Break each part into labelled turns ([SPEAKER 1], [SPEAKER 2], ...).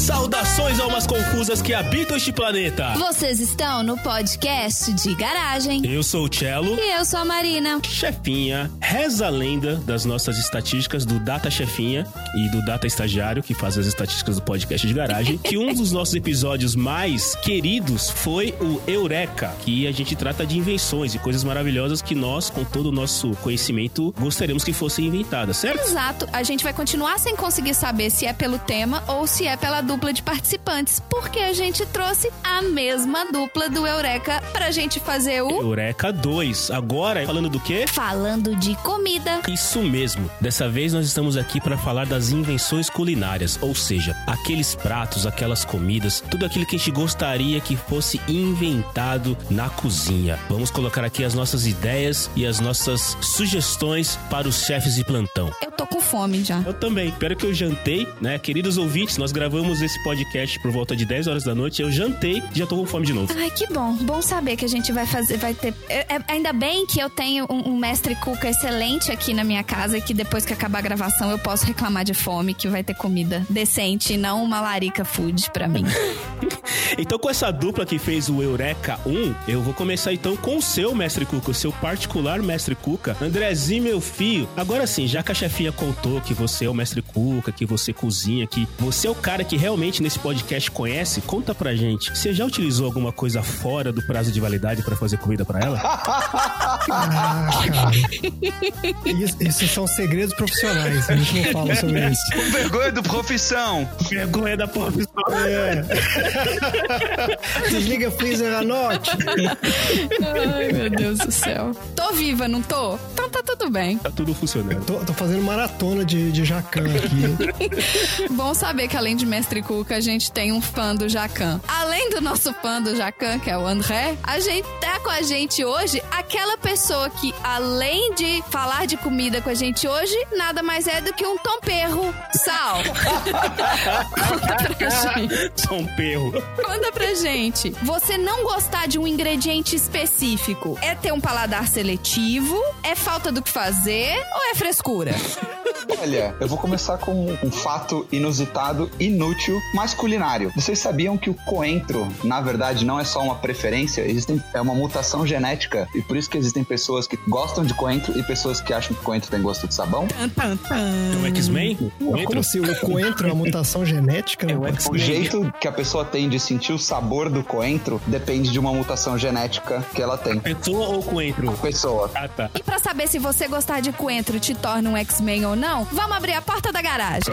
[SPEAKER 1] Saudações almas confusas que habitam este planeta.
[SPEAKER 2] Vocês estão no podcast de garagem.
[SPEAKER 1] Eu sou o Cello.
[SPEAKER 2] E eu sou a Marina.
[SPEAKER 1] Chefinha, reza a lenda das nossas estatísticas do Data Chefinha e do Data Estagiário, que faz as estatísticas do podcast de garagem, que um dos nossos episódios mais queridos foi o Eureka, que a gente trata de invenções e coisas maravilhosas que nós, com todo o nosso conhecimento, gostaríamos que fossem inventadas, certo?
[SPEAKER 2] Exato, a gente vai continuar sem conseguir saber se é pelo tema ou se é pela dupla de participantes, porque a gente trouxe a mesma dupla do Eureka pra gente fazer o.
[SPEAKER 1] Eureka 2. Agora, falando do quê?
[SPEAKER 2] Falando de comida.
[SPEAKER 1] Isso mesmo. Dessa vez nós estamos aqui para falar das invenções culinárias, ou seja, aqueles pratos, aquelas comidas, tudo aquilo que a gente gostaria que fosse inventado na cozinha. Vamos colocar aqui as nossas ideias e as nossas sugestões para os chefes de plantão.
[SPEAKER 2] Eu tô com fome já.
[SPEAKER 1] Eu também. Espero que eu jantei, né? Queridos ouvintes, nós gravamos esse podcast por volta de 10 horas da noite. Eu jantei e já tô com fome de novo.
[SPEAKER 2] Ai, que bom. Bom saber que a gente vai fazer, vai ter. é- é- ainda bem que eu tenho um, um mestre cuca excelente aqui na minha casa e que depois que acabar a gravação eu posso reclamar de fome, que vai ter comida decente e não uma larica food pra mim.
[SPEAKER 1] Então, com essa dupla que fez o Eureka 1, eu vou começar então com o seu mestre Cuca, o seu particular mestre Cuca, Andrezinho, meu filho. Agora sim, já que a chefinha contou que você é o mestre Cuca, que você cozinha, que você é o cara que realmente nesse podcast conhece, conta pra gente. Você já utilizou alguma coisa fora do prazo de validade pra fazer comida pra ela?
[SPEAKER 3] Ah, cara. Isso, isso são segredos profissionais. A gente não fala sobre isso.
[SPEAKER 4] Com vergonha do profissão.
[SPEAKER 1] Vergonha da profissão.
[SPEAKER 3] Desliga o freezer, anote.
[SPEAKER 2] Ai, meu Deus do céu. Tô viva, não tô? Então tá tudo bem.
[SPEAKER 1] Tá tudo funcionando.
[SPEAKER 3] Tô, tô fazendo maratona de, de jacan aqui.
[SPEAKER 2] Bom saber que além de Mestre Cuca, a gente tem um fã do Jacan. Além do nosso fã do Jacan, que é o André, a gente tá com a gente hoje aquela pessoa que, além de falar de comida com a gente hoje, nada mais é do que um tomperro. Sal! Conta pra gente.
[SPEAKER 1] São um perro.
[SPEAKER 2] Conta pra gente. Você não gostar de um ingrediente específico é ter um paladar seletivo? É falta do que fazer? Ou é frescura?
[SPEAKER 4] Olha, eu vou começar com um fato inusitado, inútil, mas culinário. Vocês sabiam que o coentro, na verdade, não é só uma preferência, existem, é uma mutação genética. E por isso que existem pessoas que gostam de coentro e pessoas que acham que coentro tem gosto de sabão.
[SPEAKER 1] É um X-Men?
[SPEAKER 3] Como
[SPEAKER 1] Coentro?
[SPEAKER 3] se o coentro é uma mutação genética?
[SPEAKER 1] É
[SPEAKER 3] não
[SPEAKER 1] o
[SPEAKER 3] pode
[SPEAKER 1] X-Men.
[SPEAKER 4] O jeito que a pessoa tem de sentir o sabor do coentro depende de uma mutação genética que ela tem.
[SPEAKER 1] Pessoa É ou coentro?
[SPEAKER 4] Pessoa.
[SPEAKER 1] Ah, tá.
[SPEAKER 2] E pra saber se você gostar de coentro te torna um X-Men ou não, vamos abrir a porta da garagem.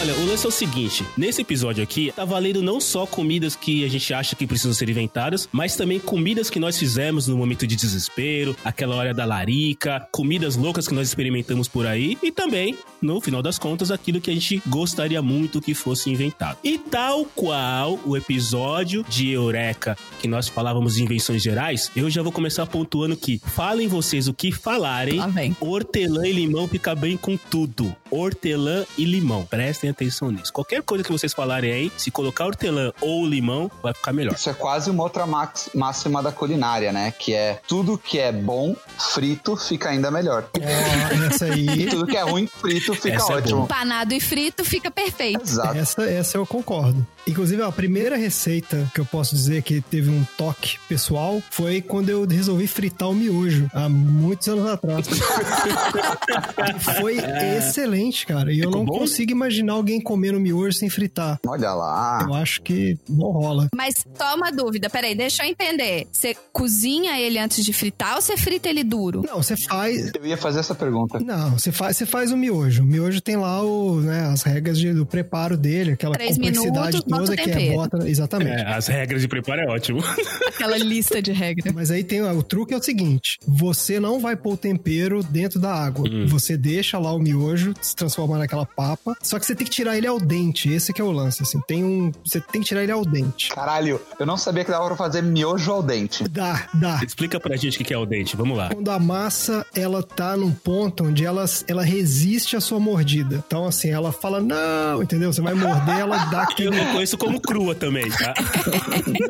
[SPEAKER 1] Olha, o lance é o seguinte: nesse episódio aqui, tá valendo não só comidas que a gente acha que precisam ser inventadas, mas também comidas que nós fizemos no momento de desespero, aquela hora da larica, comidas loucas que nós experimentamos por aí, e também, no final das contas, aquilo que a gente gostaria muito que fosse inventado. E tal qual o episódio de Eureka, que nós falávamos de invenções gerais, eu já vou começar pontuando que falem vocês o que falarem.
[SPEAKER 2] Lá vem.
[SPEAKER 1] Hortelã e limão fica bem com tudo. Hortelã e limão. Prestem atenção nisso. Qualquer coisa que vocês falarem aí, se colocar hortelã ou limão, vai ficar melhor.
[SPEAKER 4] Isso é quase uma outra max- máxima da culinária, né? Que é tudo que é bom, frito, fica ainda melhor.
[SPEAKER 3] Ó, essa
[SPEAKER 4] E
[SPEAKER 3] aí.
[SPEAKER 4] tudo que é ruim, frito, fica
[SPEAKER 1] Essa é
[SPEAKER 4] ótimo.
[SPEAKER 2] Panado e frito fica perfeito.
[SPEAKER 4] Exato.
[SPEAKER 3] Essa, essa eu concordo. Inclusive, a primeira receita que eu posso dizer que teve um toque pessoal foi quando eu resolvi fritar o miojo, há muitos anos atrás. foi excelente, cara. E eu
[SPEAKER 1] Ficou
[SPEAKER 3] não
[SPEAKER 1] bom?
[SPEAKER 3] consigo imaginar alguém comendo miojo sem fritar.
[SPEAKER 4] Olha lá.
[SPEAKER 3] Eu acho que não rola.
[SPEAKER 2] Mas só uma dúvida, peraí, deixa eu entender. Você cozinha ele antes de fritar ou você frita ele duro?
[SPEAKER 3] Não, você faz.
[SPEAKER 4] Eu ia fazer essa pergunta.
[SPEAKER 3] Não, você faz, você faz o miojo. O miojo tem lá o, né, as regras de- do preparo dele, aquela
[SPEAKER 2] Três
[SPEAKER 3] complexidade
[SPEAKER 2] minutos,
[SPEAKER 3] toda.
[SPEAKER 5] quanto
[SPEAKER 3] toda que é
[SPEAKER 5] tempero.
[SPEAKER 3] bota. Exatamente.
[SPEAKER 1] É, as regras de preparo é ótimo.
[SPEAKER 5] Aquela lista de regra.
[SPEAKER 3] Mas aí tem ó, o truque é o seguinte: você não vai pôr o tempero dentro da água. Você deixa lá o miojo se transformar naquela papa. Só que você tem que tirar ele ao dente. Esse que é o lance. Assim, tem um, você tem que tirar ele ao dente.
[SPEAKER 4] Caralho, eu não sabia que dava pra fazer miojo ao dente.
[SPEAKER 3] Dá, dá.
[SPEAKER 1] Explica pra gente o que que é o dente, vamos lá.
[SPEAKER 3] Quando a massa ela tá num ponto onde ela, ela resiste à sua mordida. Então, assim, ela fala, não, entendeu? Você vai morder, ela dá
[SPEAKER 1] Eu
[SPEAKER 3] aquele.
[SPEAKER 1] não conheço como crua também, tá?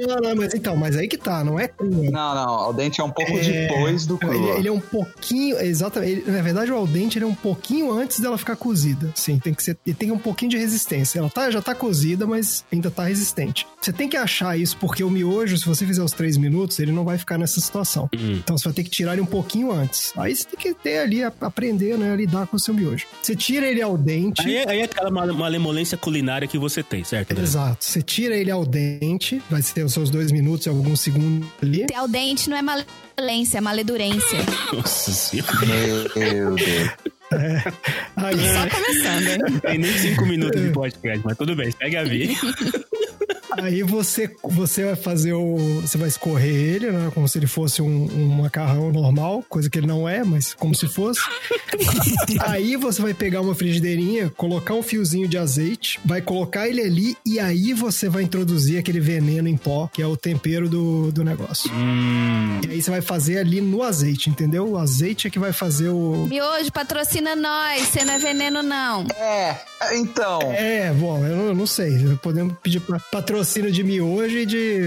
[SPEAKER 3] Não, não, mas então, mas aí que tá, não é crua.
[SPEAKER 4] Não, não, ao dente é um pouco
[SPEAKER 3] É,
[SPEAKER 4] depois do cru.
[SPEAKER 3] Ele, ele é um pouquinho, exatamente. ele- na verdade, o al dente ele é um pouquinho antes dela ficar cozida. Sim, tem que ser. Ele tem um pouquinho de resistência. Ela tá, já tá cozida, mas ainda tá resistente. Você tem que achar isso, porque o miojo, se você fizer os três minutos, ele não vai ficar nessa situação. Então você vai ter que tirar ele um pouquinho antes. Aí você tem que ter ali, a- aprender, né, a lidar com o seu miojo. Você tira ele ao dente.
[SPEAKER 1] Aí, é- aí é aquela male- malemolência culinária que você tem, certo? né? André?
[SPEAKER 3] Exato. Você tira ele ao dente, vai ter os seus dois minutos e alguns segundos ali.
[SPEAKER 2] Ter al dente não é maledolência, é maledurência.
[SPEAKER 1] Nossa senhora.
[SPEAKER 4] Meu Deus.
[SPEAKER 3] Aí,
[SPEAKER 2] Tá
[SPEAKER 5] Só começando, hein?
[SPEAKER 1] Tem nem cinco minutos de podcast, mas tudo bem, segue a vida.
[SPEAKER 3] Aí você, você vai fazer o. Você vai escorrer ele, né? Como se ele fosse um, um macarrão normal, coisa que ele não é, mas como se fosse. aí você vai pegar uma frigideirinha, colocar um fiozinho de azeite, vai colocar ele ali e aí você vai introduzir aquele veneno em pó, que é o tempero do, do negócio. E aí você vai fazer ali no azeite, entendeu? O azeite é que vai fazer o.
[SPEAKER 2] Miojo, patrocina nós, você não é veneno, não.
[SPEAKER 4] É, então.
[SPEAKER 3] É, bom, eu não, eu não sei. Podemos pedir pra- patrocínio de miojo e de.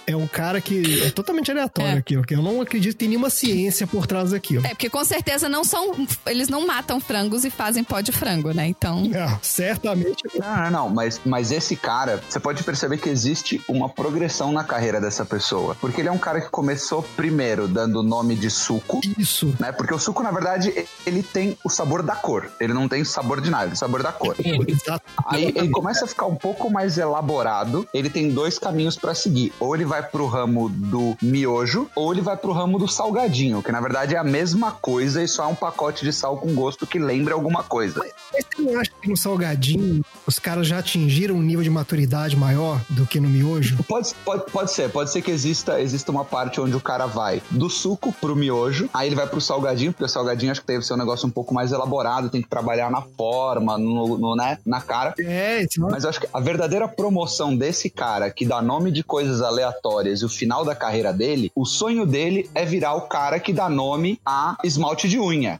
[SPEAKER 3] é um cara que é totalmente aleatório
[SPEAKER 5] É.
[SPEAKER 3] aquilo. Que eu não acredito que tem nenhuma ciência por trás daquilo.
[SPEAKER 5] É, porque com certeza não são. Eles não matam frangos e fazem pó de frango, né? Então.
[SPEAKER 3] É, certamente.
[SPEAKER 4] Não, não, não, mas, mas esse cara, você pode perceber que existe uma progressão na carreira dessa pessoa. Porque ele é um cara que começou primeiro dando o nome de suco,
[SPEAKER 3] é Isso.
[SPEAKER 4] né? Porque o suco, na verdade, ele tem o sabor da cor. Ele não tem sabor de nada, ele é o sabor da cor.
[SPEAKER 3] Exato.
[SPEAKER 4] Aí ele começa a ficar um pouco mais elaborado. Ele tem dois caminhos pra seguir. Ou ele vai pro ramo do miojo, ou ele vai pro ramo do salgadinho, que na verdade é a mesma coisa e só é um pacote de sal com gosto que lembra alguma coisa.
[SPEAKER 3] Mas você não acha que no salgadinho os caras já atingiram um nível de maturidade maior do que no miojo?
[SPEAKER 4] Tipo, Pode, pode, pode pode ser, pode ser que exista, exista uma parte onde o cara vai do suco pro miojo, aí ele vai pro salgadinho, porque o salgadinho acho que deve ser um negócio um pouco mais elaborado, tem que trabalhar na forma, no, no, né, na cara.
[SPEAKER 3] É, esse nome-
[SPEAKER 4] Mas eu acho que a verdadeira promoção desse cara que dá nome de coisas aleatórias e o final da carreira dele, o sonho dele é virar o cara que dá nome a esmalte de unha.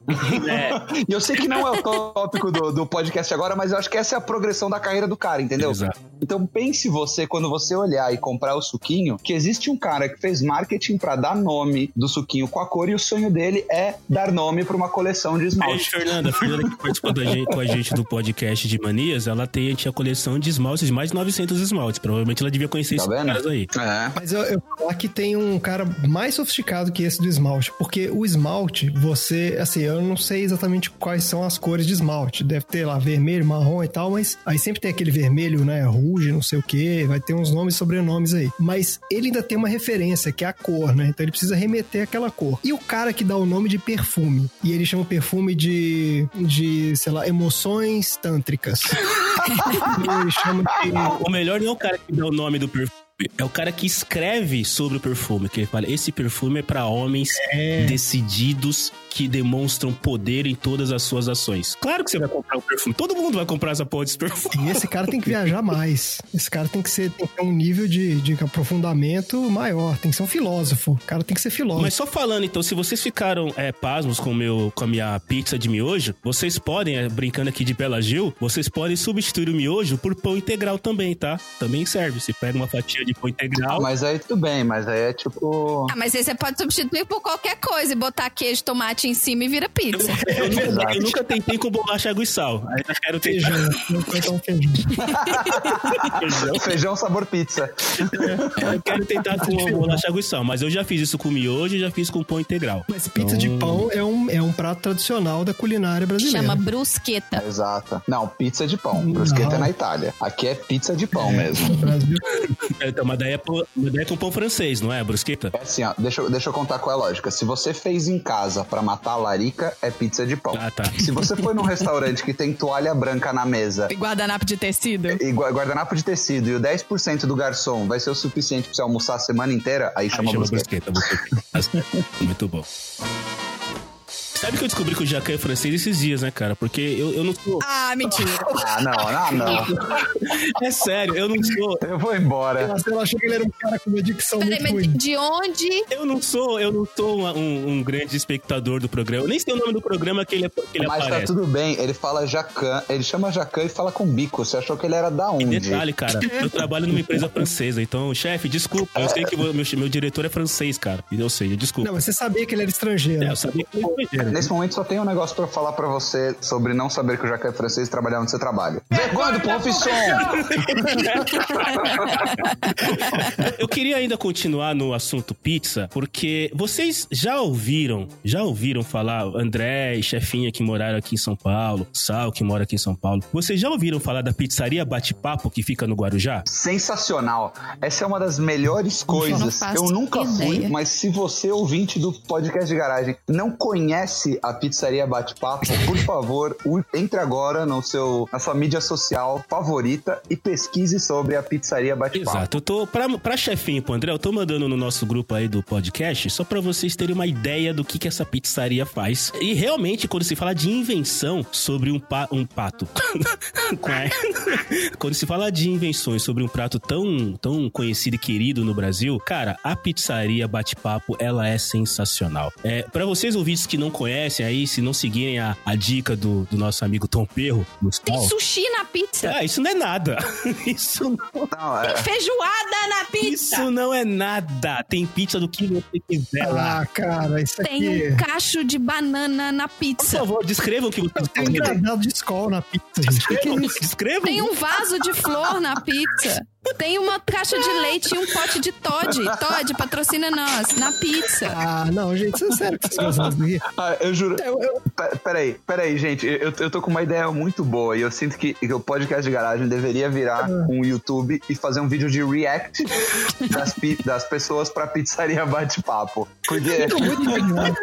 [SPEAKER 4] e eu sei que não é o tópico do, do podcast agora, mas eu acho que essa é a progressão da carreira do cara, entendeu?
[SPEAKER 1] Exato.
[SPEAKER 4] Então pense você, quando você olhar e comprar o suquinho, que existe um cara que fez marketing pra dar nome do suquinho com a cor e o sonho dele é dar nome pra uma coleção de
[SPEAKER 1] Beijo,
[SPEAKER 4] esmalte.
[SPEAKER 1] Fernanda. A Fernanda que participou da gente- com a gente do podcast de manias, ela tem, tinha coleção de esmaltes, de mais de 900 esmaltes. Provavelmente ela devia conhecer
[SPEAKER 4] Tá
[SPEAKER 1] esses
[SPEAKER 4] vendo?
[SPEAKER 1] caras aí.
[SPEAKER 4] É.
[SPEAKER 3] Mas eu, eu vou falar que tem um cara mais sofisticado que esse do esmalte, porque o esmalte, você, assim, eu não sei exatamente quais são as cores de esmalte. Deve ter lá vermelho, marrom e tal, mas aí sempre tem aquele vermelho, né, ruge, não sei o quê, vai ter uns nomes e sobrenomes aí. Mas ele ainda tem uma referência, que é a cor, né? Então ele precisa remeter àquela cor. E o cara que dá o nome de perfume, e ele chama o perfume de, de, sei lá, emoções tântricas. ele chama de
[SPEAKER 1] O melhor não é o cara que dá o nome do perfume. É o cara que escreve sobre o perfume, que ele fala: esse perfume é pra homens decididos que demonstram poder em todas as suas ações. Claro que você vai comprar o perfume. Todo mundo vai comprar essa porra desse perfume.
[SPEAKER 3] E esse cara tem que viajar mais. Esse cara tem que, ser, tem que ter um nível de, de aprofundamento maior. Tem que ser um filósofo. O cara tem que ser filósofo. Um
[SPEAKER 1] Mas só falando, então, se vocês ficaram é, pasmos com, o meu, com a minha pizza de miojo, vocês podem, é, brincando aqui de Bela Gil, vocês podem substituir o miojo por pão integral também, tá? Também serve. Você pega uma fatia de pão integral.
[SPEAKER 4] Mas aí tudo bem, mas aí é tipo.
[SPEAKER 5] Ah, mas aí você pode substituir por qualquer coisa e botar queijo, tomate em cima e vira pizza.
[SPEAKER 1] Eu, nunca,
[SPEAKER 4] verdade.
[SPEAKER 1] eu nunca tentei com bolacha, água e sal. Aí eu quero ter
[SPEAKER 3] Feijão. né? Não foi tão um feijão.
[SPEAKER 1] feijão.
[SPEAKER 4] um Feijão sabor pizza.
[SPEAKER 1] Eu quero tentar com bolacha, água e sal. Mas eu já fiz isso com miojo e já fiz com pão integral.
[SPEAKER 3] Mas pizza de pão é um, é um prato tradicional da culinária brasileira.
[SPEAKER 2] Chama brusqueta.
[SPEAKER 4] Exato. Não, pizza de pão. Brusqueta é na Itália. Aqui é pizza de pão mesmo.
[SPEAKER 3] No Brasil.
[SPEAKER 1] Então, mas daí é, pão- mas daí é com pão francês, não é, brusqueta?
[SPEAKER 4] É assim, ó. Deixa, eu- deixa eu contar qual é a lógica. Se você fez em casa pra matar a larica, é pizza de pão.
[SPEAKER 1] Ah, tá.
[SPEAKER 4] Se você foi num restaurante que tem toalha branca na mesa
[SPEAKER 5] E guardanapo de tecido.
[SPEAKER 4] e gua- guardanapo de tecido e o 10% do garçom vai ser o suficiente pra você almoçar a semana inteira, aí chama,
[SPEAKER 1] Chama brusqueta.
[SPEAKER 4] brusqueta.
[SPEAKER 1] brusqueta. Tá certo. Muito bom. Sabe que eu descobri que o Jacan é francês esses dias, né, cara? Porque eu, eu não sou.
[SPEAKER 5] Ah, mentira.
[SPEAKER 4] Ah, não, não, não.
[SPEAKER 1] É sério, eu não sou.
[SPEAKER 4] Eu vou embora.
[SPEAKER 3] Marcelo achou que ele era um cara com uma dicção
[SPEAKER 2] Peraí,
[SPEAKER 3] muito
[SPEAKER 2] mas
[SPEAKER 3] ruim.
[SPEAKER 2] de onde?
[SPEAKER 1] Eu não sou, eu não sou uma- um, um grande espectador do programa. Eu nem sei o nome do programa que ele, que ele
[SPEAKER 4] Mas tá
[SPEAKER 1] aparece.
[SPEAKER 4] tudo bem. Ele fala Jacan. Ele chama Jacan e fala com bico. Você achou que ele tá era da onde?
[SPEAKER 1] Detalhe, cara, eu trabalho numa empresa francesa, então, chefe, desculpa, eu sei que vo- meu, meu diretor é francês, cara. Eu sei, desculpa.
[SPEAKER 3] Não, mas você sabia que ele era estrangeiro.
[SPEAKER 1] É, eu sabia que ele é estrangeiro.
[SPEAKER 4] Nesse momento só tem um negócio pra falar pra você sobre não saber que o Jacan é francês e trabalhar onde você trabalha.
[SPEAKER 2] É
[SPEAKER 4] Vergonha do
[SPEAKER 2] tá
[SPEAKER 4] profissão!
[SPEAKER 1] Eu queria ainda continuar no assunto pizza, porque vocês já ouviram, já ouviram falar, André e chefinha que moraram aqui em São Paulo, Sal que mora aqui em São Paulo, vocês já ouviram falar da pizzaria Bate-Papo que fica no Guarujá?
[SPEAKER 4] Sensacional. Essa é uma das melhores
[SPEAKER 2] Não
[SPEAKER 4] coisas.
[SPEAKER 2] faço
[SPEAKER 4] Eu nunca fui,
[SPEAKER 2] ideia.
[SPEAKER 4] mas se você, ouvinte do podcast de garagem, não conhece a pizzaria Bate-Papo, por favor, u- entre agora no seu, na sua mídia social favorita e pesquise sobre a pizzaria Bate-Papo.
[SPEAKER 1] Exato, eu tô, pra, pra chefinha e pro André, eu tô mandando no nosso grupo aí do podcast, só pra vocês terem uma ideia do que que essa pizzaria faz. E realmente, quando se fala de invenção sobre um, pa- um pato... quando se fala de invenções sobre um prato tão, tão conhecido e querido no Brasil, cara, a pizzaria Bate-Papo, ela é sensacional. É, para vocês ouvintes que não conhecem aí, se não seguirem a, a dica do, do nosso amigo Tom Perro,
[SPEAKER 2] Tem
[SPEAKER 1] Gustavo...
[SPEAKER 2] sushi na pizza.
[SPEAKER 1] Ah, isso não é nada. Isso não
[SPEAKER 4] Não, é-
[SPEAKER 2] Feijoada na pizza.
[SPEAKER 1] isso não é nada. Tem pizza do que você quiser lá.
[SPEAKER 3] Ah, cara, isso
[SPEAKER 2] Tem
[SPEAKER 3] aqui... é
[SPEAKER 2] um cacho de banana na
[SPEAKER 1] Por
[SPEAKER 2] pizza.
[SPEAKER 1] favor, descrevam o que vocês
[SPEAKER 3] Tem um granado de escola na pizza, gente. O que, que é
[SPEAKER 1] descrevam,
[SPEAKER 3] isso?
[SPEAKER 1] descrevam.
[SPEAKER 2] Tem um vaso de flor na pizza. Tem uma caixa de leite e um pote de Todd. Todd, patrocina nós. Na pizza.
[SPEAKER 3] Ah, não, gente, isso é sério que vocês gostam disso aqui?
[SPEAKER 4] Ah, eu juro.
[SPEAKER 3] Eu- eu-
[SPEAKER 4] Pe- Peraí, peraí, gente. Eu, eu tô com uma ideia muito boa e eu sinto que, que o podcast de garagem deveria virar um YouTube e fazer um vídeo de react das, pi- das pessoas pra pizzaria bate-papo. Porque,
[SPEAKER 3] Muito obrigado.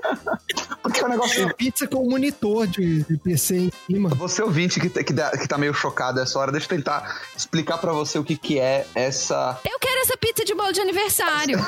[SPEAKER 4] Porque é um negócio
[SPEAKER 3] Pizza com monitor de, de PC em cima.
[SPEAKER 4] Você ouvinte que, tá- que, dá- que tá meio chocado essa hora, deixa eu tentar explicar pra você o que, que é essa.
[SPEAKER 2] Eu quero essa pizza de bolo de aniversário.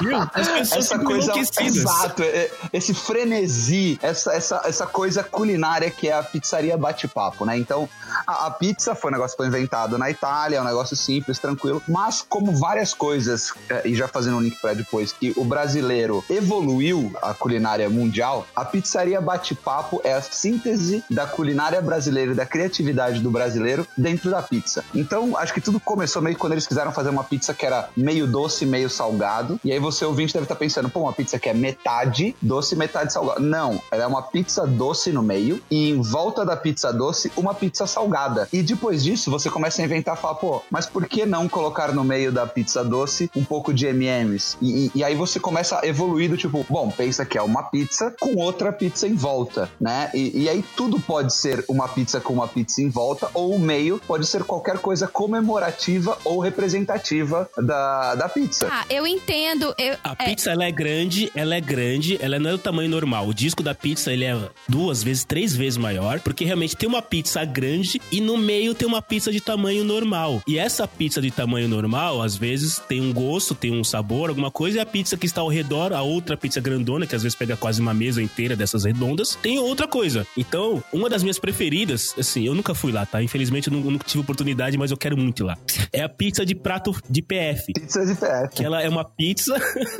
[SPEAKER 1] Viu? As pessoas
[SPEAKER 4] Essa
[SPEAKER 1] ficam
[SPEAKER 4] coisa.
[SPEAKER 1] enlouquecidas.
[SPEAKER 4] Exato, é- é- esse frenesi, essa, essa, essa coisa culinária que é a pizzaria bate-papo, né? Então, a, a pizza foi um negócio que foi inventado na Itália, é um negócio simples, tranquilo. Mas, como várias coisas, é, e já fazendo um link pra depois, que o brasileiro evoluiu a culinária mundial, a pizzaria bate-papo é a síntese da culinária brasileira e da criatividade do brasileiro dentro da pizza. Então, acho que tudo começou meio que quando eles quiseram fazer uma pizza que era meio doce, meio salgado. E aí você ouvinte deve estar pensando, pô, uma pizza que é metade doce, metade salgado. Não, ela é uma pizza doce no meio e em volta da pizza doce, uma pizza salgada. E depois disso, você começa a inventar, falar, pô, mas por que não colocar no meio da pizza doce um pouco de M&M's? E, e- e aí você começa a evoluir do tipo, bom, pensa que é uma pizza com outra pizza em volta, né? E, e aí tudo pode ser uma pizza com uma pizza em volta ou o meio pode ser qualquer coisa comemorativa ou representativa da, da pizza.
[SPEAKER 2] Ah, eu entendo. Eu,
[SPEAKER 1] A
[SPEAKER 2] é,
[SPEAKER 1] pizza, ela é grande, ela é grande, ela não é do tamanho normal. O disco da pizza, ele é duas vezes, três vezes maior, porque realmente tem uma pizza grande e no meio tem uma pizza de tamanho normal. E essa pizza de tamanho normal, às vezes, tem um gosto, tem um sabor, alguma coisa, e a pizza que está ao redor, a outra pizza grandona, que às vezes pega quase uma mesa inteira dessas redondas, tem outra coisa. Então, uma das minhas preferidas, assim, eu nunca fui lá, tá? Infelizmente, eu nu- nunca tive oportunidade, mas eu quero muito ir lá. É a pizza de prato de PF
[SPEAKER 4] Pizzas de PF.
[SPEAKER 1] que ela é uma pizza,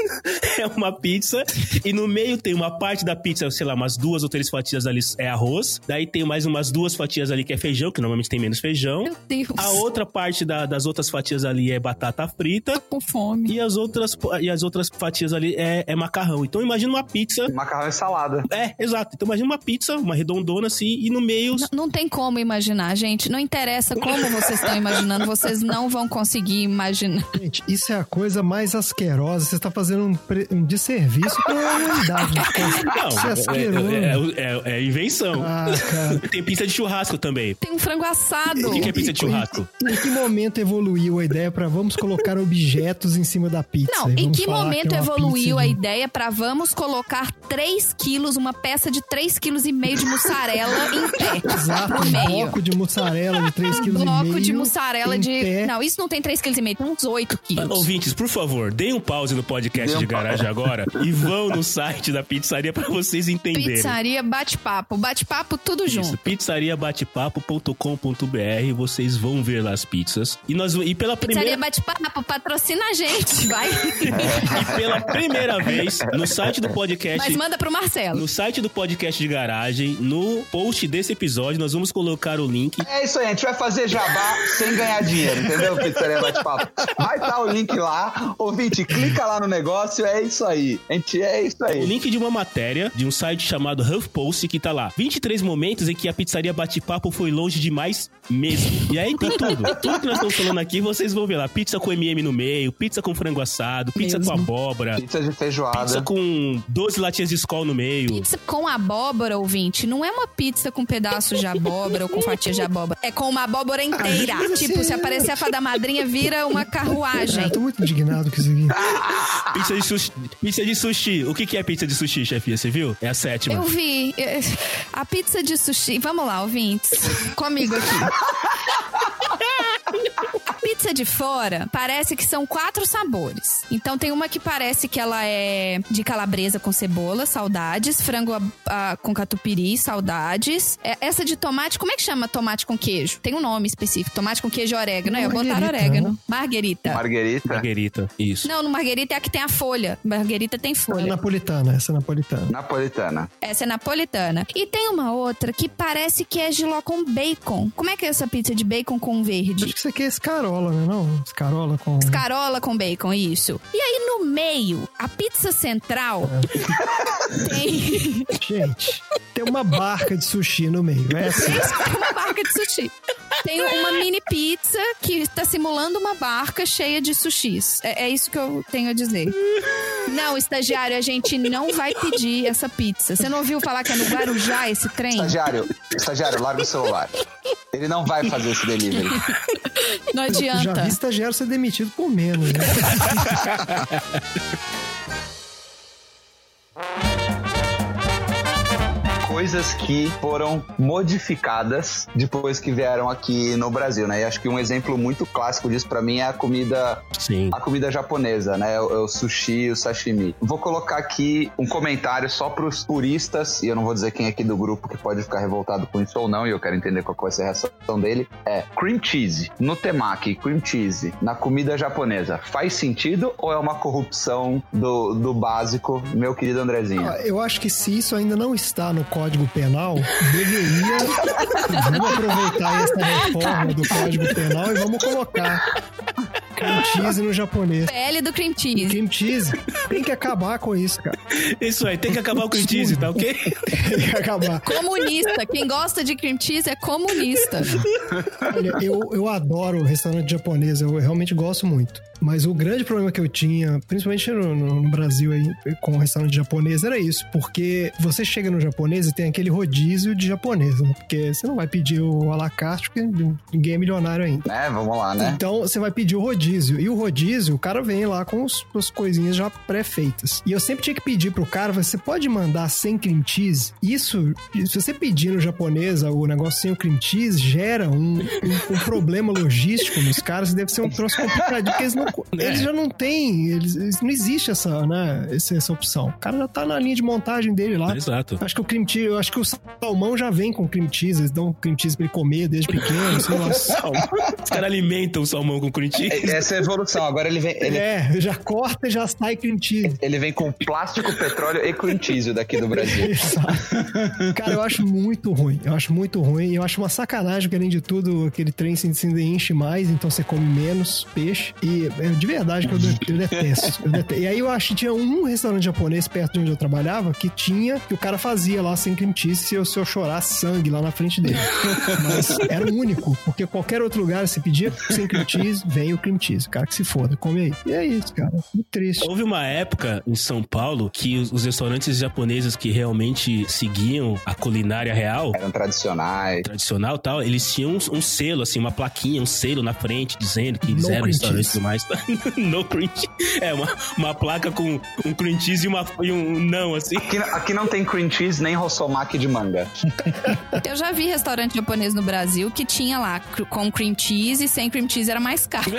[SPEAKER 1] é uma pizza, e no meio tem uma parte da pizza, sei lá, umas duas ou três fatias ali é arroz, daí tem mais umas duas fatias ali que é feijão, que normalmente tem menos feijão,
[SPEAKER 2] Meu Deus.
[SPEAKER 1] a outra parte da- das outras fatias ali é batata frita,
[SPEAKER 5] com fome.
[SPEAKER 1] e as outras, e as outras fatias ali é, é macarrão. Então imagina uma pizza...
[SPEAKER 4] Macarrão e salada.
[SPEAKER 1] É, exato. Então imagina uma pizza, uma redondona assim, e no meio...
[SPEAKER 2] Não, não tem como imaginar, gente. Não interessa como vocês estão imaginando, vocês não vão conseguir imaginar.
[SPEAKER 3] Gente, isso é a coisa mais asquerosa. Você está fazendo um, pre... um desserviço pra humanidade. Isso é
[SPEAKER 1] Não,
[SPEAKER 3] asqueroso.
[SPEAKER 1] é, é- é- é invenção.
[SPEAKER 3] Ah, cara.
[SPEAKER 1] Tem pizza de churrasco também.
[SPEAKER 2] Tem um frango assado.
[SPEAKER 1] O que que é pizza de churrasco?
[SPEAKER 3] Em que momento evoluiu a ideia para vamos colocar objetos em cima da pizza?
[SPEAKER 2] Não,
[SPEAKER 3] E
[SPEAKER 2] em
[SPEAKER 3] vamos
[SPEAKER 2] que
[SPEAKER 3] falar
[SPEAKER 2] momento
[SPEAKER 3] é uma
[SPEAKER 2] evoluiu
[SPEAKER 3] pizza
[SPEAKER 2] a
[SPEAKER 3] de-
[SPEAKER 2] ideia pra vamos colocar 3 quilos, uma peça de 3,5 quilos e meio de mussarela em pé?
[SPEAKER 3] Exato,
[SPEAKER 2] no
[SPEAKER 3] um
[SPEAKER 2] meio.
[SPEAKER 3] bloco de mussarela de 3,5 kg.
[SPEAKER 2] Um bloco de mussarela de.
[SPEAKER 3] Pé.
[SPEAKER 2] Não, isso não tem 3,5 quilos, tem uns 8 quilos.
[SPEAKER 1] Ouvintes, por favor, deem um pause no podcast
[SPEAKER 4] Dê um
[SPEAKER 1] de garagem agora e vão no site da pizzaria pra vocês entenderem.
[SPEAKER 2] Pizzaria bate-papo. Bate-papo tudo
[SPEAKER 1] Isso,
[SPEAKER 2] junto.
[SPEAKER 1] pizzariabatepapo.com.br, vocês vão ver lá as pizzas. E nós e pela primeira
[SPEAKER 2] Pizzaria bate-papo, patrocina a gente, vai.
[SPEAKER 1] e pela primeira vez no site do
[SPEAKER 3] É,
[SPEAKER 1] podcast
[SPEAKER 2] Mas manda pro Marcelo.
[SPEAKER 1] no site do podcast de garagem, no post desse episódio, nós vamos colocar o link.
[SPEAKER 4] É isso aí, a gente vai fazer jabá sem ganhar dinheiro, entendeu? Pizzaria bate-papo. Vai estar o link lá. Ouvinte, clica lá no negócio, é isso aí. A gente é isso
[SPEAKER 1] O
[SPEAKER 4] aí.
[SPEAKER 1] link de uma matéria de um site chamado HuffPost que tá lá. 23 momentos em que a pizzaria bate-papo foi longe demais mesmo. E aí tem tudo. tudo que nós estamos falando aqui, vocês vão ver lá. Pizza com MM no meio, pizza com frango assado, pizza com abóbora,
[SPEAKER 4] Pizza de
[SPEAKER 1] pizza
[SPEAKER 4] feijoada.
[SPEAKER 1] com 12 latinhas de Skol no meio.
[SPEAKER 2] Pizza com abóbora, ouvinte, não é uma pizza com pedaço de abóbora ou com fatia de abóbora. É com uma abóbora inteira. Tipo, se aparecer a fada madrinha, vira uma
[SPEAKER 3] Ah,
[SPEAKER 2] carruagem.
[SPEAKER 3] tô muito indignado com isso aqui.
[SPEAKER 4] Ah.
[SPEAKER 1] Pizza de sushi. Pizza de sushi. O que que é pizza de sushi, chefia? Você viu? É a sétima.
[SPEAKER 2] Eu vi. eh, A pizza de sushi. Vamos lá, ouvintes. Comigo aqui. A pizza de fora parece que são quatro sabores. Então tem uma que parece que ela é de calabresa com cebola, saudades. Frango a- a- com catupiry, saudades. É, essa de tomate, como é que chama tomate com queijo? Tem um nome específico. Tomate com queijo e orégano. É, botaram
[SPEAKER 3] Marguerita,
[SPEAKER 2] orégano. Marguerita.
[SPEAKER 4] Marguerita.
[SPEAKER 1] Marguerita. Isso.
[SPEAKER 2] Não, no marguerita é a que tem a folha. Marguerita tem
[SPEAKER 3] É
[SPEAKER 2] folha.
[SPEAKER 3] napolitana, essa é napolitana.
[SPEAKER 4] Napolitana.
[SPEAKER 2] Essa é napolitana. E tem uma outra que parece que é giló com bacon. Como é que é essa pizza de bacon com
[SPEAKER 3] Acho
[SPEAKER 2] verde?
[SPEAKER 3] que isso aqui é escarola, né? Não, escarola com...
[SPEAKER 2] Escarola com bacon, isso. E aí no meio, a pizza central tem
[SPEAKER 3] Gente, tem uma barca de sushi no meio. é assim. Essa
[SPEAKER 2] uma barca de sushi. Tem uma mini pizza que está simulando uma barca cheia de sushis. É, é isso que eu tenho a dizer. Não, estagiário, a gente não vai pedir essa pizza. Você não ouviu falar que é no Guarujá esse trem?
[SPEAKER 4] Estagiário, estagiário, larga o celular. Ele não vai fazer esse delivery.
[SPEAKER 2] Não adianta.
[SPEAKER 3] já vi estagiário ser demitido por menos, né?
[SPEAKER 4] coisas que foram modificadas depois que vieram aqui no Brasil, né? E acho que um exemplo muito clássico disso pra mim é a comida,
[SPEAKER 1] Sim.
[SPEAKER 4] a comida japonesa, né? O, o sushi, o sashimi. Vou colocar aqui um comentário só pros puristas, e eu não vou dizer quem é aqui do grupo que pode ficar revoltado com isso ou não, e eu quero entender qual que vai ser a reação dele. É cream cheese no temaki, cream cheese na comida japonesa. Faz sentido ou é uma corrupção do, do básico, meu querido Andrezinho?
[SPEAKER 3] Ah, Eu acho que se isso ainda não está no Código Penal, deveria. Vamos aproveitar essa reforma do Código Penal e vamos colocar cream cheese no japonês.
[SPEAKER 2] Pele do cream cheese.
[SPEAKER 3] Cream cheese tem que acabar com isso, cara.
[SPEAKER 1] Isso aí, tem que acabar com o cheese, tá ok?
[SPEAKER 3] Tem que acabar.
[SPEAKER 2] Comunista. Quem gosta de cream cheese é comunista.
[SPEAKER 3] Olha, eu, eu adoro restaurante japonês, eu realmente gosto muito. Mas o grande problema que eu tinha, principalmente no, no- no Brasil aí, com o restaurante japonês, era isso. Porque você chega no japonês e tem aquele rodízio de japonês, né? Porque você não vai pedir o alacarte, porque ninguém é milionário ainda.
[SPEAKER 4] Né? Vamos lá, né?
[SPEAKER 3] Então você vai pedir o rodízio. E o rodízio, o cara vem lá com os, as coisinhas já pré-feitas. E eu sempre tinha que pedir pro cara: você pode mandar sem cream cheese? Isso, se você pedir no japonês o negócio sem o cream cheese, gera um, um- um problema logístico nos caras. Deve ser um troço complicado, porque eles, não, eles já não têm. Eles, eles- não existe essa, né, essa, essa opção. O cara já tá na linha de montagem dele lá.
[SPEAKER 1] Exato.
[SPEAKER 3] Acho que o cream cheese, eu acho que o salmão já vem com cream cheese, eles dão cream cheese pra ele comer desde pequeno, sei lá.
[SPEAKER 1] Salmão. Os caras alimentam o salmão com cream cheese.
[SPEAKER 4] Essa é a evolução. Agora ele vem, ele,
[SPEAKER 3] É, já corta e já sai cream cheese.
[SPEAKER 4] ele vem com plástico, petróleo e cream cheese daqui do Brasil.
[SPEAKER 3] Exato. Cara, eu acho muito ruim. Eu acho muito ruim. Eu acho uma sacanagem, porque além de tudo, aquele trem se, se enche mais, então você come menos peixe. E é de verdade que eu, de- eu detesto. Eu dete- E aí eu acho que tinha um restaurante japonês perto de onde eu trabalhava que tinha, que o cara fazia lá sem cream cheese se eu, se eu chorar sangue lá na frente dele. Mas era o único, porque qualquer outro lugar você pedia sem cream cheese, vem o cream cheese. O cara que se foda, come aí. E é isso, cara. Muito triste.
[SPEAKER 1] Houve uma época em São Paulo que os, os restaurantes japoneses que realmente seguiam a culinária real
[SPEAKER 4] Eram tradicionais.
[SPEAKER 1] tradicional e tal, eles tinham um, um selo, assim, uma plaquinha, um selo na frente dizendo que
[SPEAKER 3] No
[SPEAKER 1] eles eram
[SPEAKER 3] cream
[SPEAKER 1] restaurantes e
[SPEAKER 3] cheese.
[SPEAKER 1] tudo mais. no cream cheese. É, uma, uma placa com um cream cheese e, uma, e um não, assim.
[SPEAKER 4] Aqui, aqui não tem cream cheese nem rossomaki de manga.
[SPEAKER 2] Eu já vi restaurante japonês no Brasil que tinha lá cr- com cream cheese e sem cream cheese era mais caro.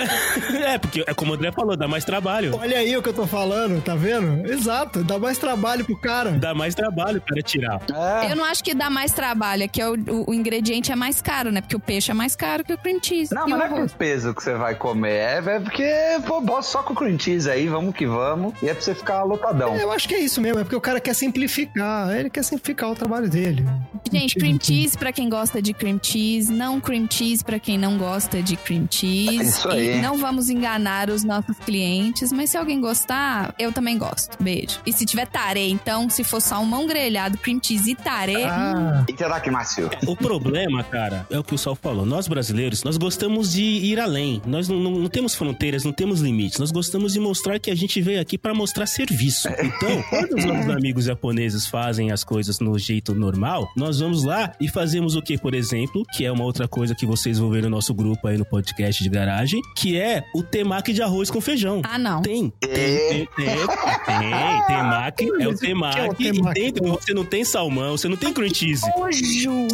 [SPEAKER 1] é, porque é como o André falou, dá mais trabalho.
[SPEAKER 3] Olha aí o que eu tô falando, tá vendo? Exato, dá mais trabalho pro cara.
[SPEAKER 1] Dá mais trabalho para tirar.
[SPEAKER 4] É.
[SPEAKER 2] Eu não acho que dá mais trabalho, é que é o, o- o ingrediente é mais caro, né? Porque o peixe é mais caro que o cream cheese.
[SPEAKER 4] Não,
[SPEAKER 2] E
[SPEAKER 4] mas
[SPEAKER 2] o
[SPEAKER 4] não é
[SPEAKER 2] arroz?
[SPEAKER 4] por peso que você vai comer, é, é porque, pô, bota só com cream cheese aí, vamos que vamos. E é pra você ficar lotadão.
[SPEAKER 3] Eu acho que é isso mesmo, é porque o cara quer simplificar, ele quer simplificar o trabalho dele.
[SPEAKER 2] Gente,
[SPEAKER 3] Não
[SPEAKER 2] cream
[SPEAKER 3] tem-
[SPEAKER 2] cheese pra quem gosta de cream cheese, não cream cheese pra quem não gosta de cream cheese.
[SPEAKER 4] Isso aí.
[SPEAKER 2] E não vamos enganar os nossos clientes, mas se alguém gostar, eu também gosto. Beijo. E se tiver tarê, então, se for salmão grelhado, cream cheese e tarê,
[SPEAKER 3] Ah,
[SPEAKER 4] E será que, Márcio?
[SPEAKER 1] O problema, cara, é o que o Sal falou. Nós brasileiros, nós gostamos de ir além. Nós não, não- não temos fronteiras, não temos limites. Nós gostamos de mostrar que a gente veio aqui pra mostrar serviço. Então, quando os nossos amigos japoneses fazem as coisas no jeito normal, nós vamos lá e fazemos o que, por exemplo, que é uma outra coisa que vocês vão ver no nosso grupo aí no podcast de garagem, que é o temaki de arroz com feijão.
[SPEAKER 2] ah, não.
[SPEAKER 1] Tem, tem, tem, tem, tem, temaki, é o temaki, e
[SPEAKER 3] temaki?
[SPEAKER 1] dentro você não tem salmão, você não tem cream cheese.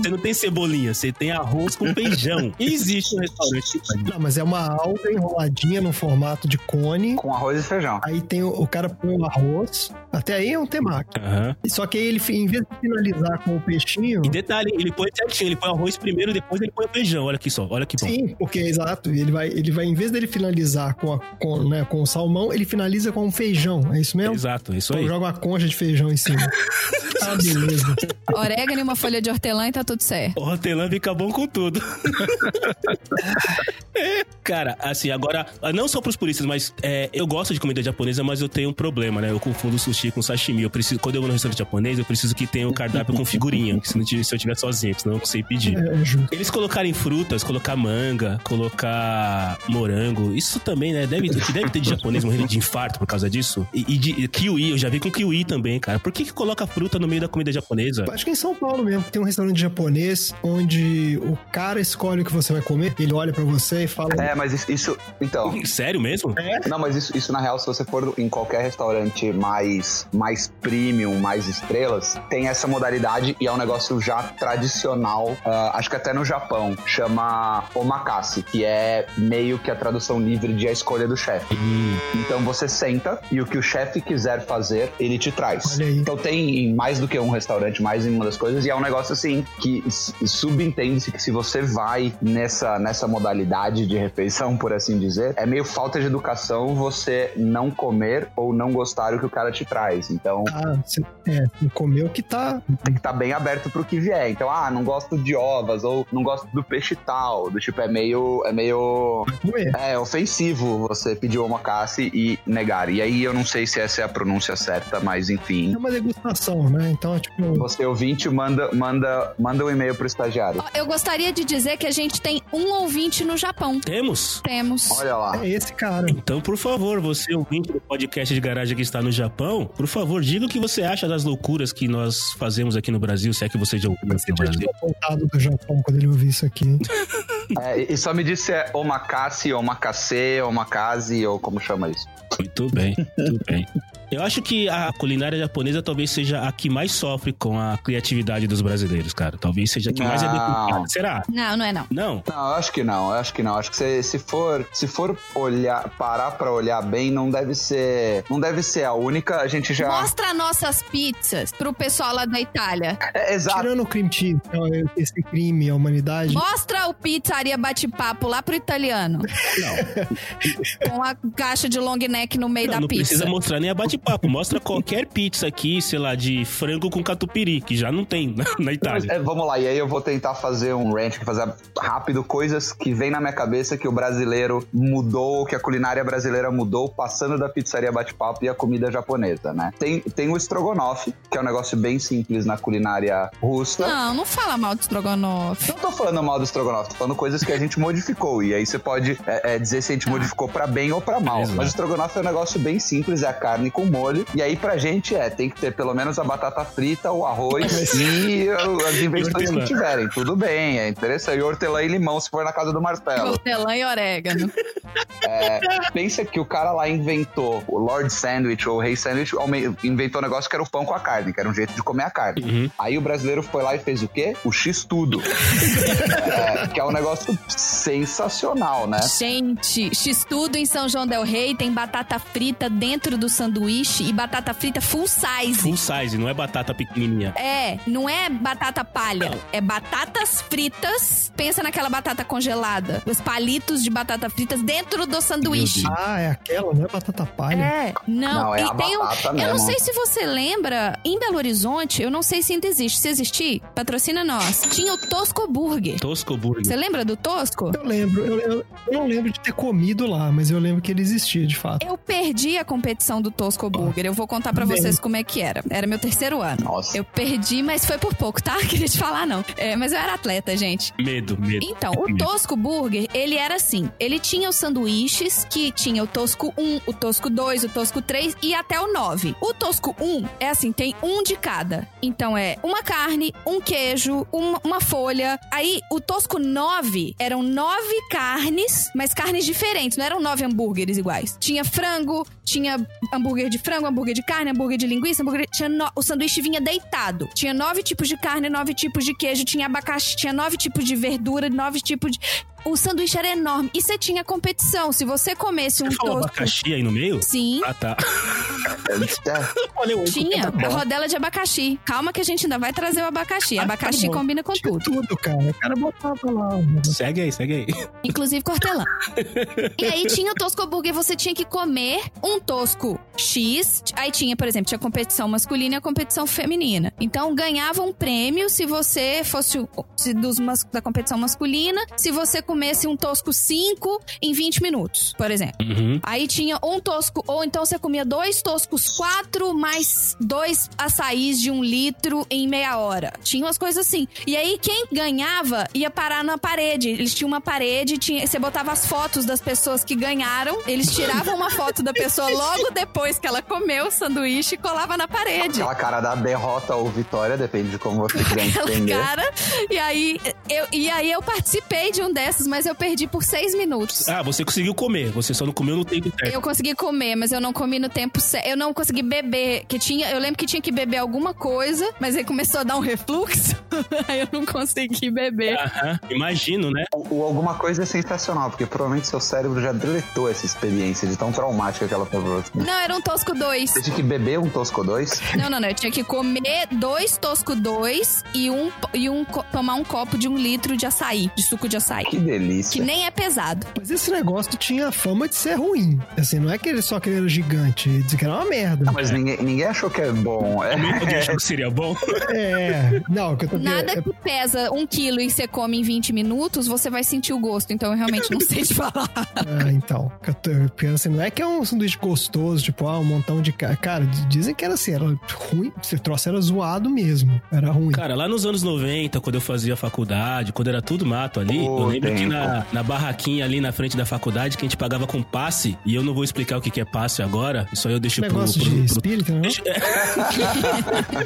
[SPEAKER 1] Você não tem cebolinha, você tem arroz com feijão. E existe um restaurante que faz.
[SPEAKER 3] não, mas é uma alga enroladinha no formato de cone.
[SPEAKER 4] Com arroz e feijão.
[SPEAKER 3] Aí tem o, o cara põe o arroz, até aí é um temaki.
[SPEAKER 1] Aham.
[SPEAKER 3] Só que aí ele, em vez de finalizar com o peixinho,
[SPEAKER 1] E detalhe, ele põe certinho, ele põe arroz primeiro, depois ele põe o feijão. Olha aqui só, olha que bom.
[SPEAKER 3] Sim, porque é exato. Ele vai, ele vai, em vez dele finalizar com, a, com, né, com o salmão, ele finaliza com um feijão. É isso mesmo?
[SPEAKER 1] Exato, isso
[SPEAKER 3] Então
[SPEAKER 1] aí.
[SPEAKER 3] joga uma concha de feijão em cima. ah, beleza.
[SPEAKER 2] Orégano e uma folha de hortelã e tá tudo certo.
[SPEAKER 1] O hortelã fica bom com tudo. É, Cara, assim, agora, não só pros puristas, mas é, eu gosto de comida japonesa, mas eu tenho um problema, né? Eu confundo sushi com sashimi. Eu preciso, quando eu vou no restaurante japonês, eu preciso que tenha o cardápio com figurinha. Se, não tiver- se eu tiver sozinho, senão eu não sei pedir.
[SPEAKER 3] É, é justo.
[SPEAKER 1] Eles colocarem frutas, colocar manga, colocar morango, isso também, né? Deve, o que deve ter de japonês morrendo de infarto por causa disso. E, e de e kiwi, eu já vi com kiwi também, cara. Por que, que coloca fruta no meio da comida japonesa?
[SPEAKER 3] Acho que é em São Paulo mesmo tem um restaurante japonês onde o cara escolhe o que você vai comer, ele olha pra você também falam.
[SPEAKER 4] É, mas isso. isso- então.
[SPEAKER 1] Sério mesmo?
[SPEAKER 4] Não, mas isso, isso na real, se você for em qualquer restaurante mais, mais premium, mais estrelas, tem essa modalidade e é um negócio já tradicional, ah, acho que até no Japão, chama omakase, que é meio que a tradução livre de a escolha do chefe. Então você senta e o que o chefe quiser fazer, ele te traz.
[SPEAKER 3] Olha aí.
[SPEAKER 4] Então tem em mais do que um restaurante, mais em uma das coisas, e é um negócio assim que s- subentende-se que se você vai nessa, nessa modalidade de refeição, por assim dizer, é meio falta de educação você não comer ou não gostar o que o cara te traz. Então
[SPEAKER 3] Ah, você é, você comeu que tá.
[SPEAKER 4] tem que estar bem aberto pro que vier. Então, ah, não gosto de ovas, ou não gosto do peixe tal. Do tipo, é meio. É meio.
[SPEAKER 3] Ué,
[SPEAKER 4] É ofensivo você pedir uma omakase e negar. E aí eu não sei se essa é a pronúncia certa, mas enfim.
[SPEAKER 3] é uma degustação, né? Então, é tipo.
[SPEAKER 4] Você ouvinte, manda, manda, manda um e-mail pro estagiário.
[SPEAKER 2] Ó, Eu gostaria de dizer que a gente tem um ouvinte no Japão.
[SPEAKER 1] Temos?
[SPEAKER 2] Temos.
[SPEAKER 4] Olha lá.
[SPEAKER 3] É esse cara.
[SPEAKER 1] Então, por favor, você ouvinte do podcast de garagem que está no Japão, por favor, diga o que você acha das loucuras que nós fazemos aqui no Brasil, se é que você já ouviu aqui no
[SPEAKER 3] Eu
[SPEAKER 1] Brasil.
[SPEAKER 3] tinha apontado do Japão quando ele ouviu isso aqui.
[SPEAKER 4] É, e- e só me diz se é omakase, omakase, omakase, ou como chama isso.
[SPEAKER 1] Muito bem, muito bem. Eu acho que a culinária japonesa talvez seja a que mais sofre com a criatividade dos brasileiros, cara. Talvez seja a que mais é
[SPEAKER 4] Não.
[SPEAKER 1] deturpada. Será?
[SPEAKER 2] Não, não é não.
[SPEAKER 1] Não.
[SPEAKER 4] Não, eu acho que não, eu acho que não. Acho que se, se for, se for olhar, parar pra olhar bem, não deve ser, não deve ser a única. A gente já
[SPEAKER 2] Mostra nossas pizzas pro pessoal lá da Itália.
[SPEAKER 4] É, exato.
[SPEAKER 3] Tirando o crime cheese, então, esse crime à humanidade.
[SPEAKER 2] Mostra o pizzaria bate-papo lá pro italiano. Não. Com a caixa de long neck no meio
[SPEAKER 1] Não,
[SPEAKER 2] da
[SPEAKER 1] não
[SPEAKER 2] pizza.
[SPEAKER 1] precisa mostrar nem a bate-papo. Mostra qualquer pizza aqui, sei lá, de frango com catupiry, que já não tem na, na Itália.
[SPEAKER 4] É, vamos lá, e aí eu vou tentar fazer um ranch, fazer rápido coisas que vem na minha cabeça que o brasileiro mudou, que a culinária brasileira mudou, passando da pizzaria bate-papo e a comida japonesa, né? Tem, tem o estrogonofe, que é um negócio bem simples na culinária russa.
[SPEAKER 2] Não, não fala mal de estrogonofe.
[SPEAKER 4] Não tô falando mal do estrogonofe, tô falando coisas que a gente modificou. E aí você pode é, é, dizer se a gente modificou pra bem ou pra mal.
[SPEAKER 1] Exato.
[SPEAKER 4] Mas o estrogonofe é um negócio bem simples, é a carne com molho. E aí pra gente é, tem que ter pelo menos a batata frita, o arroz e uh, as invenções
[SPEAKER 1] hortelã.
[SPEAKER 4] que tiverem. Tudo bem, é interessante. E hortelã e limão se for na casa do Marcelo.
[SPEAKER 2] Hortelã e orégano.
[SPEAKER 4] Pensa que o cara lá inventou o Lord Sandwich ou o Rei Sandwich, aume- inventou um negócio que era o pão com a carne, que era um jeito de comer a carne. Aí o brasileiro foi lá e fez o quê? O X tudo. É, que é um negócio sensacional, né?
[SPEAKER 2] Gente, X-Tudo em São João Del Rey tem batata frita dentro do sanduíche e batata frita full size.
[SPEAKER 1] Full size, não é batata pequenininha.
[SPEAKER 2] É, não é batata palha, é batatas fritas. Pensa naquela batata congelada, os palitos de batata fritas dentro do sanduíche.
[SPEAKER 3] Ah, é aquela, não é batata palha.
[SPEAKER 2] É, não.
[SPEAKER 4] Não, é
[SPEAKER 2] e
[SPEAKER 4] a
[SPEAKER 2] tem o-
[SPEAKER 4] batata
[SPEAKER 2] Eu
[SPEAKER 4] mesmo.
[SPEAKER 2] não sei se você lembra, em Belo Horizonte, eu não sei se ainda existe. Se existir, patrocina nós. Tinha o Tosco Burger.
[SPEAKER 1] Tosco
[SPEAKER 2] Você
[SPEAKER 1] burger.
[SPEAKER 2] lembra do Tosco?
[SPEAKER 3] Eu lembro, eu, eu- eu não lembro de ter comido lá, mas eu lembro que ele existia, de fato.
[SPEAKER 2] Eu perdi a competição do Tosco Burger. Eu vou contar pra
[SPEAKER 3] Bem.
[SPEAKER 2] vocês como é que era. Era meu terceiro ano.
[SPEAKER 4] Nossa.
[SPEAKER 2] Eu perdi, mas foi por pouco, tá? Queria te falar, não. É, mas eu era atleta, gente.
[SPEAKER 1] Medo, medo.
[SPEAKER 2] Então, o Tosco Burger, ele era assim. Ele tinha os sanduíches, que tinha o Tosco 1, o Tosco 2, o Tosco 3 e até o 9. O Tosco 1 é assim, tem um de cada. Então é uma carne, um queijo, uma, uma folha. Aí, o Tosco 9 eram nove carnes, mas carnes diferentes, não eram nove hambúrgueres iguais. Tinha frango, tinha hambúrguer de frango, hambúrguer de carne, hambúrguer de linguiça, hambúrguer. Tinha no- O sanduíche vinha deitado. Tinha nove tipos de carne, nove tipos de queijo, tinha abacaxi, tinha nove tipos de verdura, nove tipos de. O sanduíche era enorme. E você tinha competição. Se você comesse um
[SPEAKER 1] Você falou
[SPEAKER 2] tosco.
[SPEAKER 1] abacaxi aí no meio?
[SPEAKER 2] Sim,
[SPEAKER 1] Ah, então tá.
[SPEAKER 4] É,
[SPEAKER 1] Olha o
[SPEAKER 2] tinha
[SPEAKER 4] bom.
[SPEAKER 2] a rodela de abacaxi. Calma que a gente ainda vai trazer o abacaxi.
[SPEAKER 3] Ah, tá
[SPEAKER 2] abacaxi
[SPEAKER 3] bom.
[SPEAKER 2] combina com
[SPEAKER 4] É,
[SPEAKER 3] Tinha
[SPEAKER 4] tipo,
[SPEAKER 2] tudo.
[SPEAKER 3] tudo, cara. O cara botava lá. mano.
[SPEAKER 1] Segue aí, segue aí.
[SPEAKER 2] Inclusive cortelã. e aí tinha o tosco hambúrguer, você tinha que comer um tosco X. Aí tinha, por exemplo, tinha competição masculina e a competição feminina. Então ganhava um prêmio se você fosse o- se dos mas- da competição masculina, se você comesse um tosco 5 em 20 minutos, por exemplo.
[SPEAKER 1] Uhum.
[SPEAKER 2] Aí tinha um tosco, ou então você comia dois toscos, quatro mais dois açaís de um litro em meia hora. Tinha umas coisas assim. E aí quem ganhava ia parar na parede. Eles tinham uma parede, tinha, você botava as fotos das pessoas que ganharam, eles tiravam uma foto da pessoa logo depois que ela comeu o sanduíche e colava na parede.
[SPEAKER 4] aquela cara da derrota ou
[SPEAKER 2] É
[SPEAKER 4] vitória, depende de como você quiser
[SPEAKER 2] Aquela
[SPEAKER 4] entender.
[SPEAKER 2] cara. E aí, eu, e aí eu participei de um desses minutos, mas eu perdi por seis minutos.
[SPEAKER 1] Ah, você conseguiu comer, você só não comeu no tempo
[SPEAKER 3] É.
[SPEAKER 1] certo.
[SPEAKER 2] Eu consegui comer, mas eu não comi no tempo certo. Eu não consegui beber, que tinha, eu lembro que tinha que beber alguma coisa, mas aí começou a dar um refluxo, aí eu não consegui beber.
[SPEAKER 1] Aham, imagino, né?
[SPEAKER 4] O, o alguma coisa é sensacional, porque provavelmente seu cérebro já deletou essa experiência de tão traumática que ela foi pra você.
[SPEAKER 2] Não, era um tosco dois.
[SPEAKER 4] Você tinha que beber um Tosco 2?
[SPEAKER 2] Não, não, não. Eu tinha que comer dois tosco dois e um e um co- tomar um copo de um litro de açaí, de suco de açaí,
[SPEAKER 4] Que
[SPEAKER 2] que
[SPEAKER 4] delícia.
[SPEAKER 2] nem é pesado.
[SPEAKER 3] Mas esse negócio tinha a fama de ser ruim. Assim, não é que ele só que ele era gigante, dizia que era uma merda.
[SPEAKER 4] Ah, Mas ninguém, ninguém achou que é bom. É,
[SPEAKER 1] Alguém podia achar que seria bom.
[SPEAKER 3] É, não, o que eu tô
[SPEAKER 2] Nada
[SPEAKER 3] é,
[SPEAKER 2] que pesa um quilo e você come em 20 minutos, você vai sentir o gosto. Então eu realmente não sei te falar.
[SPEAKER 3] Ah, então. que eu tô- Porque assim, não é que é um sanduíche gostoso, tipo, ah, um montão de. ca- Cara, d- dizem que era assim, era ruim. Você trouxe, era zoado mesmo. Era ruim.
[SPEAKER 1] Cara, lá nos anos 90, quando eu fazia faculdade, quando era tudo mato ali, eu
[SPEAKER 4] Ô,
[SPEAKER 1] lembro que
[SPEAKER 4] tempo.
[SPEAKER 1] na, na barraquinha ali na frente da faculdade, que a gente pagava com passe, e eu não vou explicar o que que é passe agora, isso aí eu deixo tipo, pro,
[SPEAKER 3] Negócio de
[SPEAKER 1] pro, pro
[SPEAKER 3] espírito, né?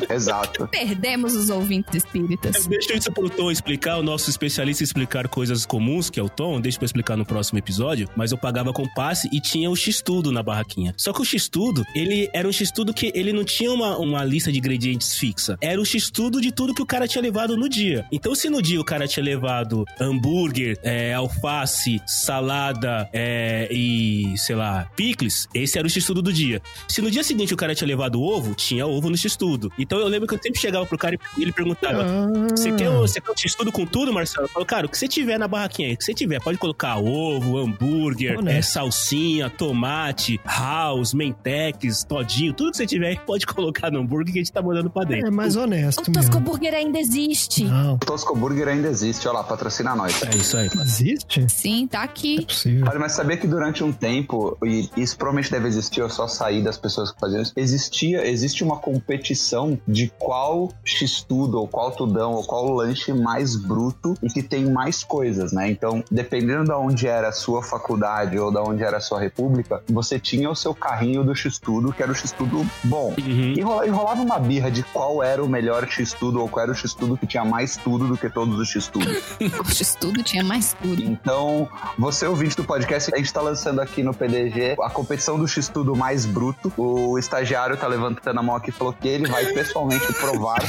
[SPEAKER 4] Exato.
[SPEAKER 2] Perdemos os ouvintes
[SPEAKER 3] É
[SPEAKER 2] espíritas.
[SPEAKER 1] É, Deixa isso pro Tom explicar, o nosso especialista em explicar coisas comuns, que é o Tom, deixa pra explicar no próximo episódio, mas eu pagava com passe e tinha o X-Tudo na barraquinha. Só que o X-Tudo, ele era um X-Tudo que ele não tinha uma, uma lista de ingredientes fixa. Era o X-Tudo de tudo que o cara tinha levado no dia. Então, se no dia o cara tinha levado hambúrguer, é, alface, salada é, e, sei lá, picles, esse era o X-Tudo do dia. Se no dia seguinte o cara tinha levado ovo, tinha ovo no X-Tudo. Então, eu lembro que eu sempre chegava pro cara e ele perguntava,
[SPEAKER 3] Ah,
[SPEAKER 1] você um quer,
[SPEAKER 3] Hum. é
[SPEAKER 1] o- você quer o X-Tudo com tudo, Marcelo? Eu falo, cara, o que você tiver na barraquinha aí, o que você tiver, pode colocar ovo, hambúrguer,
[SPEAKER 3] Pô, né?
[SPEAKER 1] eh, salsinha, tomate, house, mentex, todinho, tudo que você tiver aí, pode colocar no hambúrguer que a gente tá mandando pra
[SPEAKER 3] É
[SPEAKER 1] dentro.
[SPEAKER 3] mais honesto.
[SPEAKER 2] O Tosco
[SPEAKER 3] mesmo.
[SPEAKER 2] Burger ainda existe.
[SPEAKER 3] Não,
[SPEAKER 4] O Tosco Burger ainda existe, olha lá, patrocina nós.
[SPEAKER 1] É isso aí.
[SPEAKER 3] existe? Não
[SPEAKER 2] Sim, tá
[SPEAKER 3] é
[SPEAKER 2] aqui.
[SPEAKER 3] possível.
[SPEAKER 4] Olha, mas sabia que durante um tempo, e isso provavelmente deve existir, eu só saí das pessoas que faziam isso, existia, existe uma competição de qual x-tudo, ou qual tudão, ou qual lanche mais bruto e que tem mais coisas, né? Então, dependendo da onde era a sua faculdade ou da onde era a sua república, você tinha o seu carrinho do x-tudo, que era o x-tudo bom.
[SPEAKER 1] Uhum.
[SPEAKER 4] E rola- e rolava uma birra de qual era o melhor x-tudo ou qual era o x-tudo que tinha mais tudo do que todos os x-tudos.
[SPEAKER 2] Poxa, isso tudo tinha mais tudo.
[SPEAKER 4] Então, você ouvinte do podcast, a gente tá lançando aqui no PDG a competição do X-Tudo mais bruto. O estagiário tá levantando a mão aqui e falou que ele vai pessoalmente provar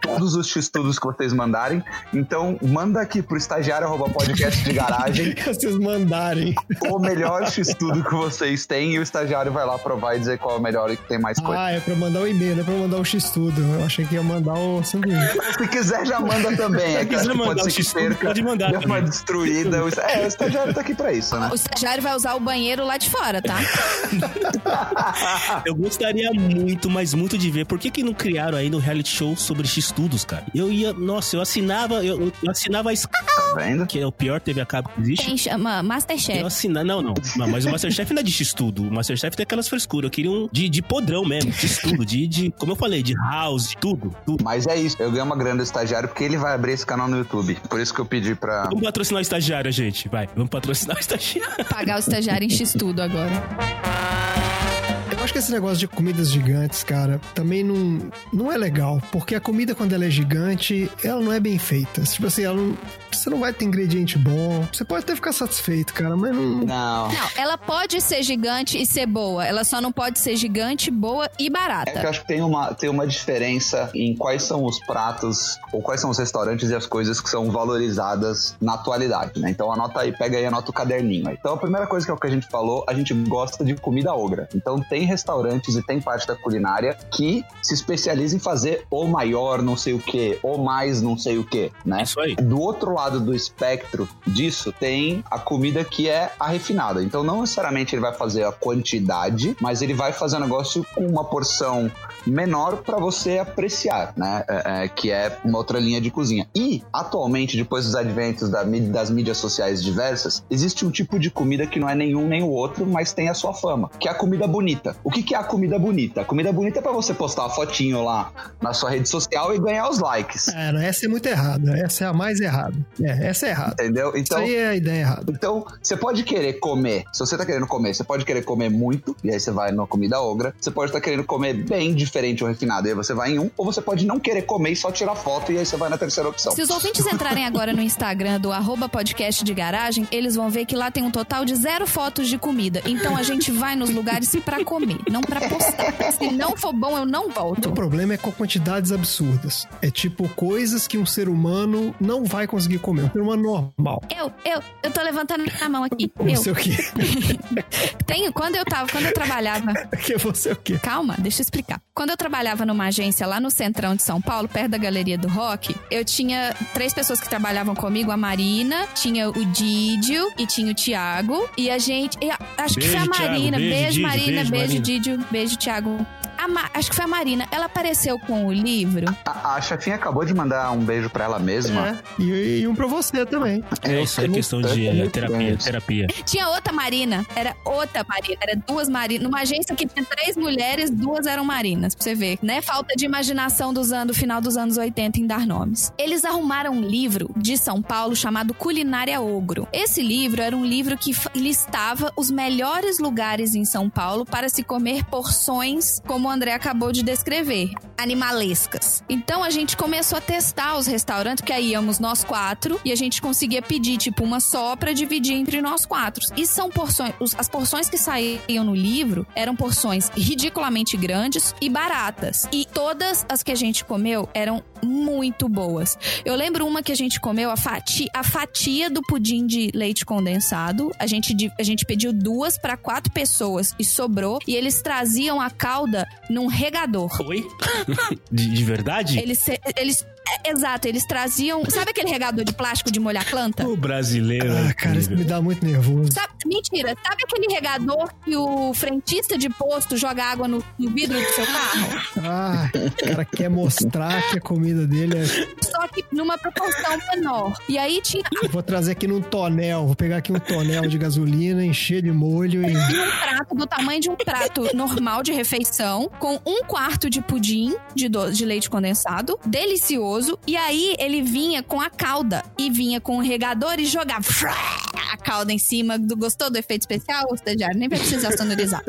[SPEAKER 4] todos os X-Tudos que vocês mandarem. Então, manda aqui pro estagiário arroba podcast de garagem
[SPEAKER 3] Vocês mandarem.
[SPEAKER 4] o melhor X-Tudo que vocês têm e o estagiário vai lá provar e dizer qual é o melhor e que tem mais coisa.
[SPEAKER 3] Ah, é pra mandar o e-mail, não é pra mandar o X-Tudo. Eu achei que ia mandar o sanduíche.
[SPEAKER 4] Se quiser, já manda também. É que,
[SPEAKER 1] quiser
[SPEAKER 4] acho que
[SPEAKER 1] mandar
[SPEAKER 4] pode ser
[SPEAKER 1] o
[SPEAKER 4] que
[SPEAKER 1] X-Tudo,
[SPEAKER 4] perca.
[SPEAKER 1] pode mandar
[SPEAKER 4] Deu uma
[SPEAKER 1] também.
[SPEAKER 4] destruída. É, o estagiário tá aqui pra isso, né?
[SPEAKER 2] O estagiário vai usar o banheiro lá de fora, tá?
[SPEAKER 1] Ah, Eu gostaria muito, mas muito de ver. Por que, que não criaram aí no reality show sobre X-Tudos, cara? Eu ia. Nossa, eu assinava. Eu, eu assinava a Sky,
[SPEAKER 4] Tá vendo?
[SPEAKER 1] que é o pior TV a cabo que existe.
[SPEAKER 2] Quem chama
[SPEAKER 1] Eu
[SPEAKER 2] Masterchef.
[SPEAKER 1] é um
[SPEAKER 4] Mas é isso, eu ganhei uma grana do estagiário porque ele vai abrir esse canal no YouTube. Por isso que eu pedi pra.
[SPEAKER 1] Vamos patrocinar o estagiário, gente. Vai, vamos patrocinar o estagiário.
[SPEAKER 2] Pagar o estagiário em X tudo agora.
[SPEAKER 3] Eu acho que esse negócio de comidas gigantes, cara, também não, não é legal. Porque a comida, quando ela é gigante, ela não é bem feita. Tipo assim, ela não, você não vai ter ingrediente bom. Você pode até ficar satisfeito, cara, mas não.
[SPEAKER 4] Não.
[SPEAKER 2] Não, ela pode ser gigante e ser boa. Ela só não pode ser gigante, boa e
[SPEAKER 4] É que
[SPEAKER 2] barata.
[SPEAKER 4] eu acho que tem uma, tem uma diferença em quais são os pratos ou quais são os restaurantes e as coisas que são valorizadas na atualidade, né? Então anota aí, pega aí, anota o caderninho aí. Então a primeira coisa que é o que a gente falou, a gente gosta de comida ogra. Então tem restaurantes e tem parte da culinária que se especializa em fazer o maior não sei o que, ou mais não sei o que, né?
[SPEAKER 1] É isso aí.
[SPEAKER 4] Do outro lado do espectro disso, tem a comida que é a refinada. Então, não necessariamente ele vai fazer a quantidade, mas ele vai fazer um negócio com uma porção menor para você apreciar, né? É, é, que é uma outra linha de cozinha. E, atualmente, depois dos adventos da mí- das mídias sociais diversas, existe um tipo de comida que não é nenhum nem o outro, mas tem a sua fama, que é a comida bonita. O que, que é a comida bonita? A comida bonita é para você postar uma fotinho lá na sua rede social e ganhar os likes.
[SPEAKER 3] Cara, essa é muito errada. Essa é a mais errada. É, essa é errada.
[SPEAKER 4] Entendeu?
[SPEAKER 3] Isso
[SPEAKER 4] Então,
[SPEAKER 3] aí é a ideia errada.
[SPEAKER 4] Então, você pode querer comer. Se você tá querendo comer, você pode querer comer muito, e aí você vai numa comida ogra. Você pode estar querendo comer bem diferente ou refinado, e aí você vai em um. Ou você pode não querer comer e só tirar foto, e aí você vai na terceira opção.
[SPEAKER 2] Se os ouvintes entrarem agora no Instagram do arroba podcast de garagem, eles vão ver que lá tem um total de zero fotos de comida. Então a gente vai nos lugares pra comer, não pra postar. Se não for bom, eu não volto.
[SPEAKER 3] O problema é com quantidades absurdas. É tipo coisas que um ser humano não vai conseguir comer. Um ser humano normal.
[SPEAKER 2] Eu, eu, eu tô levantando a mão aqui.
[SPEAKER 3] Não
[SPEAKER 2] Eu
[SPEAKER 3] sei o quê.
[SPEAKER 2] tenho, quando eu tava, quando eu trabalhava
[SPEAKER 3] Que você é o quê?
[SPEAKER 2] Calma, deixa eu explicar. Quando eu trabalhava numa agência lá no centrão de São Paulo, perto da Galeria do Rock, eu tinha três pessoas que trabalhavam comigo, a Marina, tinha o Didio e tinha o Tiago. E a gente... e a- acho que
[SPEAKER 1] Beijo,
[SPEAKER 2] foi a
[SPEAKER 1] Thiago,
[SPEAKER 2] Marina.
[SPEAKER 1] beijo,
[SPEAKER 2] beijo,
[SPEAKER 1] Didio,
[SPEAKER 2] Marina.
[SPEAKER 1] beijo,
[SPEAKER 2] Beijo,
[SPEAKER 1] Marina.
[SPEAKER 2] Didio. Beijo, Tiago. acho que foi a Marina. Ela apareceu com o livro.
[SPEAKER 4] A, a chefinha acabou de mandar um beijo pra ela mesma.
[SPEAKER 3] É. E, e um pra você também.
[SPEAKER 1] É, isso é questão de é, terapia, terapia.
[SPEAKER 2] Tinha outra Marina. Era outra Marina. Era duas Marinas. Numa agência que tinha três mulheres, duas eram Marinas. Pra você ver, né? Falta de imaginação dos anos, do final dos anos 80 em dar nomes. Eles arrumaram um livro de São Paulo chamado Culinária Ogro. Esse livro era um livro que fa- listava os melhores lugares em São Paulo para se comer porções, como o André acabou de descrever, animalescas. Então a gente começou a testar os restaurantes, que aí íamos nós quatro, e a gente conseguia pedir, tipo, uma só pra dividir entre nós quatro. E são porções. os- As porções que saíam no livro eram porções ridiculamente grandes e baratas. E todas as que a gente comeu eram muito boas. Eu lembro uma que a gente comeu, a fatia, a fatia do pudim de leite condensado. A gente, di- a gente pediu duas pra quatro pessoas e sobrou. E eles traziam a calda num regador.
[SPEAKER 1] Oi? De, de verdade?
[SPEAKER 2] Eles, se- eles é, Exato, eles traziam. Sabe aquele regador de plástico de molhar planta?
[SPEAKER 1] O brasileiro. é
[SPEAKER 3] Ah, cara, isso me
[SPEAKER 1] incrível.
[SPEAKER 3] dá muito nervoso.
[SPEAKER 2] Sabe- mentira, sabe aquele regador que o frentista de posto joga água no, no vidro do seu carro?
[SPEAKER 3] Ah, o cara quer mostrar que a comida dele é.
[SPEAKER 2] Só que numa proporção menor. E aí tinha
[SPEAKER 3] Vou trazer aqui num tonel. Vou pegar aqui um tonel de gasolina, encher de molho e.
[SPEAKER 2] e um prato do tamanho de um prato normal de refeição, com um quarto de pudim de, do- de leite condensado, delicioso. E aí ele vinha com a calda e vinha com o regador e jogava a calda em cima. Do, gostou do efeito especial, estagiário? Nem vai precisar sonorizar.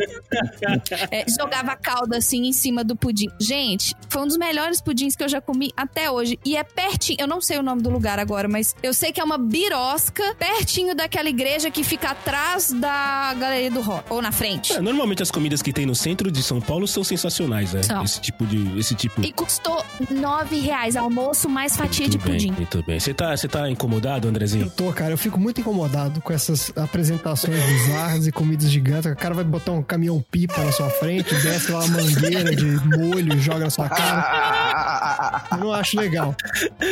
[SPEAKER 2] É, jogava a calda assim em cima do pudim. Gente, foi um dos melhores pudins que eu já comi até hoje. E é pertinho, eu não sei o nome do lugar agora, mas eu sei que é uma birosca pertinho daquela igreja que fica atrás da Galeria do Rock, ou na frente.
[SPEAKER 1] É, Normalmente as comidas que tem no centro de São Paulo são sensacionais, né?
[SPEAKER 2] São.
[SPEAKER 1] Esse tipo de. Esse tipo.
[SPEAKER 2] E custou 9 reais almoço mais fatia de
[SPEAKER 1] Muito bem,
[SPEAKER 2] pudim.
[SPEAKER 1] Muito bem. Você tá, você tá incomodado,
[SPEAKER 3] Eu
[SPEAKER 1] Andrezinho?
[SPEAKER 3] tô, cara. Eu fico muito incomodado com essas apresentações bizarras e comidas gigantes. O cara vai botar um caminhão pipa na sua frente, desce lá uma mangueira de molho e joga na sua cara.
[SPEAKER 4] Ah,
[SPEAKER 3] Eu não acho legal.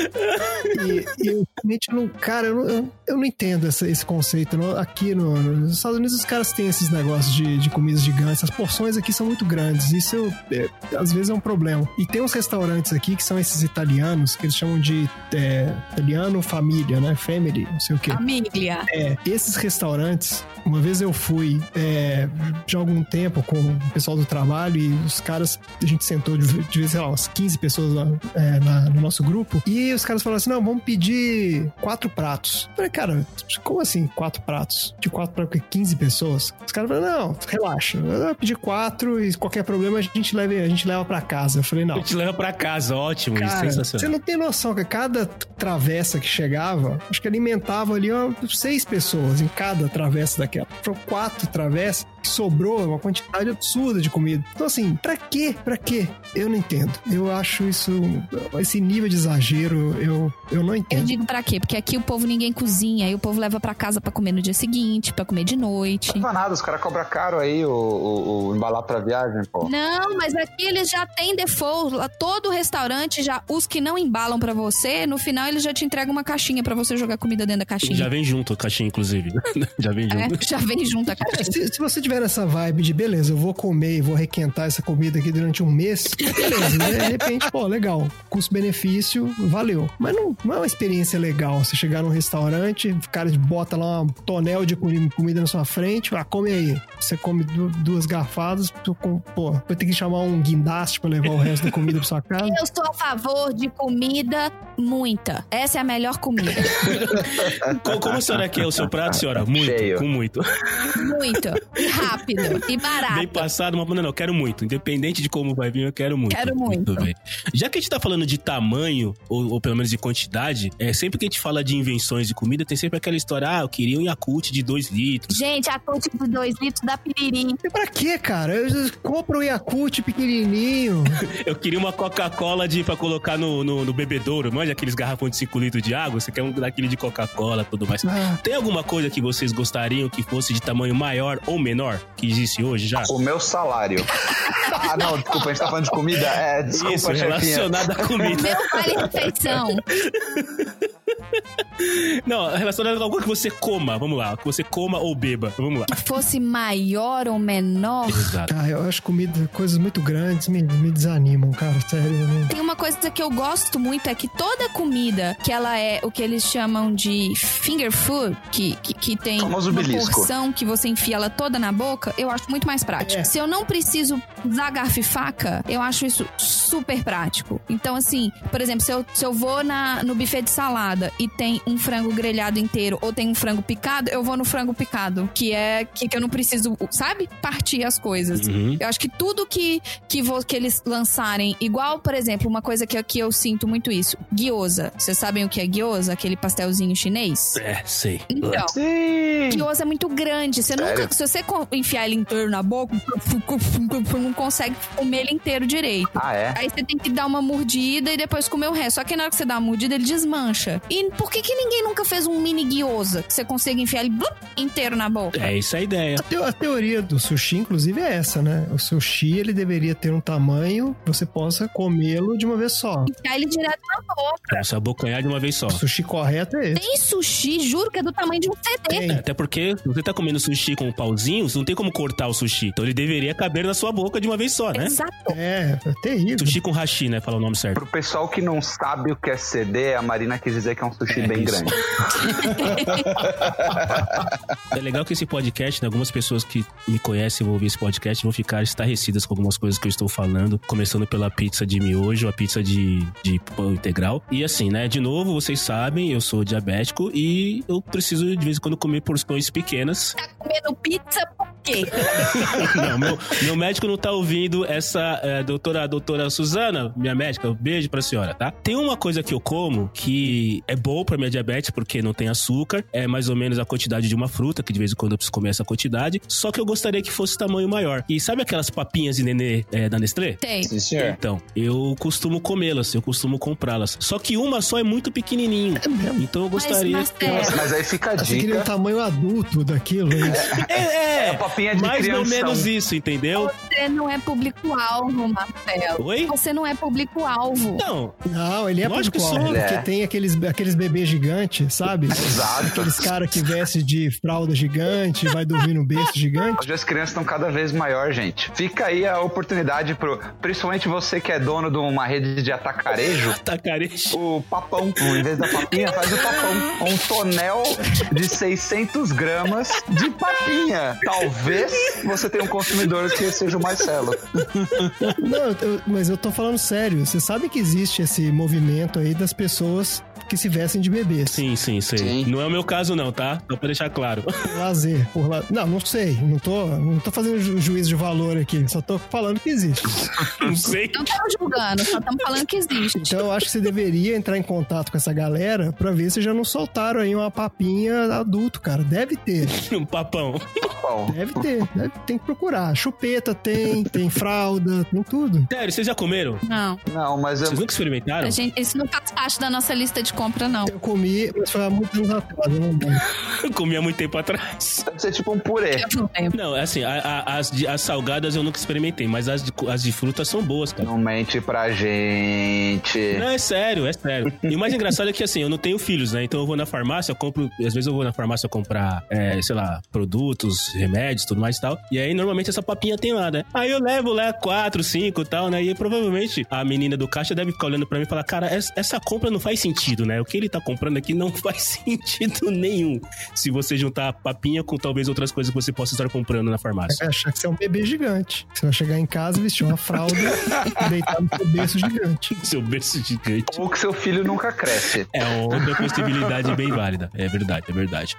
[SPEAKER 3] E, e eu realmente não, cara, eu não, eu- eu não entendo essa- esse conceito. não. Aqui no- nos Estados Unidos os caras têm esses negócios de, de comidas gigantes. As porções aqui são muito grandes. Isso eu- é, às vezes é um problema. E tem uns restaurantes aqui que são esses italianos, que eles chamam de é, italiano família, né? Family, não sei o quê.
[SPEAKER 2] Família.
[SPEAKER 3] É, esses restaurantes, uma vez eu fui é, de algum tempo com o pessoal do trabalho e os caras, a gente sentou de, de vez, sei lá, umas 15 pessoas lá, é, na- no nosso grupo, e os caras falaram assim: não, vamos pedir quatro pratos. Eu falei, cara, como assim quatro pratos? De quatro para 15 pessoas? Os caras falaram: não, relaxa, eu vou pedir quatro e qualquer problema a gente leva, a gente leva pra casa. Eu falei: não.
[SPEAKER 1] Eu te levo pra casa, ótimo,
[SPEAKER 3] Cara, você
[SPEAKER 1] sensacional.
[SPEAKER 3] não tem noção que cada travessa que chegava, acho que alimentava ali ó, seis pessoas em cada travessa daquela. Foram quatro travessas que sobrou uma quantidade absurda de comida. Então, assim, pra quê? Pra quê? Eu não entendo. Eu acho isso. Esse nível de exagero, eu, eu não
[SPEAKER 2] Eu
[SPEAKER 3] entendo.
[SPEAKER 2] digo pra quê? Porque aqui o povo ninguém cozinha, aí o povo leva pra casa pra comer no dia seguinte, pra comer de noite.
[SPEAKER 4] não nada, os caras cobram caro aí o, o- o embalar pra viagem, pô.
[SPEAKER 2] Não, mas aqui eles já têm default. Lá Todo restaurante já, os que não embalam pra você, no final eles já te entregam uma caixinha pra você jogar comida dentro da caixinha.
[SPEAKER 1] Já vem junto a caixinha, inclusive. Já vem
[SPEAKER 2] É,
[SPEAKER 1] junto.
[SPEAKER 2] já vem junto a caixinha.
[SPEAKER 3] É, Se, se você tiver essa vibe de beleza, eu vou comer e vou requentar essa comida aqui durante um mês, beleza, né? De repente, pô, legal. Custo-benefício, valeu. Mas não, não é uma experiência legal você chegar num restaurante, o cara bota lá um tonel de comi- comida na sua frente, ah, come aí. Você come du- duas garfadas, tu com- pô, vai ter que chamar um guindaste pra levar o resto da comida pra sua casa.
[SPEAKER 2] Eu sou a favor de comida Muita. Essa é a melhor comida.
[SPEAKER 1] Co- Como a senhora quer é o seu prato, senhora? Muito,
[SPEAKER 4] Cheio.
[SPEAKER 1] com muito.
[SPEAKER 2] Muito. E rápido. E barato.
[SPEAKER 1] Bem passado, mas não, não, eu quero muito. Independente de como vai vir, eu quero muito.
[SPEAKER 2] Quero muito.
[SPEAKER 1] bem. Já que a gente tá falando de tamanho, ou, ou pelo menos de quantidade, é, sempre que a gente fala de invenções de comida, tem sempre aquela história, ah, eu queria um Yakult de 2 litros.
[SPEAKER 6] Gente, a coach de 2 litros da Piririm.
[SPEAKER 3] E pra quê, cara? Eu compro o Yakult pequenininho.
[SPEAKER 1] Eu queria uma Coca-Cola de pra colocar no, no, no bebedouro. Manja aqueles garrafões de 5 litros de água? Você quer um daquele de Coca-Cola tudo mais.
[SPEAKER 3] Ah,
[SPEAKER 1] Tem alguma coisa que vocês gostariam que fosse de tamanho maior ou menor que existe hoje já?
[SPEAKER 4] O meu salário. ah, não, desculpa, a gente tá falando de comida. É, desculpa,
[SPEAKER 1] Isso,
[SPEAKER 4] chefinha.
[SPEAKER 1] relacionado à comida.
[SPEAKER 2] Meu vale refeição.
[SPEAKER 1] Não, relacionado a algo que você coma, vamos lá. Que você coma ou beba, vamos lá.
[SPEAKER 2] Fosse maior ou menor.
[SPEAKER 1] Exato.
[SPEAKER 3] cara, eu acho comida, coisas muito grandes me, me desanimam, cara. Sério. né? eu não-
[SPEAKER 2] Tem uma coisa que eu gosto muito é que toda comida que ela é o que eles chamam de finger food, que, que, que tem
[SPEAKER 4] Famoso
[SPEAKER 2] uma
[SPEAKER 4] belisco.
[SPEAKER 2] porção que você enfia ela toda na boca, eu acho muito mais prático.
[SPEAKER 3] É.
[SPEAKER 2] Se eu não preciso usar garfo e faca, eu acho isso super prático. Então, assim, por exemplo, se eu, se eu vou na, no buffet de salada e tem um frango grelhado inteiro ou tem um frango picado, eu vou no frango picado, que é que, que eu não preciso, sabe? Partir as coisas.
[SPEAKER 1] Uhum.
[SPEAKER 2] Eu acho que tudo que, que, vo- que eles lançarem, igual, por exemplo, uma coisa que, que eu sinto muito isso, gyoza. Vocês sabem o que é gyoza? Aquele pastelzinho chinês?
[SPEAKER 1] É, sei.
[SPEAKER 2] Então, gyoza é muito grande. Você
[SPEAKER 4] Sério?
[SPEAKER 2] nunca, se você co- enfiar ele inteiro na boca, um não consegue comer ele inteiro direito.
[SPEAKER 4] Ah, é?
[SPEAKER 2] Aí você tem que dar uma mordida e depois comer o resto. Só que na hora que você dá a mordida, ele desmancha. E por que, que ninguém nunca fez um mini gyoza? Que você consegue enfiar ele blup, inteiro na boca?
[SPEAKER 1] É isso a ideia.
[SPEAKER 3] A, teo- a teoria do sushi, inclusive, é essa, né? O sushi, ele deveria ter um tamanho que você possa comê-lo de uma vez só.
[SPEAKER 2] Enfiar ele direto na boca.
[SPEAKER 1] É só abocanhar de uma vez só.
[SPEAKER 3] O sushi correto é esse.
[SPEAKER 2] Tem sushi, juro que é do tamanho de um CD.
[SPEAKER 1] É, Até porque se você tá comendo sushi com pauzinhos, não tem como cortar o sushi. Então ele deveria caber na sua boca de uma vez só, né?
[SPEAKER 2] Exato.
[SPEAKER 3] É, é terrível.
[SPEAKER 1] Sushi com hashi, né? Fala o nome certo.
[SPEAKER 4] Pro pessoal que não sabe o que é CD, a Marina quis dizer que é um sushi
[SPEAKER 1] É,
[SPEAKER 4] bem
[SPEAKER 1] isso.
[SPEAKER 4] grande.
[SPEAKER 1] É legal que esse podcast, né, algumas pessoas que me conhecem vão ouvir esse podcast vão ficar estarrecidas com algumas coisas que eu estou falando, começando pela pizza de miojo, a pizza de, de pão integral. E assim, né, de novo, vocês sabem, eu sou diabético e eu preciso de vez em quando comer porções pequenas.
[SPEAKER 2] Tá comendo pizza por quê?
[SPEAKER 1] Não, meu, meu médico não tá ouvindo essa é, doutora, doutora Suzana, minha médica, um beijo pra senhora, tá? Tem uma coisa que eu como que é bom pra minha diabetes porque não tem açúcar, é mais ou menos a quantidade de uma fruta, que de vez em quando eu preciso comer essa quantidade, só que eu gostaria que fosse tamanho maior. E sabe aquelas papinhas de nenê é, da Nestlé?
[SPEAKER 2] Tem.
[SPEAKER 4] Sim, senhor.
[SPEAKER 1] Então, eu costumo comê-las, eu costumo comprá-las. Só que uma só é muito pequenininho. Então eu gostaria.
[SPEAKER 2] Mas,
[SPEAKER 1] que
[SPEAKER 2] Marcelo,
[SPEAKER 4] Mas aí fica a
[SPEAKER 3] Você queria um
[SPEAKER 4] dica.
[SPEAKER 3] tamanho adulto daquilo? é isso?
[SPEAKER 1] É,
[SPEAKER 4] É
[SPEAKER 1] é,
[SPEAKER 4] papinha de
[SPEAKER 1] mais ou
[SPEAKER 4] crianção.
[SPEAKER 1] menos isso, entendeu?
[SPEAKER 2] Você não é público-alvo, Marcelo.
[SPEAKER 1] Oi?
[SPEAKER 2] Você não é público-alvo.
[SPEAKER 1] Não,
[SPEAKER 3] Não, ele é
[SPEAKER 1] Lógico que
[SPEAKER 3] público-alvo,
[SPEAKER 1] sou.
[SPEAKER 3] porque
[SPEAKER 4] É.
[SPEAKER 3] tem aqueles, aqueles bebês gigantes, sabe?
[SPEAKER 4] Exato.
[SPEAKER 3] Aqueles caras que vestem de fralda gigante, vai dormir no berço gigante.
[SPEAKER 4] Hoje as crianças estão cada vez maior, gente. Fica aí a oportunidade pro, principalmente você que é dono de uma rede de atacarejo,
[SPEAKER 1] tá tacarejo.
[SPEAKER 4] o papão. Em vez da papinha, faz o papão. Um tonel de 600 gramas de papinha. Talvez você tenha um consumidor que seja o Marcelo.
[SPEAKER 3] Não, eu- mas eu tô falando sério. Você sabe que existe esse movimento aí das pessoas que se vestem de bebês.
[SPEAKER 1] Sim, sim, sei.
[SPEAKER 4] Sim.
[SPEAKER 1] Não é o meu caso, não, tá? Só pra deixar claro.
[SPEAKER 3] Por lazer, por la... Não, não sei. Não tô, não tô fazendo ju- juízo de valor aqui. Só tô falando que existe.
[SPEAKER 1] Não sei.
[SPEAKER 2] Não estamos julgando, só estamos falando que existe.
[SPEAKER 3] Então eu acho que você deveria entrar em contato com essa galera pra ver se já não soltaram aí uma papinha adulto, cara. Deve ter.
[SPEAKER 1] Um papão.
[SPEAKER 4] Papão.
[SPEAKER 3] Deve ter, deve- tem que procurar. Chupeta tem, tem fralda, tem tudo.
[SPEAKER 1] Sério, vocês já comeram?
[SPEAKER 2] Não,
[SPEAKER 4] Não, mas eu,
[SPEAKER 1] Vocês nunca experimentaram?
[SPEAKER 2] a gente, isso não faz parte da nossa lista de compra, não.
[SPEAKER 3] Eu comi, mas foi há muitos anos atrás, eu não lembro.
[SPEAKER 1] Eu comi há muito tempo atrás.
[SPEAKER 4] deve ser tipo um purê.
[SPEAKER 2] Eu não lembro.
[SPEAKER 1] Não, é assim, a- a- as, de- as salgadas eu nunca experimentei, mas as de, as de frutas são boas, cara.
[SPEAKER 4] Não mente pra gente.
[SPEAKER 1] Não, é sério, é sério. E o mais engraçado é que, assim, eu não tenho filhos, né? Então eu vou na farmácia, eu compro. Às vezes eu vou na farmácia comprar, é, sei lá, produtos, remédios, tudo mais e tal. E aí normalmente essa papinha tem lá, né? Aí eu levo lá quatro, cinco e tal, né? E provavelmente a menina do caixa deve ficar olhando pra mim e falar: Cara, es- essa compra não faz sentido, né? O que ele tá comprando aqui não faz sentido nenhum. Se você juntar a papinha com o talvez outras coisas que você possa estar comprando na farmácia.
[SPEAKER 3] Vai achar que você é um bebê gigante. Você vai chegar em casa, vestir uma fralda e deitar no seu berço gigante.
[SPEAKER 1] Seu berço gigante.
[SPEAKER 4] Ou que seu filho nunca cresce.
[SPEAKER 1] É outra possibilidade bem válida. É verdade, é verdade.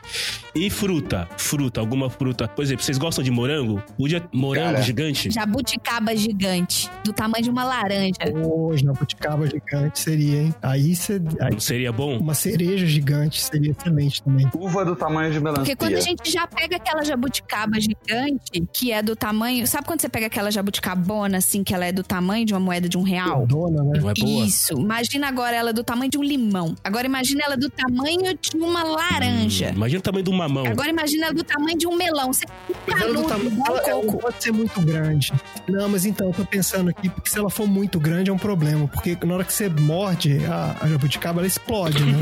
[SPEAKER 1] E fruta? Fruta, alguma fruta. Por exemplo, vocês gostam de morango? Podia morango
[SPEAKER 4] Cara.
[SPEAKER 1] gigante?
[SPEAKER 2] Jabuticaba gigante, do tamanho de uma laranja.
[SPEAKER 3] Hoje, na buticaba gigante seria, hein? Aí você. aí
[SPEAKER 1] Seria bom?
[SPEAKER 3] uma cereja gigante seria excelente também.
[SPEAKER 4] Uva do tamanho de
[SPEAKER 2] Porque
[SPEAKER 4] melancia.
[SPEAKER 2] quando a gente já pega aquela jabuticaba gigante, que é do tamanho. Sabe quando você pega aquela jabuticabona, assim, que ela é do tamanho de uma moeda de um real?
[SPEAKER 3] Dona, né?
[SPEAKER 1] Não é boa?
[SPEAKER 2] Isso. Imagina agora ela do tamanho de um limão. Agora imagina ela do tamanho de uma laranja.
[SPEAKER 1] Hum, imagina o tamanho do mamão.
[SPEAKER 2] Agora imagina ela do tamanho de um melão. Você
[SPEAKER 3] Mas ela não tá-
[SPEAKER 2] Canudo, igual
[SPEAKER 3] ela- ela não
[SPEAKER 2] coco.
[SPEAKER 3] pode ser muito grande. Não, mas então, eu tô pensando aqui, porque se ela for muito grande é um problema, porque na hora que você morde a, a jabuticaba, ela explode, né?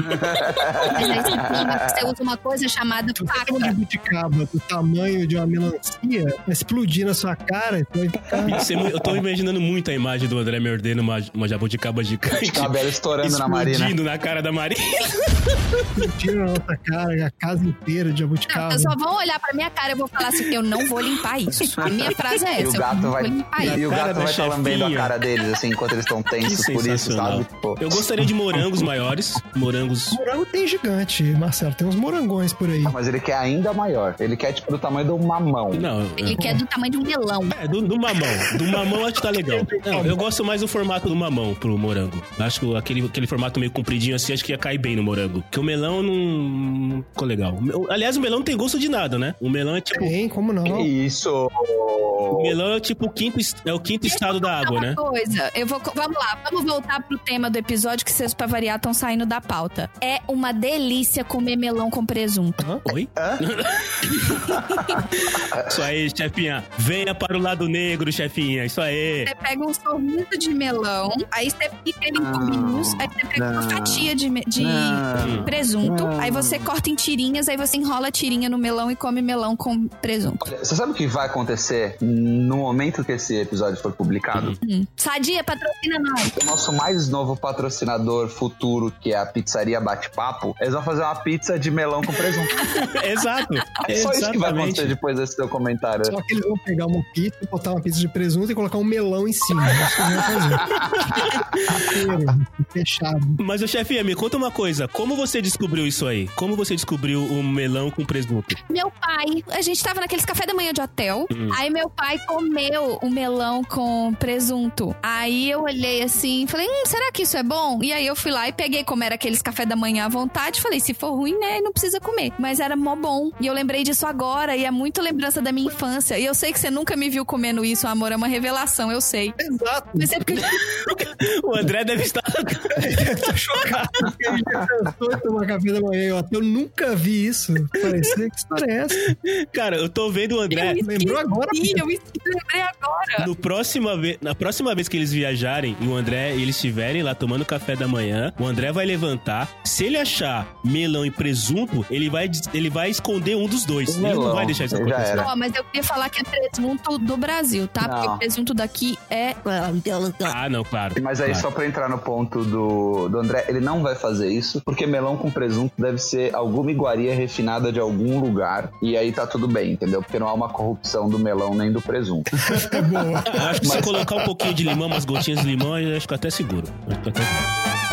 [SPEAKER 2] Mas aí você toma, né? você usa uma coisa chamada
[SPEAKER 3] Se você tem uma
[SPEAKER 2] faca.
[SPEAKER 3] jabuticaba do tamanho de uma melancia, vai explodir na sua cara, você vai ficar...
[SPEAKER 1] Isso é mu- Eu tô imaginando muito a imagem do André me ordendo uma, uma jabuticaba gigante.
[SPEAKER 4] Cabelo Tá estourando na Marina.
[SPEAKER 1] Explodindo na cara da Marina.
[SPEAKER 3] explodindo na nossa cara, a casa inteira de
[SPEAKER 2] Não,
[SPEAKER 3] jabuticaba.
[SPEAKER 2] pessoas vão olhar pra minha cara e eu vou falar assim: eu não vou limpar isso. A minha frase é
[SPEAKER 4] E o
[SPEAKER 2] essa: eu
[SPEAKER 4] gato
[SPEAKER 2] não
[SPEAKER 4] vai,
[SPEAKER 2] vou limpar isso.
[SPEAKER 4] e o
[SPEAKER 1] Cara
[SPEAKER 4] gato
[SPEAKER 1] da
[SPEAKER 4] vai estar
[SPEAKER 1] chefinha.
[SPEAKER 4] lambendo a cara deles, assim, enquanto eles estão tensos por isso,
[SPEAKER 1] sensacional.
[SPEAKER 4] sabe? Tipo,
[SPEAKER 1] Eu gostaria de morangos maiores. Morangos.
[SPEAKER 3] Morango tem gigante, Marcelo, tem uns morangões por aí.
[SPEAKER 4] ah, mas ele quer ainda maior. Ele quer, tipo, do tamanho do mamão.
[SPEAKER 1] Não.
[SPEAKER 2] Ele quer do tamanho de um melão.
[SPEAKER 1] É, do, do mamão. Do mamão acho que tá legal. Não, eu gosto mais do formato do mamão pro morango. Acho que aquele, aquele formato meio compridinho assim, acho que ia cair bem no morango. Porque o melão não. não Ficou legal. O mel- Aliás, o melão não tem gosto de nada, né? O melão é tipo.
[SPEAKER 3] Tem, como não?
[SPEAKER 4] Que Isso!
[SPEAKER 1] O melão é tipo o quinto, est- é o quinto estado da água,
[SPEAKER 2] Tá uma
[SPEAKER 1] né?
[SPEAKER 2] coisa. Eu vou, co- vamos lá, vamos voltar pro tema do episódio que vocês, pra variar, estão saindo da pauta. É uma delícia comer melão com presunto.
[SPEAKER 1] Oi? Isso aí, chefinha. Venha para o lado negro, chefinha. Isso aí.
[SPEAKER 2] Você pega um sorvete de melão, aí você pica ele em cubinhos, aí você pega uma
[SPEAKER 4] não,
[SPEAKER 2] fatia de, me- de
[SPEAKER 4] não.
[SPEAKER 2] presunto, aí você corta em tirinhas, aí você enrola a tirinha no melão e come melão com presunto.
[SPEAKER 4] Olha, Você sabe o que vai acontecer no momento que esse episódio for publicado?
[SPEAKER 2] Hum. Sadia, patrocina nós.
[SPEAKER 4] O nosso mais novo patrocinador futuro, que é a pizzaria Bate-Papo, eles vão fazer uma pizza de melão com presunto.
[SPEAKER 1] Exato.
[SPEAKER 4] É só isso que vai
[SPEAKER 1] Exatamente.
[SPEAKER 4] acontecer depois desse teu comentário.
[SPEAKER 3] Só que eles vão pegar uma pizza, botar uma pizza de presunto e colocar um melão em cima. É isso que eles vão fazer. Inteiro, Fechado.
[SPEAKER 1] Mas, ô, chefinha, me conta uma coisa. Como você descobriu isso aí? Como você descobriu o melão com presunto?
[SPEAKER 2] Meu pai, a gente tava naqueles café da manhã de hotel.
[SPEAKER 4] Hum.
[SPEAKER 2] Aí meu pai comeu o melão com presunto. Aí eu olhei assim e falei, hum, será que isso é bom? E aí eu fui lá e peguei como era aqueles café da manhã à vontade. Falei, se for ruim, né, não precisa comer. Mas era mó bom. E eu lembrei disso agora. E é muito lembrança da minha infância. E eu sei que você nunca me viu comendo isso, amor. É uma revelação, eu sei.
[SPEAKER 3] Exato.
[SPEAKER 2] Mas é porque
[SPEAKER 1] O André deve estar.
[SPEAKER 3] Tô chocado. porque Ele já pensou em tomar café da manhã. Eu, eu nunca vi isso. Parecia que história é essa?
[SPEAKER 1] Cara, eu tô vendo o André.
[SPEAKER 3] Lembrou agora?
[SPEAKER 2] Ih, eu me lembrei agora.
[SPEAKER 1] No próxima ve... Na próxima vez que eles viajarem e o André e eles estiverem lá tomando café da manhã, o André vai levantar. Se ele achar melão e presunto, ele vai, des- ele vai esconder um dos dois.
[SPEAKER 4] O
[SPEAKER 1] ele não
[SPEAKER 4] melão,
[SPEAKER 1] vai deixar isso
[SPEAKER 4] já é.
[SPEAKER 1] acontecer.
[SPEAKER 4] era.
[SPEAKER 2] Ó, mas eu queria falar que é presunto do Brasil, tá? Porque
[SPEAKER 4] Não.
[SPEAKER 2] o presunto daqui é.
[SPEAKER 1] Ah, não, claro.
[SPEAKER 4] Mas aí,
[SPEAKER 1] claro.
[SPEAKER 4] só pra entrar no ponto do, do André, ele não vai fazer isso, porque melão com presunto deve ser alguma iguaria refinada de algum lugar, e aí tá tudo bem, entendeu? Porque não há uma corrupção do melão nem do presunto.
[SPEAKER 3] É boa.
[SPEAKER 1] Eu acho que se colocar um pouquinho de limão, umas gotinhas de limão, eu acho que até seguro. Eu acho que até-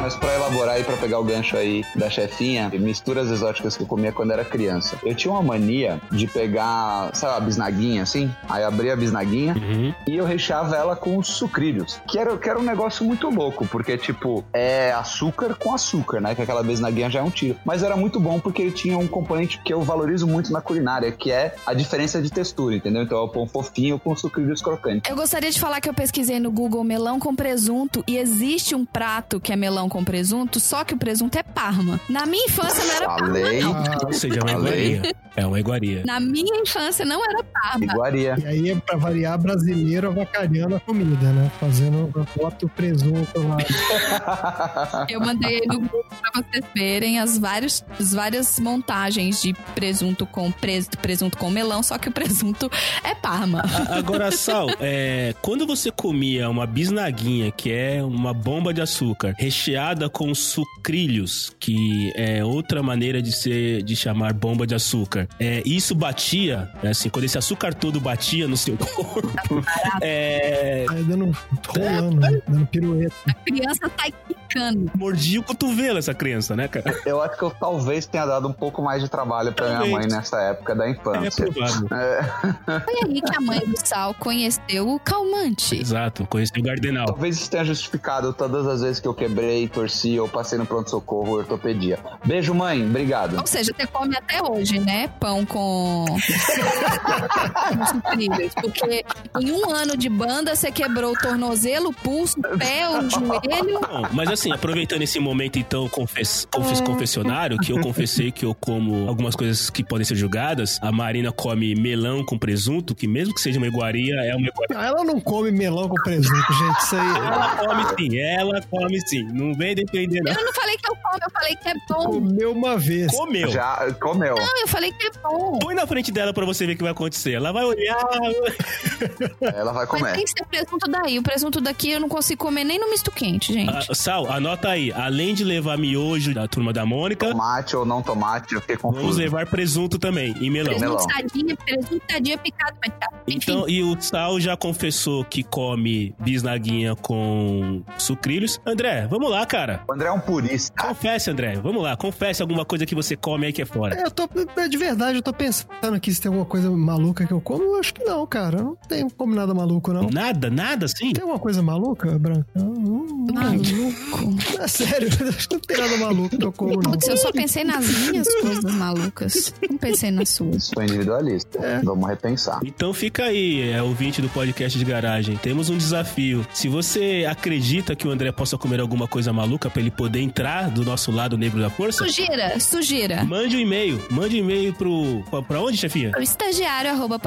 [SPEAKER 4] Mas pra elaborar e pra pegar o gancho aí da chefinha, misturas exóticas que eu comia quando era criança. Eu tinha uma mania de pegar, sabe, a bisnaguinha assim? Aí eu abria a bisnaguinha
[SPEAKER 1] Uhum.
[SPEAKER 4] e eu recheava ela com sucrilhos. Que era, que era um negócio muito louco, porque, tipo, é açúcar com açúcar, né? Que aquela bisnaguinha já é um tiro. Mas era muito bom porque ele tinha um componente que eu valorizo muito na culinária, que é a diferença de textura, entendeu? Então é o pão fofinho com sucrilhos crocantes.
[SPEAKER 2] Eu gostaria de falar que eu pesquisei no Google melão com presunto e existe um prato que é melão com presunto, só que o presunto é parma. Na minha infância não era parma,
[SPEAKER 4] Falei.
[SPEAKER 2] não.
[SPEAKER 3] Ah,
[SPEAKER 1] Ou seja, é uma
[SPEAKER 4] Falei.
[SPEAKER 1] iguaria. É uma iguaria.
[SPEAKER 2] Na minha infância não era parma. barba.
[SPEAKER 4] Iguaria.
[SPEAKER 3] E aí, é pra variar, brasileiro avacalhando a comida, né? Fazendo a foto presunto lá.
[SPEAKER 2] Eu mandei aí no grupo pra vocês verem as várias, as várias montagens de presunto com pres- presunto com melão, só que o presunto é parma.
[SPEAKER 1] A- Agora, Sal, é, quando você comia uma bisnaguinha, que é uma bomba de açúcar, recheada com sucrilhos, que é outra maneira de ser de chamar bomba de açúcar, é, isso batia, né, assim, quando esse açúcar todo batia no seu corpo, é,
[SPEAKER 3] Aí dando um rolando, né? dando pirueta.
[SPEAKER 2] A criança tá sai quicando.
[SPEAKER 1] mordia o cotovelo essa criança, né, cara?
[SPEAKER 4] Eu acho que eu talvez tenha dado um pouco mais de trabalho pra minha mãe
[SPEAKER 1] Talvez.
[SPEAKER 4] nessa época da
[SPEAKER 1] É
[SPEAKER 4] infância.
[SPEAKER 1] provável.
[SPEAKER 2] Foi aí que a mãe do Sal conheceu o calmante.
[SPEAKER 1] Exato, conheci o Gardenal.
[SPEAKER 4] Talvez isso tenha justificado todas as vezes que eu quebrei, torci ou passei no pronto-socorro ou ortopedia. Beijo, mãe. Obrigado.
[SPEAKER 2] Ou seja, você come até hoje, né? Pão com. com sucrilhos. Porque em um ano de banda você quebrou o tornozelo, o pulso, o pé, o joelho.
[SPEAKER 1] Bom, mas assim, aproveitando esse momento, então, confes confes- confessionário, que eu confessei que eu como algumas coisas que podem ser julgadas. A Marina come melão com presunto, que mesmo que seja uma iguaria, é uma iguaria.
[SPEAKER 3] Ah, Ela não come melão com presunto, gente. Isso aí.
[SPEAKER 1] Ela come sim, ela come sim. Não vem defender, não.
[SPEAKER 2] Eu não falei que eu como, eu falei que é bom.
[SPEAKER 3] Comeu uma vez.
[SPEAKER 1] Comeu.
[SPEAKER 4] Já comeu.
[SPEAKER 2] Não, eu falei que é bom.
[SPEAKER 1] Põe na frente dela pra você ver o que vai acontecer. Ela vai olhar.
[SPEAKER 4] Ela vai
[SPEAKER 2] Mas
[SPEAKER 4] comer.
[SPEAKER 2] tem que ser presunto daí. O presunto daqui eu não consigo comer nem no misto quente, gente.
[SPEAKER 1] Ah, Sal, anota aí. Além de levar miojo da turma da Mônica,
[SPEAKER 4] Tomate ou não tomate, eu fiquei
[SPEAKER 1] vamos
[SPEAKER 4] confuso.
[SPEAKER 1] levar presunto também e melão.
[SPEAKER 2] Presunto
[SPEAKER 4] melão.
[SPEAKER 2] sardinha, presunto sardinha picado, mas tá. Enfim,
[SPEAKER 1] Então, e o Sal já confessou que come bisnaguinha com sucrilhos. André, vamos lá, cara.
[SPEAKER 4] O André é um purista.
[SPEAKER 1] Confesse, André. Vamos lá, confesse alguma coisa que você come aí que é fora.
[SPEAKER 3] É, Eu tô, de verdade, eu tô pensando aqui se tem alguma coisa maluca que eu como. Eu acho que não, cara. Eu não tenho como nada maluco, não.
[SPEAKER 1] Nada, nada assim?
[SPEAKER 3] Tem alguma coisa maluca, Branca? Eu Não, não,
[SPEAKER 2] maluco.
[SPEAKER 3] É sério, eu acho que não tem nada maluco que eu como, não.
[SPEAKER 2] Putz, eu só pensei nas minhas coisas malucas. Não pensei nas suas.
[SPEAKER 4] Sou individualista.
[SPEAKER 2] É.
[SPEAKER 4] Vamos repensar.
[SPEAKER 1] Então fica aí, é, ouvinte do podcast de garagem. Temos um desafio. Se você acredita que o André possa comer alguma coisa maluca pra ele poder entrar do nosso lado negro da força,
[SPEAKER 2] Sugira, sugira.
[SPEAKER 1] mande um e-mail. Mande um e-mail pro. pra- Pra onde, chefinha?
[SPEAKER 2] estagiário arroba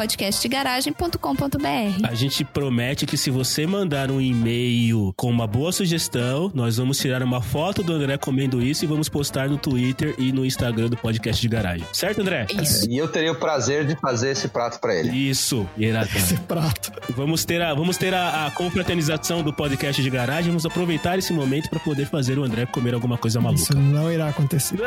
[SPEAKER 2] podcastgaragem.com.br
[SPEAKER 1] A gente promete que se você mandar um e-mail com uma boa sugestão, nós vamos tirar uma foto do André comendo isso e vamos postar no Twitter e no Instagram do podcast de garagem. Certo, André?
[SPEAKER 2] Isso.
[SPEAKER 4] E eu teria o prazer de fazer esse prato pra ele.
[SPEAKER 1] Isso, Iratan.
[SPEAKER 3] Esse prato.
[SPEAKER 1] Vamos ter, a, vamos ter a, a confraternização do podcast de garagem. Vamos aproveitar esse momento pra poder fazer o André comer alguma coisa maluca.
[SPEAKER 3] Isso não irá acontecer.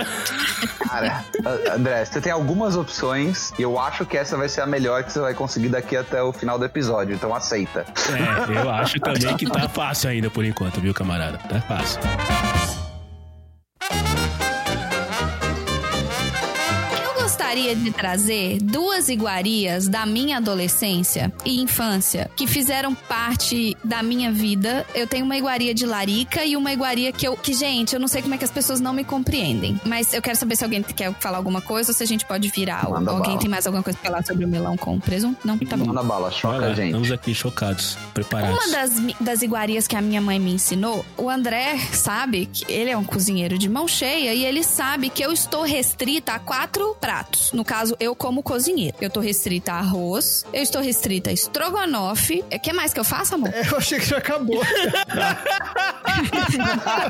[SPEAKER 4] Cara, a- André, você tem algumas opções e eu acho que essa vai ser a melhor que você vai conseguir daqui até o final do episódio, então aceita.
[SPEAKER 1] É, eu acho também que tá fácil ainda por enquanto, viu, camarada? Tá fácil.
[SPEAKER 2] Eu gostaria de trazer duas iguarias da minha adolescência e infância que fizeram parte da minha vida. Eu tenho uma iguaria de larica e uma iguaria que eu. Que, gente, eu não sei como é que as pessoas não me compreendem. Mas eu quero saber se alguém quer falar alguma coisa ou se a gente pode virar. Ou
[SPEAKER 4] Manda
[SPEAKER 2] alguém
[SPEAKER 4] bala.
[SPEAKER 2] tem mais alguma coisa pra falar sobre o melão com presunto? Não? Tá bom.
[SPEAKER 4] Manda bala,
[SPEAKER 1] Olha
[SPEAKER 4] choca
[SPEAKER 1] lá,
[SPEAKER 4] a gente.
[SPEAKER 1] estamos aqui chocados, preparados.
[SPEAKER 2] Uma das, mi- das iguarias que a minha mãe me ensinou, o André sabe que ele é um cozinheiro de mão cheia e ele sabe que eu estou restrita a quatro pratos. No caso, eu como cozinheiro. Eu estou restrita a arroz, eu estou restrita a estrogonofe. O que mais que eu faço, amor?
[SPEAKER 3] É, Eu achei que já acabou. É,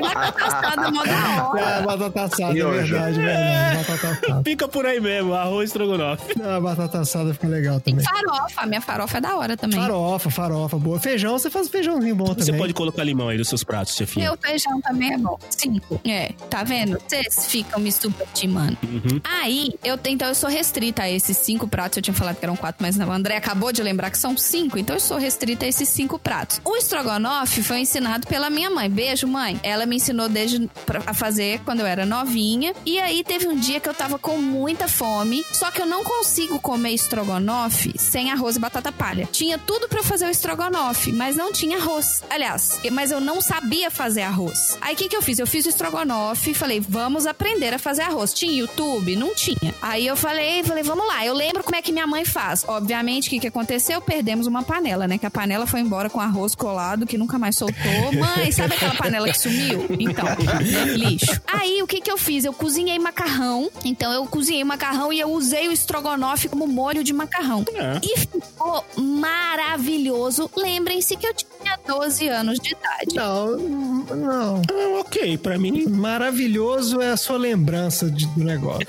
[SPEAKER 2] Batata assada, mó da hora.
[SPEAKER 3] É, batata assada, é
[SPEAKER 4] Miojo.
[SPEAKER 3] verdade, é verdade. Batata assada.
[SPEAKER 1] Fica por aí mesmo, arroz estrogonofe.
[SPEAKER 3] Não, batata assada fica legal também.
[SPEAKER 2] Farofa, a minha farofa é da hora também.
[SPEAKER 3] Farofa, farofa, boa. Feijão, você faz um feijãozinho bom
[SPEAKER 1] Você
[SPEAKER 3] também.
[SPEAKER 1] pode colocar limão aí nos seus pratos, chefinha.
[SPEAKER 2] Meu feijão também é bom. Cinco. É, tá vendo? Vocês ficam me subestimando. Aí, eu, te- então eu sou restrita a esses cinco pratos. Eu tinha falado que eram quatro, mas não. O André acabou de lembrar que são cinco. Então eu sou restrita a esses cinco pratos. O estrogonofe foi ensinado pela minha mãe. Beijo, mãe. Ela me ensinou desde pra- a fazer quando eu era novinha. E aí teve um dia que eu tava com muita fome. Só que eu não consigo comer estrogonofe sem arroz e batata palha. Tinha tudo pra eu fazer o estrogonofe, mas não tinha arroz. Aliás, mas eu não sabia fazer arroz. Aí o que, que eu fiz? Eu fiz o estrogonofe e falei, vamos aprender a fazer arroz. Tinha YouTube? Não tinha. Aí eu falei, falei, vamos lá. Eu lembro como é que minha mãe faz. Obviamente, o que, que aconteceu? Perdemos uma panela, né? Que a panela foi embora com arroz colado, que nunca mais soltou. Mãe, sabe aquela panela que sumiu? Então, lixo. Aí, o que que eu fiz? Eu cozinhei macarrão. Então, eu cozinhei macarrão e eu usei o estrogonofe como molho de macarrão.
[SPEAKER 1] É.
[SPEAKER 2] E ficou maravilhoso. Lembrem-se que eu tinha 12 anos de idade.
[SPEAKER 3] Não, não.
[SPEAKER 1] Ah, ok, pra mim.
[SPEAKER 3] Maravilhoso é a sua lembrança de- do negócio.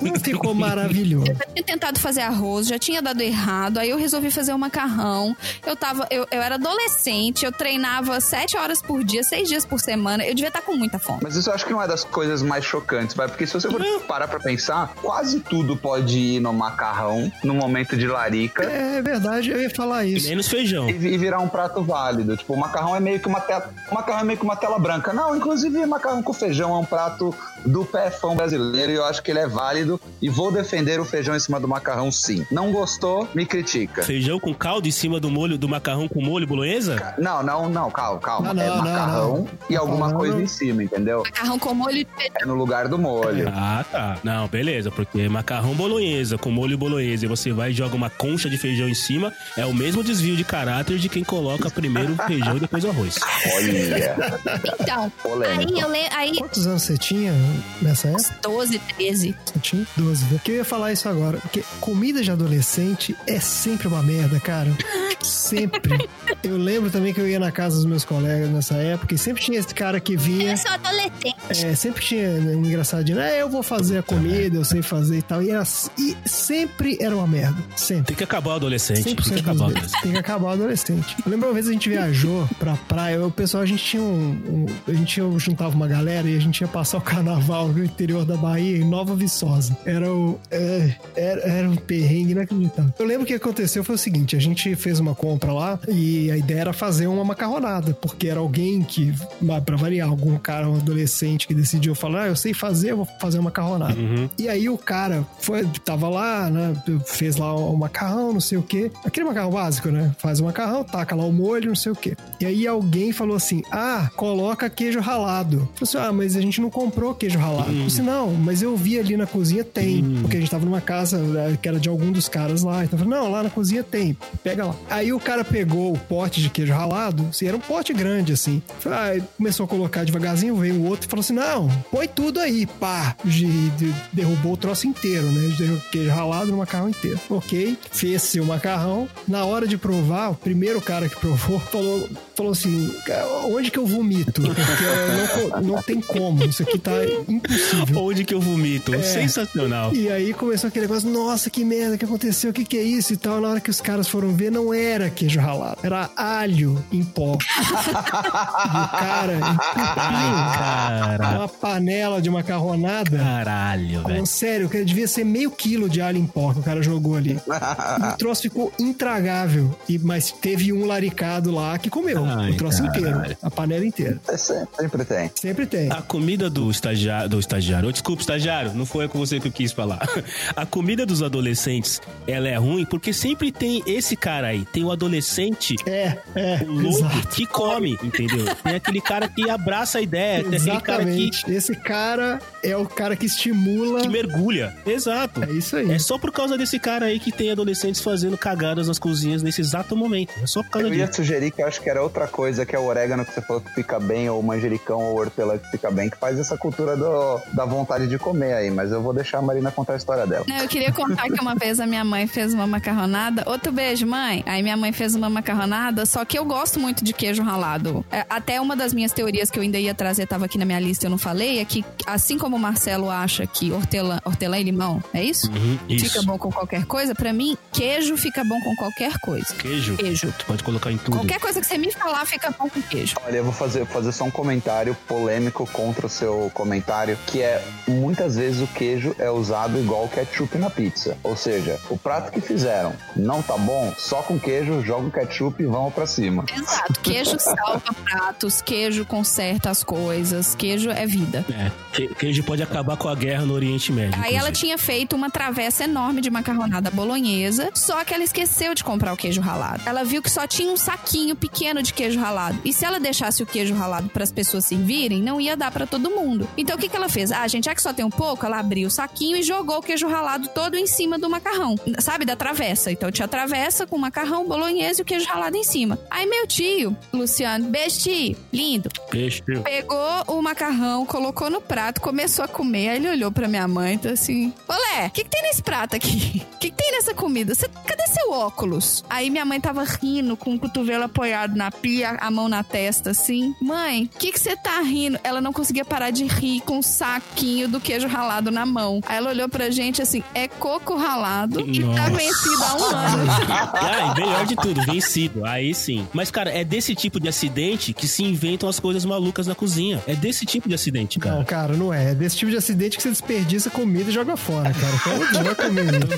[SPEAKER 3] Não ficou maravilhoso.
[SPEAKER 2] Eu tinha tentado fazer arroz, já tinha dado errado, aí eu resolvi fazer um macarrão. Eu tava, eu, eu era adolescente, eu treinava sete horas por dia, seis dias por semana. Eu devia estar com muita fome.
[SPEAKER 4] Mas isso eu acho que não é das coisas mais chocantes, vai. Porque se você for parar pra pensar, quase tudo pode ir no macarrão, no momento de larica.
[SPEAKER 3] É verdade, eu ia falar isso.
[SPEAKER 1] Menos feijão.
[SPEAKER 4] E vi- e virar um prato válido. Tipo, o macarrão é meio que uma tela. o macarrão é meio que uma tela branca. Não, inclusive macarrão com feijão é um prato do pefão brasileiro e eu acho que ele é válido. E vou defender o feijão em cima do macarrão, sim. Não gostou, me critica.
[SPEAKER 1] Feijão com caldo em cima do molho do macarrão com molho bolonhesa?
[SPEAKER 4] Não, não, não, calma, calma.
[SPEAKER 3] Não, não,
[SPEAKER 4] é
[SPEAKER 3] não,
[SPEAKER 4] macarrão
[SPEAKER 3] não.
[SPEAKER 4] e alguma
[SPEAKER 3] Falando-
[SPEAKER 4] coisa em cima, entendeu?
[SPEAKER 2] Macarrão com molho de feijão.
[SPEAKER 4] É no lugar do molho.
[SPEAKER 1] Ah, tá. Não, beleza, porque macarrão bolonhesa com molho bolonhesa e você vai e joga uma concha de feijão em cima, é o mesmo desvio de caráter de quem coloca primeiro o feijão e depois o arroz.
[SPEAKER 4] Olha,
[SPEAKER 2] Então,
[SPEAKER 4] polêmico.
[SPEAKER 2] aí eu le... aí
[SPEAKER 3] Quantos anos você tinha nessa época?
[SPEAKER 2] uns 12, 13.
[SPEAKER 3] Eu tinha 12, né? Porque eu ia falar isso agora. Porque comida de adolescente é sempre uma merda, cara. Sempre. Eu lembro também que eu ia na casa dos meus colegas nessa época e sempre tinha esse cara que vinha.
[SPEAKER 6] sou adolescente.
[SPEAKER 3] É, sempre tinha né, um engraçadinho. É, eu vou fazer a comida, eu sei fazer e tal. E, era, e sempre era uma merda. Sempre.
[SPEAKER 1] Tem que acabar o adolescente. Tem
[SPEAKER 3] 100%
[SPEAKER 1] que
[SPEAKER 3] dos
[SPEAKER 1] acabar o
[SPEAKER 3] vezes.
[SPEAKER 1] adolescente.
[SPEAKER 3] Tem que acabar o adolescente. Eu lembro uma vez a gente viajou pra praia. O pessoal, a gente tinha um. um- a gente ia- juntava uma galera e a gente ia passar o carnaval no interior da Bahia, em Nova Viçosa. Era o. é, era, era um perrengue inacreditável. Eu lembro que aconteceu foi o seguinte: a gente fez uma compra lá e a ideia era fazer uma macarronada, porque era alguém que, pra variar, algum cara, um adolescente que decidiu falar, ah, eu sei fazer, eu vou fazer uma macarronada.
[SPEAKER 1] Uhum.
[SPEAKER 3] E aí o cara foi, tava lá, né? Fez lá o macarrão, não sei o quê. Aquele macarrão básico, né? Faz o macarrão, taca lá o molho, não sei o quê. E aí alguém falou assim: ah, coloca queijo ralado. Falei assim: ah, mas a gente não comprou queijo ralado. Eu disse, não, mas eu vi ali na cozinha tem. Porque a gente tava numa casa né, que era de algum dos caras lá. Então eu falei, não, lá na cozinha tem. Pega lá. Aí o cara pegou o pote de queijo ralado, assim, era um pote grande, assim. Aí começou a colocar devagarzinho, veio o outro e falou assim: não, põe tudo aí, pá. De- de- derrubou o troço inteiro, né? Derrubou o queijo ralado no macarrão inteiro. Ok, fez o macarrão. Na hora de provar, o primeiro cara que provou falou. Falou assim, "Cara, onde que eu vomito? Porque eu não, co- não tem como, isso aqui tá impossível.
[SPEAKER 1] Onde que eu vomito? Sensacional.
[SPEAKER 3] E aí começou aquele negócio, nossa, que merda, que aconteceu, o que que é isso e tal. Na hora que os caras foram ver, não era queijo ralado, era alho em pó. e o cara entupiu
[SPEAKER 1] Cara,
[SPEAKER 3] uma panela de macarronada.
[SPEAKER 1] caralho, velho.
[SPEAKER 3] Falando sério, que devia ser meio quilo de alho em pó que o cara jogou ali. E o troço ficou intragável. E, mas teve um laricado lá que comeu
[SPEAKER 1] Ai,
[SPEAKER 3] o troço
[SPEAKER 1] caralho. Ah,
[SPEAKER 3] inteiro, a panela inteira.
[SPEAKER 4] É sempre, sempre tem.
[SPEAKER 3] Sempre tem.
[SPEAKER 1] A comida do estagiário, do estagiário, oh, desculpa, estagiário, não foi com você que eu quis falar. A comida dos adolescentes, ela é ruim porque sempre tem esse cara aí, tem o adolescente
[SPEAKER 3] É, é.
[SPEAKER 1] o louco
[SPEAKER 3] exato.
[SPEAKER 1] que come, entendeu? Tem aquele cara que abraça a ideia, tem aquele cara que,
[SPEAKER 3] Exatamente. Esse cara é o cara que estimula.
[SPEAKER 1] que mergulha. Exato.
[SPEAKER 3] É isso aí.
[SPEAKER 1] É só por causa desse cara aí que tem adolescentes fazendo cagadas nas cozinhas nesse exato momento. É só por causa
[SPEAKER 4] Eu
[SPEAKER 1] disso.
[SPEAKER 4] ia sugerir que eu acho que era outra coisa, que é o orégano que você falou que fica bem, ou o manjericão, ou o hortelã que fica bem, que faz essa cultura do- da vontade de comer aí. Mas eu vou deixar a Marina contar a história dela.
[SPEAKER 2] Não, eu queria contar que uma vez a minha mãe fez uma macarronada. Outro beijo, mãe. Aí minha mãe fez uma macarronada, só que eu gosto muito de queijo ralado. É, até uma das minhas teorias que eu ainda ia trazer, tava aqui na minha lista, eu não falei, é que assim como o Marcelo acha que hortelã, hortelã e limão, é isso?
[SPEAKER 1] Uhum,
[SPEAKER 2] Fica
[SPEAKER 1] isso.
[SPEAKER 2] bom com qualquer coisa. Pra mim, queijo fica bom com qualquer coisa.
[SPEAKER 1] Queijo.
[SPEAKER 2] Queijo.
[SPEAKER 1] Tu pode colocar em tudo.
[SPEAKER 2] Qualquer coisa que você me falar fica bom com queijo.
[SPEAKER 4] Olha, eu vou fazer, fazer só um comentário polêmico contra o seu comentário, que é muitas vezes o queijo é usado igual ketchup na pizza. Ou seja, o prato que fizeram não tá bom, só com queijo, joga o ketchup e vamos pra cima.
[SPEAKER 2] Exato. Queijo salva pratos, queijo conserta as coisas, queijo é vida.
[SPEAKER 1] É, que- queijo pode acabar com a guerra no Oriente Médio.
[SPEAKER 2] Aí ela
[SPEAKER 1] inclusive.
[SPEAKER 2] tinha feito uma travessa enorme de macarronada bolonhesa, só que ela esqueceu de comprar o queijo ralado. Ela viu que só tinha um saquinho pequeno de queijo ralado. E se ela deixasse o queijo ralado para as pessoas servirem, não ia dar para todo mundo. Então o que, que ela fez? Ah, gente, já que só tem um pouco, ela abriu abriu o saquinho e jogou o queijo ralado todo em cima do macarrão, sabe? Da travessa. Então tinha a travessa com macarrão, bolonhesa e o queijo ralado em cima. Aí meu tio, Luciano, beijo tio, lindo,
[SPEAKER 1] Peixe.
[SPEAKER 2] pegou o macarrão, colocou no prato, começou a comer. Aí ele olhou pra minha mãe e tá assim: Olé, o que, que tem nesse prato aqui? O que, que tem nessa comida? Cê- cadê seu óculos? Aí minha mãe tava rindo, com o cotovelo apoiado na pia, a mão na testa, assim. Mãe, o que que você tá rindo? Ela não conseguia parar de rir com o saquinho do queijo ralado na mão. Aí ela olhou pra gente assim: É coco ralado e tá
[SPEAKER 1] Nossa.
[SPEAKER 2] vencido há um ano.
[SPEAKER 1] Ah, e melhor de tudo, vencido. Aí sim. Mas, cara, é desse tipo de acidente que se inventam as coisas malucas na cozinha. É desse tipo de acidente,
[SPEAKER 3] Não,
[SPEAKER 1] cara.
[SPEAKER 3] cara, não é. É desse tipo de acidente que você desperdiça comida e joga fora, cara. Então, Pelo amor de comida.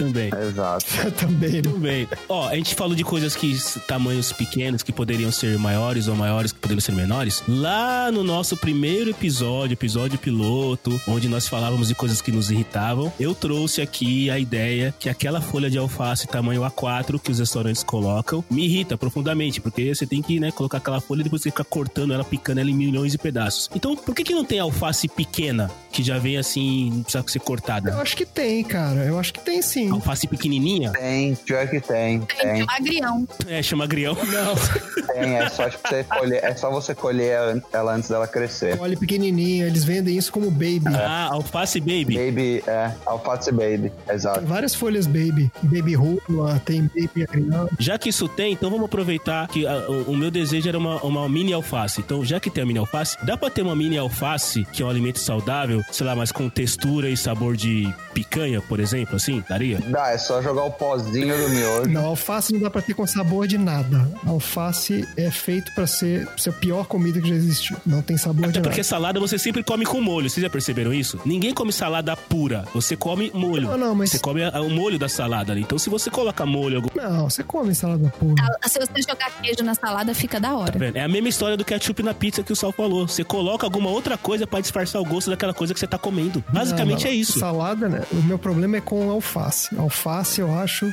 [SPEAKER 1] Também. Também.
[SPEAKER 4] Exato.
[SPEAKER 3] Também, né?
[SPEAKER 1] Muito bem. Ó, a gente falou de coisas que tamanhos pequenos que poderiam ser maiores ou maiores que poderiam ser menores. Lá no nosso primeiro episódio, episódio piloto, onde nós falávamos de coisas que nos irritavam, eu trouxe aqui a ideia que aquela folha de alface tamanho A4 que os restaurantes colocam me irrita profundamente, porque você tem que, né, colocar aquela folha e depois você fica cortando ela, picando ela em milhões de pedaços. Então, por que que não tem alface pequena que já vem assim, não precisa ser cortada?
[SPEAKER 3] Eu acho que tem, cara. Eu acho que tem sim.
[SPEAKER 1] Alface pequenininha?
[SPEAKER 4] Tem, pior que tem. Tem,
[SPEAKER 6] Agrião.
[SPEAKER 1] É, chama grião. Não.
[SPEAKER 4] tem. É só, tipo, você colher, é só você colher ela antes dela crescer.
[SPEAKER 3] Olha pequenininha, eles vendem isso como baby.
[SPEAKER 1] Ah, alface baby.
[SPEAKER 4] Baby, é, alface baby, exato.
[SPEAKER 3] Tem várias folhas baby. Baby rúcula, tem baby agrião.
[SPEAKER 1] Já que isso tem, então vamos aproveitar que ah, o, o meu desejo era uma, uma mini alface. Então, já que tem a mini alface, dá pra ter uma mini alface, que é um alimento saudável, sei lá, mas com textura e sabor de picanha, por exemplo, assim, daria?
[SPEAKER 4] Dá, é só jogar o pozinho do miojo.
[SPEAKER 3] Não, alface não dá pra ter com sabor de nada. Alface é feito pra ser, ser a pior comida que já existiu. Não tem sabor de
[SPEAKER 1] Até É
[SPEAKER 3] nada.
[SPEAKER 1] porque salada você sempre come com molho, vocês já perceberam isso? Ninguém come salada pura, você come molho.
[SPEAKER 3] Não, não, mas-
[SPEAKER 1] Você come a- o molho da salada ali. Então, se você coloca molho, algum-
[SPEAKER 3] Não, você come salada pura.
[SPEAKER 6] Se você jogar queijo na salada, fica da hora.
[SPEAKER 1] Velho, É a mesma história do ketchup na pizza que o Sal falou. Você coloca alguma outra coisa pra disfarçar o gosto daquela coisa que você tá comendo. Basicamente
[SPEAKER 3] Não, não.
[SPEAKER 1] é isso.
[SPEAKER 3] Salada, né? O meu problema é com alface. Alface eu acho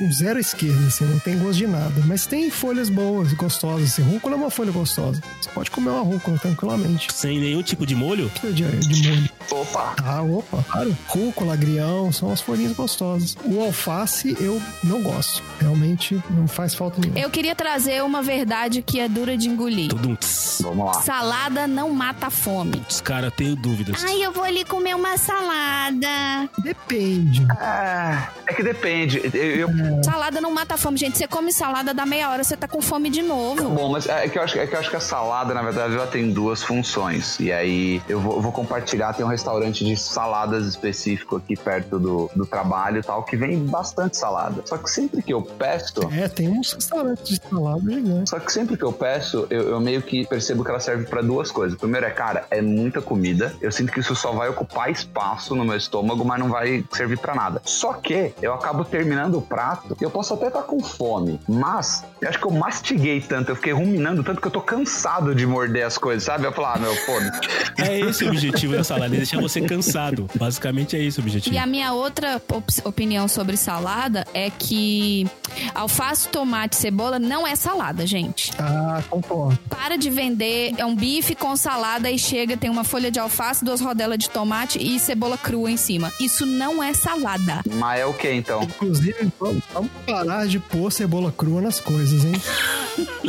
[SPEAKER 3] um zero à esquerda, assim, não tem gosto de nada. Mas tem folhas boas e gostosas. Assim. Rúcula é uma folha gostosa. Você pode comer uma rúcula tranquilamente.
[SPEAKER 1] Sem nenhum tipo de molho?
[SPEAKER 3] Não precisa De, de molho.
[SPEAKER 4] Opa!
[SPEAKER 3] Ah, opa, claro. Rúcula, agrião, são as folhinhas gostosas. O alface eu não gosto. Realmente não faz falta nenhuma.
[SPEAKER 2] Eu queria trazer uma verdade que é dura de engolir:
[SPEAKER 1] Todo um tss.
[SPEAKER 4] Vamos lá.
[SPEAKER 2] salada não mata a fome.
[SPEAKER 1] Putz, cara, tenho dúvidas.
[SPEAKER 6] Ai, eu vou ali comer uma salada.
[SPEAKER 3] Depende.
[SPEAKER 4] Ah, é que depende. Eu, eu-
[SPEAKER 2] Salada não mata a fome, gente. Você come salada, dá meia hora, você tá com fome de novo.
[SPEAKER 4] bom, mas é que, eu acho, é que eu acho que a salada, na verdade, ela tem duas funções. E aí eu vou, eu vou compartilhar. Tem um restaurante de saladas específico aqui perto do, do trabalho e tal, que vem bastante salada. Só que sempre que eu peço.
[SPEAKER 3] É, tem uns restaurantes de salada gigantes.
[SPEAKER 4] Só que sempre que eu peço, eu, eu meio que percebo que ela serve pra duas coisas. Primeiro é, cara, é muita comida. Eu sinto que isso só vai ocupar espaço no meu estômago, mas não vai servir pra nada. Só que eu acabo terminando o prato, eu posso até estar com fome, mas eu acho que eu mastiguei tanto, eu fiquei ruminando tanto que eu tô cansado de morder as coisas, sabe? Eu falo, ah, meu, fome.
[SPEAKER 1] É esse o objetivo da salada, é deixar você cansado. Basicamente é esse o objetivo.
[SPEAKER 2] E a minha outra op- opinião sobre salada é que alface, tomate, cebola não é salada, gente.
[SPEAKER 3] Ah, concordo.
[SPEAKER 2] Para de vender, é um bife com salada e chega, tem uma folha de alface, duas rodelas de tomate e cebola crua em cima. Isso não é salada.
[SPEAKER 4] Mas é o que então?
[SPEAKER 3] Inclusive, vamos, vamos parar de pôr cebola crua nas coisas, hein?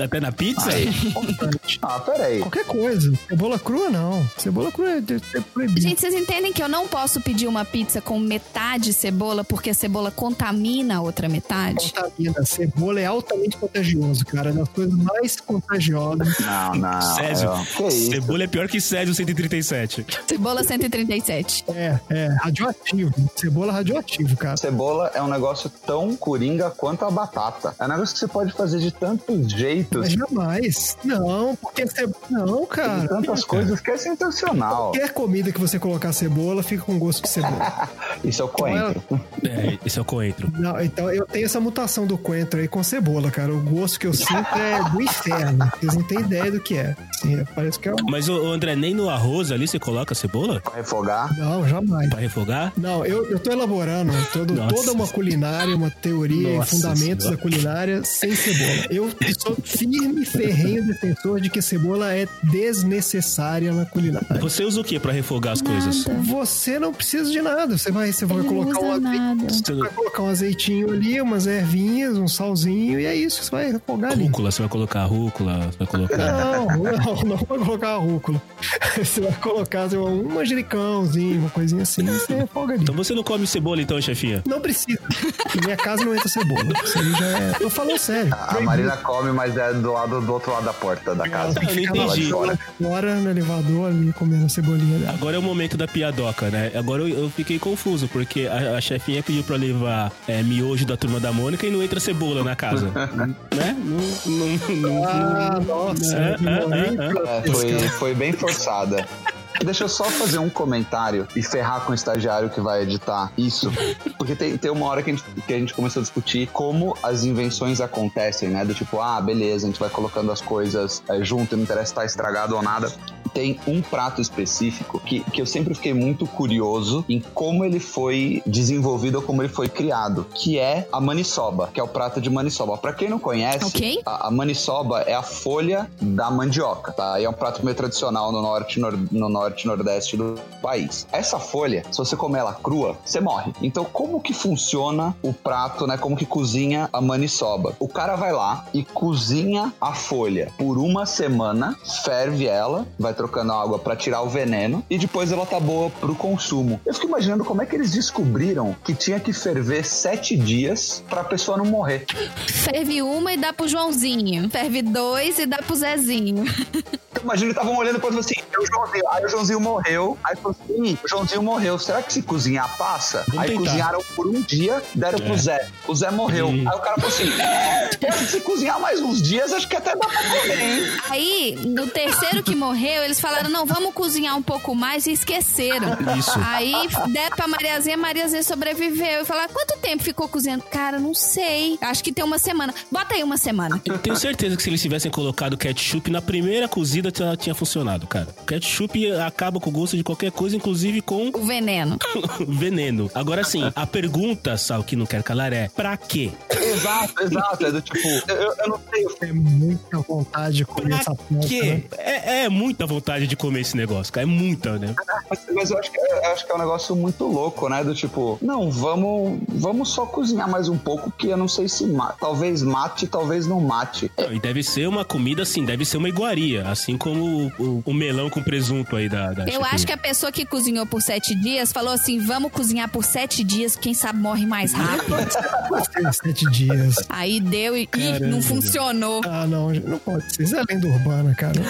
[SPEAKER 1] Até É na pizza?
[SPEAKER 4] Aí, ah, peraí.
[SPEAKER 3] Qualquer coisa. Cebola crua, não. Cebola crua é, é proibido.
[SPEAKER 2] Gente, vocês entendem que eu não posso pedir uma pizza com metade cebola porque a cebola contamina a outra metade?
[SPEAKER 3] Contamina. Cebola é altamente contagioso, cara. É uma das coisas mais contagiosas.
[SPEAKER 4] Não, não.
[SPEAKER 1] Césio.
[SPEAKER 4] eu- Que isso?
[SPEAKER 1] Cebola é pior que Césio 137.
[SPEAKER 2] Cebola 137.
[SPEAKER 3] É, é. Radioativo. Cebola radioativo, cara.
[SPEAKER 4] Cebola é um negócio tão coringa quanto a batata. É um negócio que você pode fazer de tantos jeitos.
[SPEAKER 3] Mas jamais. Não, porque cebola. Não,
[SPEAKER 4] Tem
[SPEAKER 3] cara.
[SPEAKER 4] tantas coisas que é sensacional.
[SPEAKER 3] Qualquer comida que você colocar cebola, fica com gosto de cebola.
[SPEAKER 4] Isso é o coentro.
[SPEAKER 1] É, esse é o coentro.
[SPEAKER 3] Não, então eu tenho essa mutação do coentro aí com cebola, cara. O gosto que eu sinto é do inferno. Vocês não têm ideia do que é. Assim, é- parece que é um.
[SPEAKER 1] Mas, ô, ô, André, nem no arroz ali você coloca a cebola
[SPEAKER 4] Pra refogar.
[SPEAKER 3] Não, jamais.
[SPEAKER 1] pra refogar?
[SPEAKER 3] Não, eu, eu tô elaborando todo-
[SPEAKER 1] Nossa.
[SPEAKER 3] toda uma culinária, uma teoria
[SPEAKER 1] Nossa
[SPEAKER 3] e fundamentos
[SPEAKER 1] Senhora.
[SPEAKER 3] da culinária sem cebola. Eu sou firme e ferrenho defensor de que cebola é desnecessária na culinária.
[SPEAKER 1] Você usa o que pra refogar as coisas?
[SPEAKER 3] Você não precisa de nada. Você vai, você vai
[SPEAKER 6] Ele não
[SPEAKER 3] colocar um
[SPEAKER 6] usa
[SPEAKER 3] azeite,
[SPEAKER 6] nada.
[SPEAKER 1] Você-
[SPEAKER 3] vai colocar um azeitinho ali, umas ervinhas, um salzinho, e é isso. Você vai refogar ali.
[SPEAKER 1] Rúcula, você vai colocar rúcula, você vai colocar.
[SPEAKER 3] Não, não, não vai colocar a rúcula. Você vai colocar sei lá, um manjericãozinho, uma coisinha assim, e você refoga ali.
[SPEAKER 1] Então você não come cebola, então, chefinha?
[SPEAKER 3] Não precisa. Em minha casa não entra cebola. Isso aí já é... Eu falo sério.
[SPEAKER 4] A Marina come, mas é do lado do outro lado da porta da casa.
[SPEAKER 1] Não, eu não
[SPEAKER 4] Fica lá de
[SPEAKER 1] entendi.
[SPEAKER 4] fora.
[SPEAKER 3] Fora no elevador ali comendo a cebolinha dela.
[SPEAKER 1] Agora é o momento da piadoca, né? Agora eu, eu fiquei confuso, porque a, a chefinha pediu pra levar é, miojo da turma da Mônica e não entra cebola na casa. né? Não, não- não-
[SPEAKER 3] Ah, nossa.
[SPEAKER 1] É,
[SPEAKER 3] que
[SPEAKER 1] é,
[SPEAKER 3] momento.
[SPEAKER 1] é, é.
[SPEAKER 4] É, foi, foi bem forçada. Deixa eu só fazer um comentário e ferrar com o estagiário que vai editar isso. Porque tem, tem uma hora que a, gente, que a gente começou a discutir como as invenções acontecem, né? Do tipo, ah, beleza, a gente vai colocando as coisas é, junto, não interessa estar estragado ou nada. Tem um prato específico que, que eu sempre fiquei muito curioso em como ele foi desenvolvido ou como ele foi criado, que é a maniçoba, que é o prato de maniçoba. Pra quem não conhece,
[SPEAKER 2] Ok.
[SPEAKER 4] a, a maniçoba é a folha da mandioca, tá? E é um prato meio tradicional no norte, e nor- no norte e nordeste do país. Essa folha, se você comer ela crua, você morre. Então, como que funciona o prato, né? Como que cozinha a maniçoba? O cara vai lá e cozinha a folha por uma semana, ferve ela, vai trocando a água pra tirar o veneno e depois ela tá boa pro consumo. Eu fico imaginando como é que eles descobriram que tinha que ferver sete dias pra pessoa não morrer.
[SPEAKER 2] Ferve uma e dá pro Joãozinho. Ferve dois e dá pro Zezinho.
[SPEAKER 4] Imagina, eles estavam olhando e falaram assim, e o Joãozinho? Aí o Joãozinho morreu. Aí falou assim, "Ih, o Joãozinho morreu. Será que se cozinhar passa?
[SPEAKER 1] Vamos
[SPEAKER 4] aí
[SPEAKER 1] tentar.
[SPEAKER 4] cozinharam por um dia, deram pro Zé. O Zé morreu.
[SPEAKER 1] Hum.
[SPEAKER 4] Aí o cara falou assim, "É, se cozinhar mais uns dias, acho que até dá pra comer, hein?
[SPEAKER 2] Aí, no terceiro que morreu, eles falaram: não, vamos cozinhar um pouco mais e esqueceram.
[SPEAKER 1] Isso.
[SPEAKER 2] Aí deram pra Mariazinha, Mariazinha sobreviveu. E falaram: quanto tempo ficou cozinhando? Cara, não sei. Acho que tem uma semana. Bota aí uma semana.
[SPEAKER 1] Eu tenho certeza que se eles tivessem colocado ketchup na primeira cozida, ela tinha funcionado, cara. Ketchup acaba com o gosto de qualquer coisa, inclusive com
[SPEAKER 2] O veneno.
[SPEAKER 1] veneno. Agora sim, a pergunta, Sal, que não quer calar é: pra quê?
[SPEAKER 4] Exato, exato. É do tipo, eu, eu- eu não sei. eu-
[SPEAKER 3] É muita vontade de comer essa planta. né?
[SPEAKER 1] Que é, é muita vontade de comer esse negócio, cara. É muita, né?
[SPEAKER 4] Mas eu acho, que, eu acho que é um negócio muito louco, né? Do tipo, não, vamos, vamos só cozinhar mais um pouco, que eu não sei se ma- talvez mate, talvez não mate.
[SPEAKER 1] Não, E deve ser uma comida, assim, deve ser uma iguaria. Assim como o, o- o melão com presunto aí da. da
[SPEAKER 2] Eu
[SPEAKER 1] chefia.
[SPEAKER 2] acho que a pessoa que cozinhou por sete dias falou assim: vamos cozinhar por sete dias, quem sabe morre mais rápido.
[SPEAKER 3] Tá Tem Sete dias.
[SPEAKER 2] Aí deu e ih,
[SPEAKER 1] Caramba.
[SPEAKER 2] não funcionou.
[SPEAKER 3] Ah, não, não pode ser. Isso é lenda urbana, cara.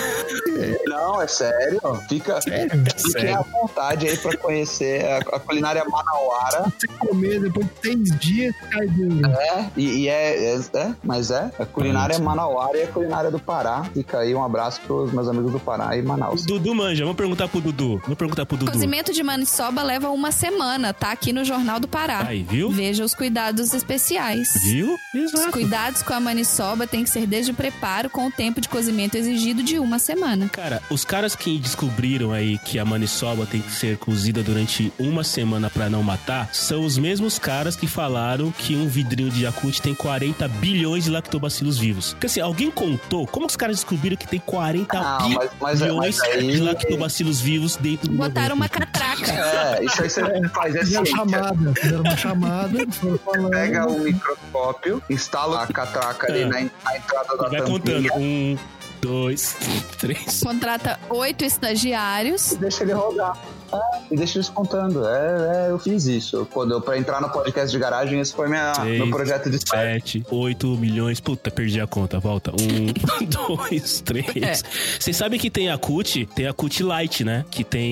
[SPEAKER 4] Não, é sério. Fica,
[SPEAKER 3] Sério?
[SPEAKER 4] Fiquem à vontade aí pra conhecer a, a culinária manauara,
[SPEAKER 3] Você comer depois de seis dias, cai duro.
[SPEAKER 4] né? E, e é, é, é, mas é, a culinária manauara e a culinária do Pará. Fica aí um abraço pros meus amigos do Pará e
[SPEAKER 2] é
[SPEAKER 1] O
[SPEAKER 4] Manaus.
[SPEAKER 1] Dudu manja, vamos perguntar pro Dudu. Vamos perguntar pro Dudu.
[SPEAKER 2] Cozimento de maniçoba leva uma semana, tá aqui no Jornal do Pará.
[SPEAKER 1] Tá Aí, viu?
[SPEAKER 2] Veja os cuidados especiais.
[SPEAKER 1] Viu?
[SPEAKER 2] Os
[SPEAKER 1] Exato.
[SPEAKER 2] cuidados com a maniçoba têm que ser desde o preparo com o tempo de cozimento exigido de uma semana.
[SPEAKER 1] Cara, os caras que descobriram aí que a maniçoba tem que ser cozida durante uma semana pra não matar são os mesmos caras que falaram que um vidrinho de Yakut tem 40 bilhões de lactobacilos vivos. Porque assim, alguém contou como os caras descobriram que tem 40
[SPEAKER 4] Ah, mas- mas-
[SPEAKER 1] bilhões
[SPEAKER 4] mas aí-
[SPEAKER 1] de lactobacilos vivos dentro do
[SPEAKER 2] Botaram uma
[SPEAKER 1] organismo.
[SPEAKER 2] catraca.
[SPEAKER 4] É, isso aí você faz é
[SPEAKER 3] Fizeram uma
[SPEAKER 4] ciência.
[SPEAKER 3] chamada, fizeram uma chamada, foram falando.
[SPEAKER 4] Pega um microscópio, instala a catraca ali
[SPEAKER 1] É.
[SPEAKER 4] na, en- na entrada da
[SPEAKER 1] Vai
[SPEAKER 4] tampinha.
[SPEAKER 1] contando. Um, dois, três.
[SPEAKER 2] Contrata oito estagiários.
[SPEAKER 4] e Deixa ele rodar. É, e deixa eles contando. É, é, eu fiz isso. Quando eu, pra entrar no podcast de garagem, esse foi minha,
[SPEAKER 1] Seis,
[SPEAKER 4] meu projeto de espera.
[SPEAKER 1] 7, 8 milhões. Puta, perdi a conta. Volta. Um, dois, três. Vocês sabem que tem a CUT, tem a CUT Light, né? Que tem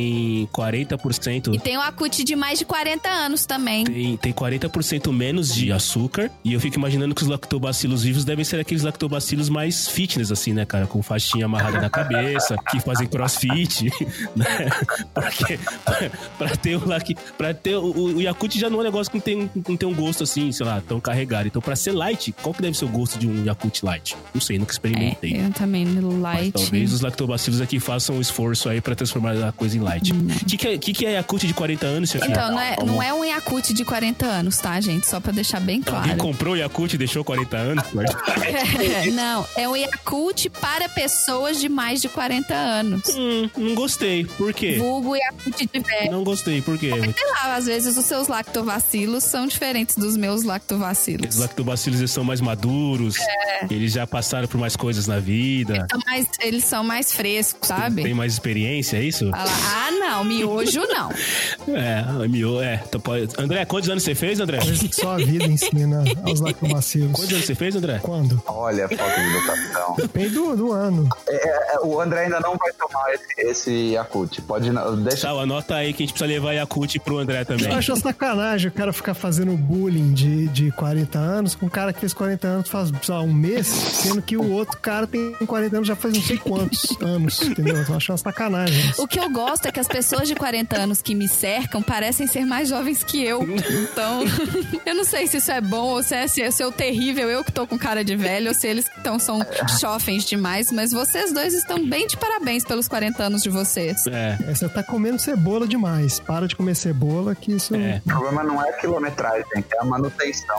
[SPEAKER 2] E
[SPEAKER 1] 40%.
[SPEAKER 2] tem o acute de mais de 40 anos também.
[SPEAKER 1] Tem, tem 40% menos de açúcar. E eu fico imaginando que os lactobacilos vivos devem ser aqueles lactobacilos mais fitness, assim, né, cara? Com faixinha amarrada na cabeça, que fazem crossfit, né? Porque pra ter o laqui, pra ter o, o, o Yakut já não é um negócio que não tem, não tem um gosto assim, sei lá, tão carregado. Então, pra ser light, qual que deve ser o gosto de um Yakut light? Não sei, nunca
[SPEAKER 2] É,
[SPEAKER 1] experimentei.
[SPEAKER 2] eu também no
[SPEAKER 1] Mas
[SPEAKER 2] light.
[SPEAKER 1] talvez os lactobacilos aqui façam um esforço aí pra transformar a coisa em light. O que, que, é, que, que é Yakut de 40 anos, Chefinha?
[SPEAKER 2] Hum. Então, não é, não é um Yakut de 40 anos, tá, gente? Só pra deixar bem
[SPEAKER 1] Alguém
[SPEAKER 2] claro.
[SPEAKER 1] comprou o Yakut e deixou 40 anos? Mas-
[SPEAKER 2] É, não, é um Yakult para pessoas de mais de 40 anos.
[SPEAKER 1] hum, não gostei. Por quê?
[SPEAKER 2] Vulgo Yakult de
[SPEAKER 3] É.
[SPEAKER 2] velho.
[SPEAKER 1] Não gostei. Por quê?
[SPEAKER 2] Sei lá, às vezes os seus lactovacilos são diferentes dos meus
[SPEAKER 1] Os
[SPEAKER 2] lactovacilos.
[SPEAKER 1] lactobacilos eles são mais maduros,
[SPEAKER 3] É.
[SPEAKER 1] eles já passaram por mais coisas na vida,
[SPEAKER 2] São mais- eles são mais frescos,
[SPEAKER 1] têm
[SPEAKER 2] sabe?
[SPEAKER 1] mais experiência, é isso?
[SPEAKER 2] Fala, ah, não, miojo não.
[SPEAKER 1] É, miô, é. Então pode- André, quantos anos você fez, André?
[SPEAKER 3] Coisa que só a vida ensina aos lactobacilos.
[SPEAKER 1] Quantos anos você fez, André?
[SPEAKER 3] Quando?
[SPEAKER 4] Olha a falta de educação.
[SPEAKER 3] Depende do, do ano.
[SPEAKER 4] É, o André ainda não vai tomar esse, esse Yakult. Pode não. Deixa.
[SPEAKER 1] Sal, Tá, anota aí que a gente precisa levar Yakut pro André também.
[SPEAKER 3] Eu acho uma sacanagem o cara ficar fazendo bullying de, de 40 anos com um cara que fez 40 anos faz, sei lá, um mês, sendo que o outro cara tem 40 anos já faz não sei quantos anos, entendeu? Eu acho uma sacanagem.
[SPEAKER 2] O que eu gosto é que as pessoas de 40 anos que me cercam parecem ser mais jovens que eu. Então, eu não sei se isso é bom ou se é, se é- se eu terrível, eu que tô com cara de velho, ou se eles que tão, são jovens demais, mas vocês dois estão bem de parabéns pelos 40 anos de vocês.
[SPEAKER 1] É,
[SPEAKER 3] É, Você tá comendo cebola demais. Para de comer cebola que isso... um
[SPEAKER 1] é.
[SPEAKER 4] O problema não é a quilometragem, é a manutenção.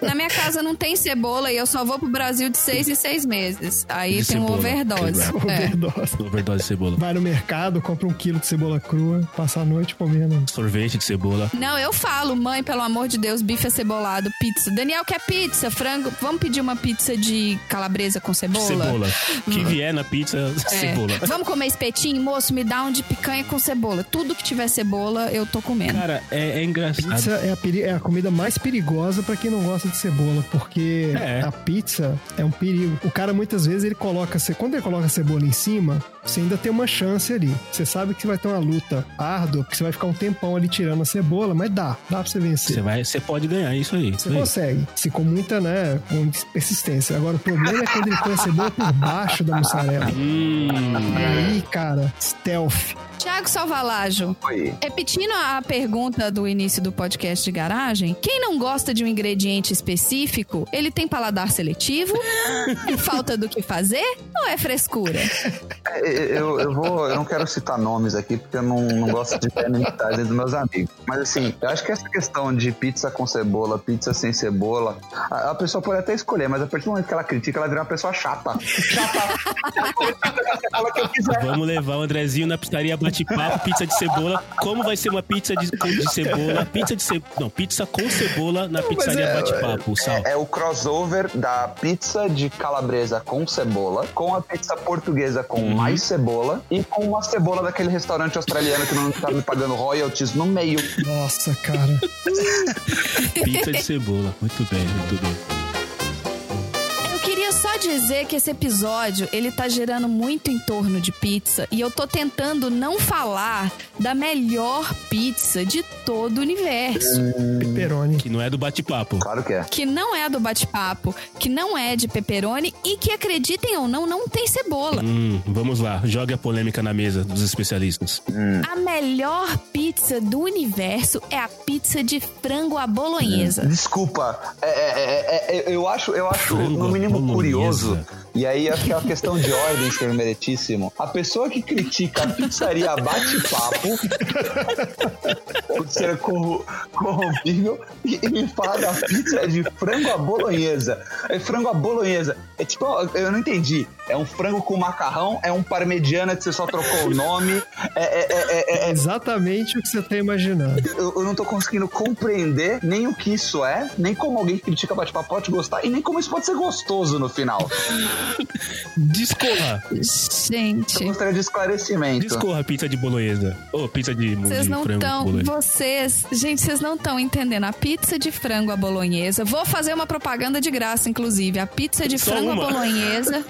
[SPEAKER 2] Na minha casa não tem cebola e eu só vou pro Brasil de seis em seis meses. Aí
[SPEAKER 1] De
[SPEAKER 2] tem uma
[SPEAKER 1] cebola.
[SPEAKER 2] overdose.
[SPEAKER 1] Exato.
[SPEAKER 2] É.
[SPEAKER 3] Overdose.
[SPEAKER 1] Overdose de cebola.
[SPEAKER 3] Vai no mercado, compra um quilo de cebola crua, passa a noite comendo.
[SPEAKER 1] Sorvete de cebola.
[SPEAKER 2] Não, eu falo, mãe, pelo amor de Deus, bife acebolado, pizza. Daniel quer pizza, frango. Vamos pedir uma pizza de calabresa com cebola?
[SPEAKER 1] Cebola. Que vier na pizza,
[SPEAKER 2] É.
[SPEAKER 1] cebola.
[SPEAKER 2] Vamos comer espetinho? Moço, me dá um de picanha com cebola. Tudo que tiver cebola, eu tô comendo.
[SPEAKER 1] Cara, é, é engraçado.
[SPEAKER 3] Pizza é a, peri- é a comida mais perigosa pra quem não gosta de cebola, porque
[SPEAKER 1] É.
[SPEAKER 3] a pizza é um perigo. O cara muitas vezes ele coloca, ce- quando ele coloca a cebola em cima, você ainda tem uma chance ali. Você sabe que você vai ter uma luta árdua, porque você vai ficar um tempão ali tirando a cebola, mas dá, dá pra você vencer.
[SPEAKER 1] Você vai, você pode ganhar isso aí.
[SPEAKER 3] Você
[SPEAKER 1] isso aí.
[SPEAKER 3] consegue, se com muita, né, com persistência. Agora, o problema é quando ele põe a cebola por baixo da mussarela.
[SPEAKER 1] Hum,
[SPEAKER 3] E aí, cara, stealth.
[SPEAKER 2] Tiago Salvalajo,
[SPEAKER 4] Foi.
[SPEAKER 2] repetindo a pergunta do início do podcast de garagem, quem não gosta de um ingrediente específico, ele tem paladar seletivo? é falta do que fazer? Ou é frescura?
[SPEAKER 4] É, Eu, eu, vou, eu não quero citar nomes aqui, porque eu não, não gosto de ter inimizade entre meus amigos. Mas assim, eu acho que essa questão de pizza com cebola, pizza sem cebola, a, a pessoa pode até escolher, mas a partir do momento que ela critica, ela vira uma pessoa chata. Chata! Fala o que eu quiser.
[SPEAKER 1] Vamos levar o Andrezinho na pizzaria bate-papo, pizza de cebola. Como vai ser uma pizza de, de cebola? Pizza de cebola. Não, pizza com cebola na pizzaria
[SPEAKER 4] é-
[SPEAKER 1] bate-papo, Sal.
[SPEAKER 4] É, é o crossover da pizza de calabresa com cebola, com a pizza portuguesa com mais cebola e com a cebola daquele restaurante australiano que não tá me pagando royalties no meio.
[SPEAKER 3] Nossa, cara.
[SPEAKER 1] Pizza de cebola. Muito bem, muito bem.
[SPEAKER 2] Eu queria só dizer que esse episódio, ele tá gerando muito em torno de pizza e eu tô tentando não falar da melhor pizza de todo o universo,
[SPEAKER 3] Peroni.
[SPEAKER 1] Que não é do bate-papo.
[SPEAKER 4] Claro que é.
[SPEAKER 2] que não é a do bate-papo, que não é de pepperoni e que acreditem ou não, não tem cebola.
[SPEAKER 1] Hum, vamos lá, jogue a polêmica na mesa dos especialistas.
[SPEAKER 2] A melhor pizza do universo é a pizza de frango à bolonhesa.
[SPEAKER 4] Desculpa, é, é, é, é, eu acho, eu acho
[SPEAKER 1] Frango
[SPEAKER 4] no mínimo
[SPEAKER 1] bolonhesa.
[SPEAKER 4] curioso. E aí acho que é uma questão de ordem, senhor meritíssimo. A pessoa que critica a pizzaria bate-papo por ser corru- corrompível e, e me fala da pizza de frango à bolonhesa. É frango à bolonhesa. É tipo, eu não entendi. É um frango com macarrão? É um parmegiana que você só trocou o nome? É- é- é- é, é,
[SPEAKER 3] É exatamente o que você tá imaginando.
[SPEAKER 4] eu, eu não tô conseguindo compreender nem o que isso é, nem como alguém que critica bate-papo pode gostar, e nem como isso pode ser gostoso no final.
[SPEAKER 1] Discorra!
[SPEAKER 4] Eu
[SPEAKER 2] Gente,
[SPEAKER 4] gostaria de esclarecimento.
[SPEAKER 1] Discorra, pizza de bolonhesa. Ô, pizza de, de
[SPEAKER 2] vocês não
[SPEAKER 1] frango
[SPEAKER 2] estão,
[SPEAKER 1] com bolonhesa.
[SPEAKER 2] vocês, gente, vocês não estão entendendo. A pizza de frango à bolonhesa, vou fazer uma propaganda de graça inclusive, a pizza de
[SPEAKER 1] Só
[SPEAKER 2] frango
[SPEAKER 1] uma.
[SPEAKER 2] à bolonhesa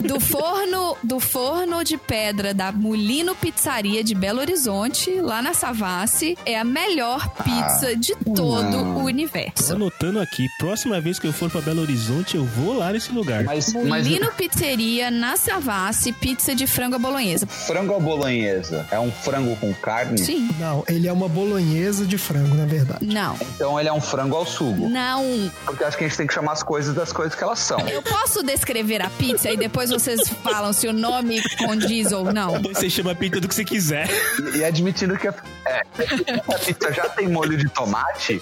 [SPEAKER 2] do forno, do forno de pedra da Mulino Pizzaria de Belo Horizonte, lá na Savassi, é a melhor
[SPEAKER 1] Ah,
[SPEAKER 2] pizza de todo
[SPEAKER 4] não.
[SPEAKER 2] o
[SPEAKER 1] Tô
[SPEAKER 2] universo.
[SPEAKER 1] anotando aqui, próxima vez que eu for pra Belo Horizonte, eu vou lá nesse lugar.
[SPEAKER 4] Mas Mas-
[SPEAKER 2] Lino Pizzeria, na Savassi, pizza de frango à bolonhesa.
[SPEAKER 4] Frango à bolonhesa é um frango com carne?
[SPEAKER 2] Sim.
[SPEAKER 3] Não, ele é uma bolonhesa de frango, na verdade.
[SPEAKER 2] Não.
[SPEAKER 4] Então ele é um frango ao sugo.
[SPEAKER 2] Não.
[SPEAKER 4] Porque eu acho que a gente tem que chamar as coisas das coisas que elas são.
[SPEAKER 2] Eu posso descrever a pizza e depois vocês falam se o nome condiz ou não?
[SPEAKER 1] Depois você chama a pinta do que você quiser.
[SPEAKER 4] E, e admitindo que a, é, a pizza já tem molho de tomate,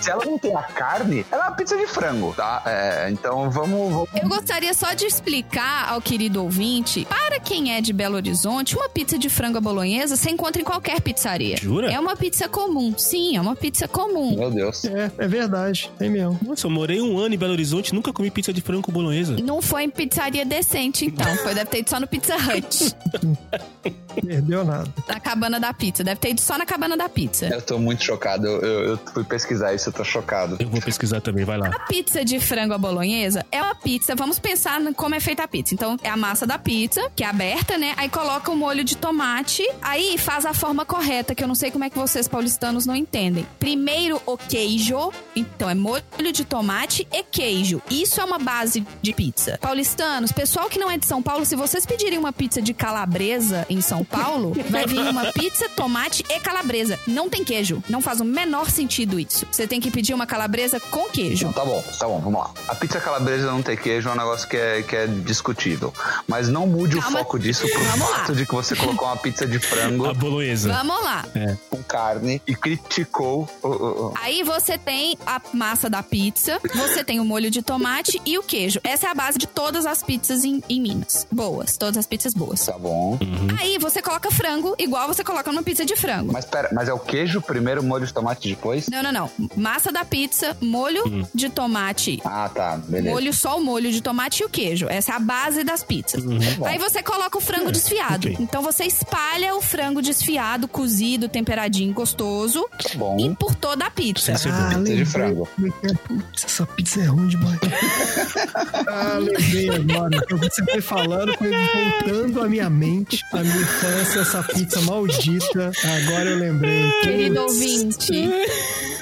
[SPEAKER 4] se ela não tem a carne, ela é uma pizza de frango, tá? É, então vamos, vamos-
[SPEAKER 2] Eu gostaria só de explicar ao querido ouvinte, para quem é de Belo Horizonte, uma pizza de frango à bolonhesa se encontra em qualquer pizzaria.
[SPEAKER 1] Jura?
[SPEAKER 2] É uma pizza comum. Sim, é uma pizza comum.
[SPEAKER 4] Meu Deus.
[SPEAKER 3] É, é verdade, tem mesmo.
[SPEAKER 1] Nossa, eu morei um ano em Belo Horizonte nunca comi pizza de frango com bolonhesa.
[SPEAKER 2] Não foi em pizzaria decente, então. Foi, deve ter ido só no Pizza Hut.
[SPEAKER 3] Perdeu nada.
[SPEAKER 2] Na cabana da pizza. Deve ter ido só na cabana da pizza.
[SPEAKER 4] Eu tô muito chocado. Eu, eu- eu fui pesquisar isso, eu tô chocado.
[SPEAKER 1] Eu vou pesquisar também, vai lá.
[SPEAKER 2] A pizza de frango à bolonhesa é uma pizza. Vamos pensar no- como é feita a pizza. Então, é a massa da pizza, que é aberta, né? Aí coloca o molho de tomate. Aí faz a forma correta, que eu não sei como é que vocês paulistanos não entendem. Primeiro o queijo. Então, é molho de tomate e queijo. Isso é uma base de pizza. Paulistanos, pessoal que não é de São Paulo, se vocês pedirem uma pizza de calabresa em São Paulo, vai vir uma pizza, tomate e calabresa. Não tem queijo. Não faz o menor sentido isso. Você tem que pedir uma calabresa com queijo.
[SPEAKER 4] Tá bom, tá bom, vamos lá. A pizza calabresa não ter queijo é um negócio que é, que é discutível. Mas não mude
[SPEAKER 2] Calma.
[SPEAKER 4] o foco disso pro
[SPEAKER 2] Vamos lá.
[SPEAKER 4] fato de que você colocou uma pizza de
[SPEAKER 1] A
[SPEAKER 4] frango
[SPEAKER 1] bolonhesa.
[SPEAKER 2] Vamos lá.
[SPEAKER 4] com carne e criticou o- o- o-
[SPEAKER 2] Aí você tem a massa da pizza, você tem o molho de tomate e o queijo. Essa é a base de todas as pizzas em, em Minas. Boas, todas as pizzas boas.
[SPEAKER 4] Tá bom.
[SPEAKER 2] Aí você coloca frango, igual você coloca numa pizza de frango.
[SPEAKER 4] Mas pera, mas é o queijo primeiro, molho de tomate depois?
[SPEAKER 2] Não, não, não. Massa da pizza, molho de tomate
[SPEAKER 4] Ah, tá, Hum. beleza.
[SPEAKER 2] Molho, só o molho de tomate e o queijo. Essa é a base das pizzas.
[SPEAKER 4] Hum, Tá
[SPEAKER 2] Aí você coloca o frango
[SPEAKER 4] É,
[SPEAKER 2] desfiado.
[SPEAKER 1] ok.
[SPEAKER 2] Então você espalha o frango desfiado, cozido, temperadinho, gostoso,
[SPEAKER 4] Tá bom.
[SPEAKER 2] e por toda a
[SPEAKER 1] Sem
[SPEAKER 2] pizza.
[SPEAKER 1] cebola.
[SPEAKER 4] pizza de
[SPEAKER 3] Ah, lembrei
[SPEAKER 4] frango.
[SPEAKER 3] como é que é. Putz, essa pizza é ruim demais. ah, lembrei agora. Eu você foi falando, foi voltando à minha mente, a minha infância, essa pizza maldita. Agora eu lembrei.
[SPEAKER 2] Querido
[SPEAKER 3] Putz.
[SPEAKER 2] ouvinte,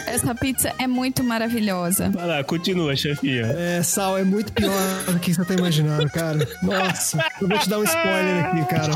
[SPEAKER 2] essa pizza é muito maravilhosa.
[SPEAKER 1] Vai lá, continua, chefinha.
[SPEAKER 3] É, Sal, é muito pior do que você tá imaginando, cara. Nossa, eu vou te dar um spoiler aqui, cara.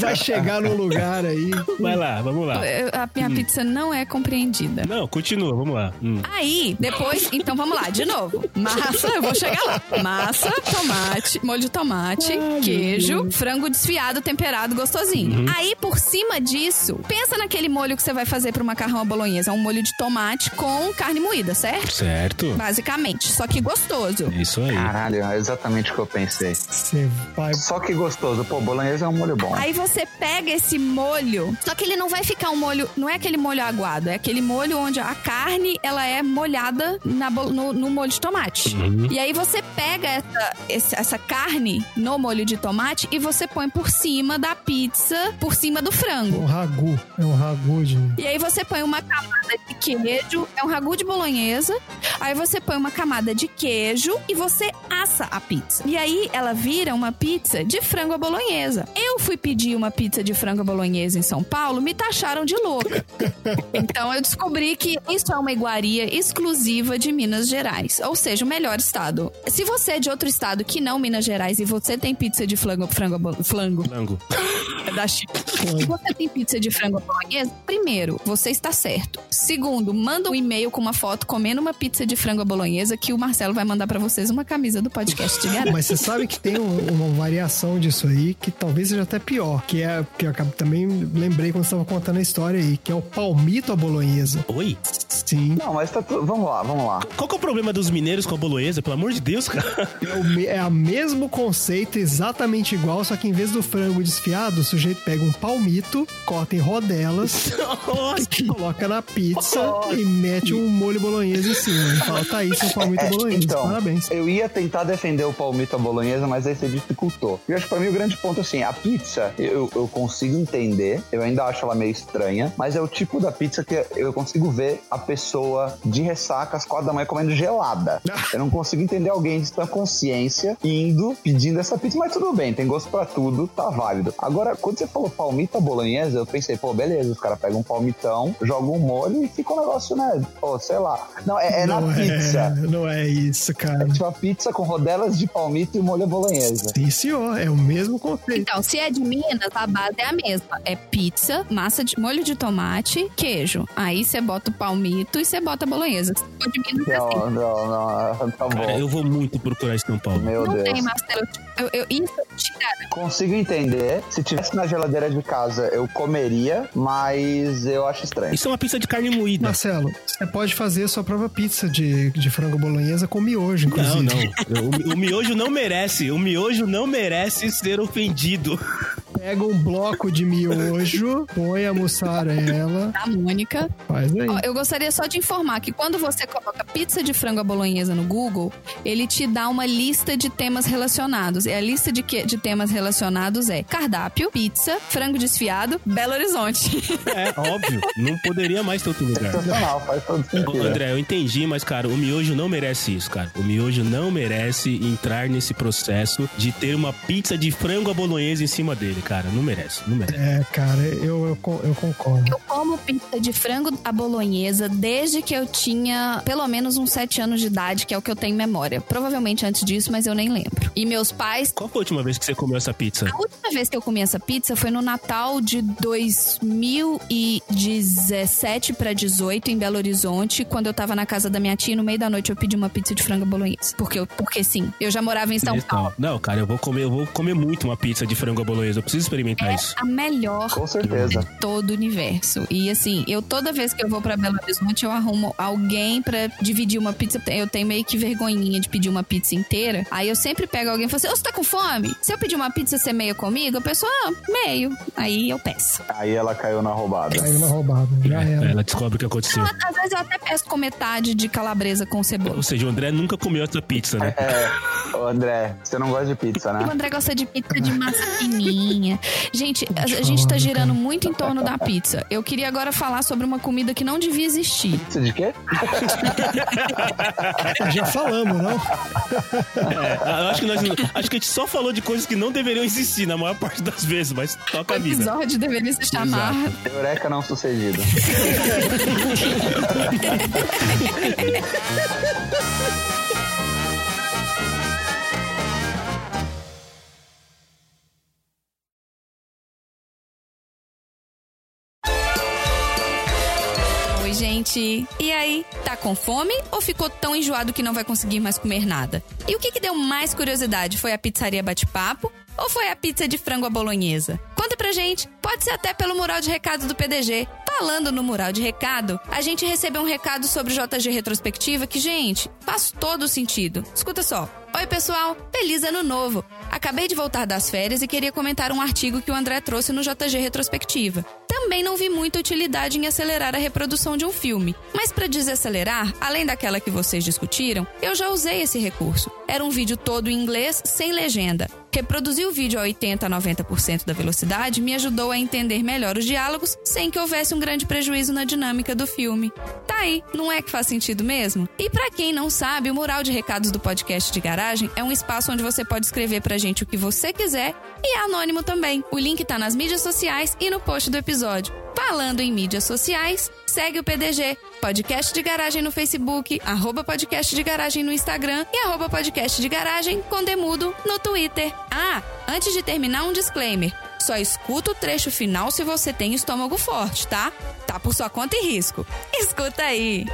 [SPEAKER 3] Vai chegar num lugar aí.
[SPEAKER 1] Vai lá, vamos lá.
[SPEAKER 2] Eu- A minha pizza não é compreendida.
[SPEAKER 1] Não, continua, vamos lá. Hum.
[SPEAKER 2] Aí, depois, então vamos lá, de novo. Massa, eu vou chegar lá. Massa, tomate, molho de tomate, queijo, frango desfiado, temperado, gostosinho. Aí, por cima disso, pensa naquele molho que você vai fazer pro macarrão à bolonhesa. É um molho de tomate com carne moída, certo?
[SPEAKER 1] Certo.
[SPEAKER 2] Basicamente, só que gostoso.
[SPEAKER 1] É isso aí.
[SPEAKER 4] Caralho, é exatamente o que eu pensei.
[SPEAKER 3] Você vai.
[SPEAKER 4] Só que gostoso. Pô, bolonhesa é um molho bom.
[SPEAKER 2] Aí você pega esse molho, só que ele não vai ficar um molho, não é aquele molho aguado, é aquele molho onde a carne ela é molhada na bol- no, no molho de tomate. E aí você pega essa, esse- essa carne no molho de tomate e você põe por cima da pizza, por cima do
[SPEAKER 3] É um
[SPEAKER 2] frango.
[SPEAKER 3] ragu. É um ragu de.
[SPEAKER 2] E aí você põe uma camada de queijo, é um ragu de bolonhesa. Aí você põe uma camada de queijo e você assa a pizza. E aí ela vira uma pizza de frango à bolonhesa. Eu fui pedir uma pizza de frango à bolonhesa em São Paulo, me taxaram de louca. Então eu descobri que isso é uma iguaria exclusiva de Minas Gerais, ou seja, o melhor estado. Se você é de outro estado que não Minas Gerais e você tem pizza de frango, frango, à bo- flango,
[SPEAKER 1] Frango.
[SPEAKER 2] é da China. Se você tem pizza de frango à bolonhesa, primeiro, você está certo. Segundo, manda um e-mail com uma foto comendo uma pizza de frango à bolonhesa que o Marcelo vai mandar pra vocês uma camisa do podcast de garagem.
[SPEAKER 3] Mas você sabe que tem um- uma variação disso aí que talvez seja até pior, que é que eu acabo- também lembrei quando estava contando a história aí, que é o palmito à bolonhesa.
[SPEAKER 1] Oi?
[SPEAKER 3] Sim,
[SPEAKER 4] Não, mas tá tudo. Vamos lá, vamos lá.
[SPEAKER 1] Qual que é o problema dos mineiros com a bolonhesa? Pelo amor de Deus, cara.
[SPEAKER 3] é o me- é o mesmo conceito, exatamente igual, só que em vez do frango desfiado, o sujeito pega um palmito, corta em rodelas,
[SPEAKER 1] Nossa.
[SPEAKER 3] coloca na pizza e mete um molho bolonhesa em cima. E fala, tá aí, seu palmito bolonhesa,
[SPEAKER 4] Então,
[SPEAKER 3] parabéns.
[SPEAKER 4] eu ia tentar defender o palmito à bolonhesa, mas aí você dificultou. E eu acho que pra mim o grande ponto, assim, a pizza, eu, eu consigo entender, eu ainda acho ela meio estranha, mas é o tipo da pizza que eu consigo ver a pe- pessoa de ressaca às quatro da manhã comendo gelada. Eu não consigo entender alguém de sua consciência indo pedindo essa pizza, mas tudo bem, tem gosto pra tudo, tá válido. Agora, quando você falou palmita bolonhesa, eu pensei, pô, beleza, os caras pegam um palmitão, jogam um molho e fica um negócio, né? Pô, sei lá. Não, é, é
[SPEAKER 3] não
[SPEAKER 4] na
[SPEAKER 3] é,
[SPEAKER 4] pizza.
[SPEAKER 3] Não é isso, cara.
[SPEAKER 4] Tipo, a pizza com rodelas de palmito e molho bolonhesa.
[SPEAKER 3] Sim, senhor. É o mesmo conceito.
[SPEAKER 2] Então, se é de Minas, a base é a mesma. É pizza, massa de molho de tomate, queijo. Aí você bota o palmito e você bota a bolonhesa. Se for de Minas, é assim.
[SPEAKER 4] Não, não, não, tá
[SPEAKER 1] Cara,
[SPEAKER 4] bom.
[SPEAKER 1] eu vou muito procurar em São Paulo.
[SPEAKER 4] Meu
[SPEAKER 2] Não
[SPEAKER 4] Deus.
[SPEAKER 2] tem, Marcelo. Eu, eu, isso eu tiraria.
[SPEAKER 4] Consigo entender. Se tivesse na geladeira de casa, eu comeria, mas eu acho estranho.
[SPEAKER 1] Isso é uma pizza de carne moída.
[SPEAKER 3] Marcelo, você pode fazer sua própria pizza de, de frango bolonhesa com miojo, inclusive.
[SPEAKER 1] Não, não. O, o miojo não merece. O miojo não merece ser ofendido.
[SPEAKER 3] Pega um bloco de miojo, põe a mussarela,
[SPEAKER 2] da Mônica.
[SPEAKER 3] faz aí.
[SPEAKER 2] Ó, eu gostaria só de informar que quando você coloca pizza de frango à bolonhesa no Google, ele te dá uma lista de temas relacionados. E a lista de, que, de temas relacionados é cardápio, pizza, frango desfiado, Belo Horizonte.
[SPEAKER 1] É, óbvio. Não poderia mais ter outro lugar.
[SPEAKER 4] Sensacional, faz todo
[SPEAKER 1] é Ô,
[SPEAKER 4] sentido.
[SPEAKER 1] André, eu entendi, mas, cara, o miojo não merece isso, cara. O miojo não merece entrar nesse processo de ter uma pizza de frango à bolonhesa em cima dele, cara. Não merece, não merece.
[SPEAKER 3] É, cara, eu, eu, con- eu concordo.
[SPEAKER 2] Eu como pizza de frango à bolonhesa desde que eu tinha pelo menos uns 7 anos de idade, que é o que eu tenho memória. Provavelmente antes disso, mas eu nem lembro. E meus pais
[SPEAKER 1] Qual foi a última vez que você comeu essa pizza?
[SPEAKER 4] Ah,
[SPEAKER 2] A última vez que eu comi essa pizza foi no Natal de 2017 pra 18 em Belo Horizonte, quando eu tava na casa da minha tia, e no meio da noite eu pedi uma pizza de frango bolonhesa. Porque eu, porque sim, eu já morava em São
[SPEAKER 1] Não,
[SPEAKER 4] então.
[SPEAKER 2] Paulo.
[SPEAKER 1] Não, cara, eu vou comer, eu vou comer muito uma pizza de frango à bolonhesa. Eu preciso experimentar isso.
[SPEAKER 2] A melhor
[SPEAKER 4] Com certeza.
[SPEAKER 2] de todo o universo. E assim, eu toda vez que eu vou pra Belo Horizonte, eu arrumo alguém pra dividir uma pizza. Eu tenho meio que vergonhinha de pedir uma pizza inteira. Aí eu sempre pego alguém e falo assim: Ô, você tá com fome? Se eu pedir uma pizza, você meia comigo? A pessoa, ah, meio. Aí eu peço.
[SPEAKER 4] Aí ela caiu na roubada.
[SPEAKER 3] Caiu na roubada, já
[SPEAKER 1] É,
[SPEAKER 3] era.
[SPEAKER 1] Ela descobre o que aconteceu.
[SPEAKER 2] Ela- Às vezes eu até peço com metade de calabresa com cebola.
[SPEAKER 1] Ou seja, o André nunca comeu essa pizza, né?
[SPEAKER 4] É, ô, André, você não gosta de pizza,
[SPEAKER 2] O
[SPEAKER 4] né?
[SPEAKER 2] André gosta de pizza de massa fininha. Gente, a,
[SPEAKER 3] te
[SPEAKER 2] a gente tá
[SPEAKER 3] falando,
[SPEAKER 2] girando muito em torno da pizza. Eu queria agora falar sobre uma comida que não devia existir.
[SPEAKER 4] Pizza de quê?
[SPEAKER 3] Já falamos, não?
[SPEAKER 1] É, eu acho que nós. Acho que a gente só falou de coisas que não deveriam existir na maior parte das vezes, mas
[SPEAKER 2] O
[SPEAKER 1] toca a vida.
[SPEAKER 2] episódio deveria se chamar
[SPEAKER 4] Eureka não sucedido.
[SPEAKER 2] Oi, gente. E aí, tá com fome ou ficou tão enjoado que não vai conseguir mais comer nada? E o que, que deu mais curiosidade? Foi a pizzaria bate-papo ou foi a pizza de frango à bolonhesa? Conta pra gente, pode ser até pelo mural de recado do PDG. Falando no mural de recado, a gente recebeu um recado sobre JG Retrospectiva que, gente, faz todo sentido. Escuta só. Oi, pessoal! Feliz ano novo! Acabei de voltar das férias e queria comentar um artigo que o André trouxe no JG Retrospectiva. Também não vi muita utilidade em acelerar a reprodução de um filme, mas para desacelerar, além daquela que vocês discutiram, eu já usei esse recurso. Era um vídeo todo em inglês, sem legenda. Reproduzir o vídeo a 80 a 90% da velocidade me ajudou a entender melhor os diálogos sem que houvesse um grande prejuízo na dinâmica do filme. Tá aí, não é que faz sentido mesmo? E pra quem não sabe, o mural de recados do podcast de garagem é um espaço onde você pode escrever pra gente o que você quiser e é anônimo também. O link tá nas mídias sociais e no post do episódio. Falando em mídias sociais, segue o PDG, Podcast de Garagem no Facebook, arroba Podcast de Garagem no Instagram e arroba Podcast de Garagem com Demudo no Twitter. Ah, antes de terminar, um disclaimer. Só escuta o trecho final se você tem estômago forte, tá? Tá por sua conta e risco. Escuta aí!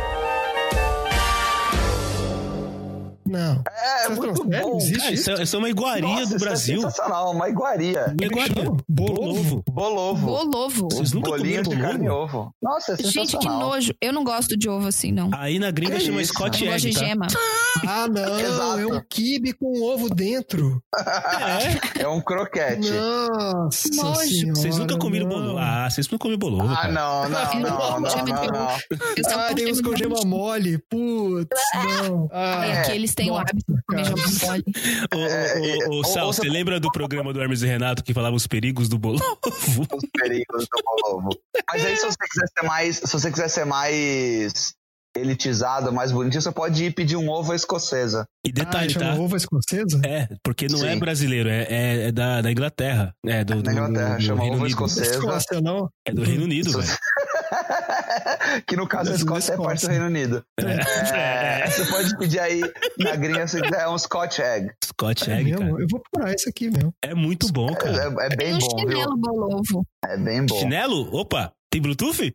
[SPEAKER 3] Não.
[SPEAKER 4] É,
[SPEAKER 3] Vocês
[SPEAKER 4] muito
[SPEAKER 3] trouxeram?
[SPEAKER 4] bom.
[SPEAKER 3] Existe
[SPEAKER 1] Cara,
[SPEAKER 3] isso?
[SPEAKER 1] isso, é, isso é uma iguaria
[SPEAKER 4] Nossa,
[SPEAKER 1] do
[SPEAKER 4] isso
[SPEAKER 1] Brasil.
[SPEAKER 4] É sensacional, uma iguaria.
[SPEAKER 1] É iguaria.
[SPEAKER 3] Bolovo.
[SPEAKER 1] Bolovo.
[SPEAKER 4] Bolovo.
[SPEAKER 2] Bolovo.
[SPEAKER 1] Vocês nunca
[SPEAKER 4] Bolinhos de
[SPEAKER 1] comeram
[SPEAKER 4] carne e
[SPEAKER 1] bolovo?
[SPEAKER 4] ovo. Nossa, é sensacional.
[SPEAKER 2] Gente, que nojo. Eu não gosto de ovo assim, não.
[SPEAKER 1] Aí na gringa
[SPEAKER 4] Que
[SPEAKER 1] chama
[SPEAKER 4] isso?
[SPEAKER 1] Scott
[SPEAKER 2] Eu gosto de
[SPEAKER 1] Egg, tá?
[SPEAKER 2] gema.
[SPEAKER 3] Ah, não.
[SPEAKER 4] Exato.
[SPEAKER 3] É um quibe com ovo dentro.
[SPEAKER 4] É um croquete.
[SPEAKER 3] Nossa
[SPEAKER 2] Nojo.
[SPEAKER 3] senhora,
[SPEAKER 1] Vocês nunca comeram
[SPEAKER 3] não.
[SPEAKER 1] bolovo? Ah, vocês nunca comeram bolovo,
[SPEAKER 4] Ah,
[SPEAKER 1] cara.
[SPEAKER 4] não, não,
[SPEAKER 2] Eu não
[SPEAKER 4] não,
[SPEAKER 2] como
[SPEAKER 4] não,
[SPEAKER 2] gema
[SPEAKER 4] não,
[SPEAKER 2] de ovo.
[SPEAKER 4] não.
[SPEAKER 2] Eu só
[SPEAKER 3] Ah,
[SPEAKER 2] como
[SPEAKER 3] tem uns com
[SPEAKER 2] gema
[SPEAKER 3] gema mole. Putz, não. Ah,
[SPEAKER 2] É, que eles têm o
[SPEAKER 3] Nossa,
[SPEAKER 2] hábito de comer
[SPEAKER 3] cara.
[SPEAKER 2] gema mole.
[SPEAKER 1] Ô, ô,
[SPEAKER 4] É, é,
[SPEAKER 1] ô, ô,
[SPEAKER 4] ou-
[SPEAKER 1] Sal,
[SPEAKER 4] ou
[SPEAKER 1] você
[SPEAKER 4] você-
[SPEAKER 1] lembra do programa do Hermes e Renato que falava os perigos do bolovo?
[SPEAKER 4] os perigos do bolovo. Mas aí, se você quiser ser mais, se você quiser ser mais elitizada, mais bonitinha, você pode ir pedir um ovo à escocesa.
[SPEAKER 1] E detalhe,
[SPEAKER 3] ah,
[SPEAKER 1] tá?
[SPEAKER 3] chama ovo escocesa?
[SPEAKER 1] É, porque não é
[SPEAKER 4] Sim.
[SPEAKER 1] brasileiro, é, é, é da, da Inglaterra. É, do, do,
[SPEAKER 4] Na Inglaterra,
[SPEAKER 1] do- do
[SPEAKER 4] chama
[SPEAKER 1] Reino
[SPEAKER 4] ovo
[SPEAKER 1] Unido.
[SPEAKER 4] escocesa.
[SPEAKER 3] Escócia, não?
[SPEAKER 1] É do Reino Unido, velho.
[SPEAKER 4] que no caso a
[SPEAKER 3] Mas
[SPEAKER 4] Escócia é
[SPEAKER 3] Escócia.
[SPEAKER 4] parte do Reino Unido.
[SPEAKER 1] um É.
[SPEAKER 4] É, você pode pedir aí na gringa se quiser um Scotch Egg.
[SPEAKER 1] Scott
[SPEAKER 3] É
[SPEAKER 1] Egg, cara.
[SPEAKER 3] mesmo? Eu vou procurar isso aqui mesmo.
[SPEAKER 1] É muito bom, cara.
[SPEAKER 4] É, é
[SPEAKER 2] Tem
[SPEAKER 4] bem
[SPEAKER 2] um
[SPEAKER 4] bom, viu?
[SPEAKER 2] chinelo bolovo.
[SPEAKER 4] É bem bom.
[SPEAKER 1] Chinelo? Opa, tem Bluetooth?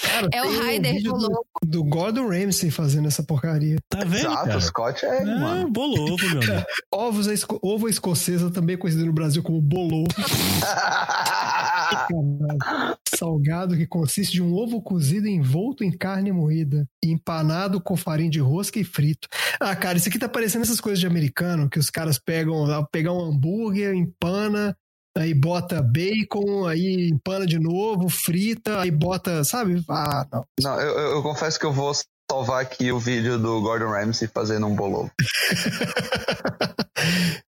[SPEAKER 3] Cara,
[SPEAKER 2] É o
[SPEAKER 3] tem um
[SPEAKER 2] Raider
[SPEAKER 3] vídeo do,
[SPEAKER 2] bolovo.
[SPEAKER 3] do Gordon Ramsay fazendo essa porcaria.
[SPEAKER 1] Tá vendo,
[SPEAKER 4] Exato,
[SPEAKER 1] cara?
[SPEAKER 4] Scotch Egg,
[SPEAKER 1] É,
[SPEAKER 4] mano.
[SPEAKER 1] bolovo, meu amigo.
[SPEAKER 3] Ovos, à esco- ovo à escocesa, também conhecido no Brasil como bolô. Caralho. Salgado que consiste de um ovo cozido envolto em carne moída, e empanado com farinha de rosca e frito. Ah, cara, isso aqui tá parecendo essas coisas de americano, que os caras pegam, ah, pegar um hambúrguer, empana, aí bota bacon, aí empana de novo, frita, aí bota, sabe? Ah, não.
[SPEAKER 4] Não, eu, eu- eu confesso que eu vou salvar aqui o vídeo do Gordon Ramsay fazendo um bolo.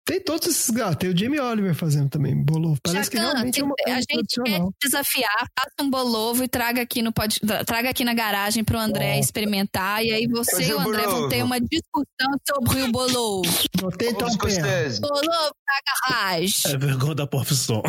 [SPEAKER 3] Tem todos esses, ah, tem o Jamie Oliver fazendo também, bolovo. Parece que
[SPEAKER 2] Jacan,
[SPEAKER 3] realmente é uma
[SPEAKER 2] a
[SPEAKER 3] coisa
[SPEAKER 2] gente quer
[SPEAKER 3] tradicional.
[SPEAKER 2] te desafiar, faça um bolovo e traga aqui, no pod... traga aqui na garagem pro André experimentar. E aí você
[SPEAKER 4] Fazer
[SPEAKER 2] e o André vão
[SPEAKER 4] bolovo.
[SPEAKER 2] ter uma discussão sobre o bolovo.
[SPEAKER 3] Botei então
[SPEAKER 4] Ovos
[SPEAKER 3] o pé.
[SPEAKER 4] escoceses.
[SPEAKER 2] Bolovo na garagem.
[SPEAKER 1] É vergonha da profissão.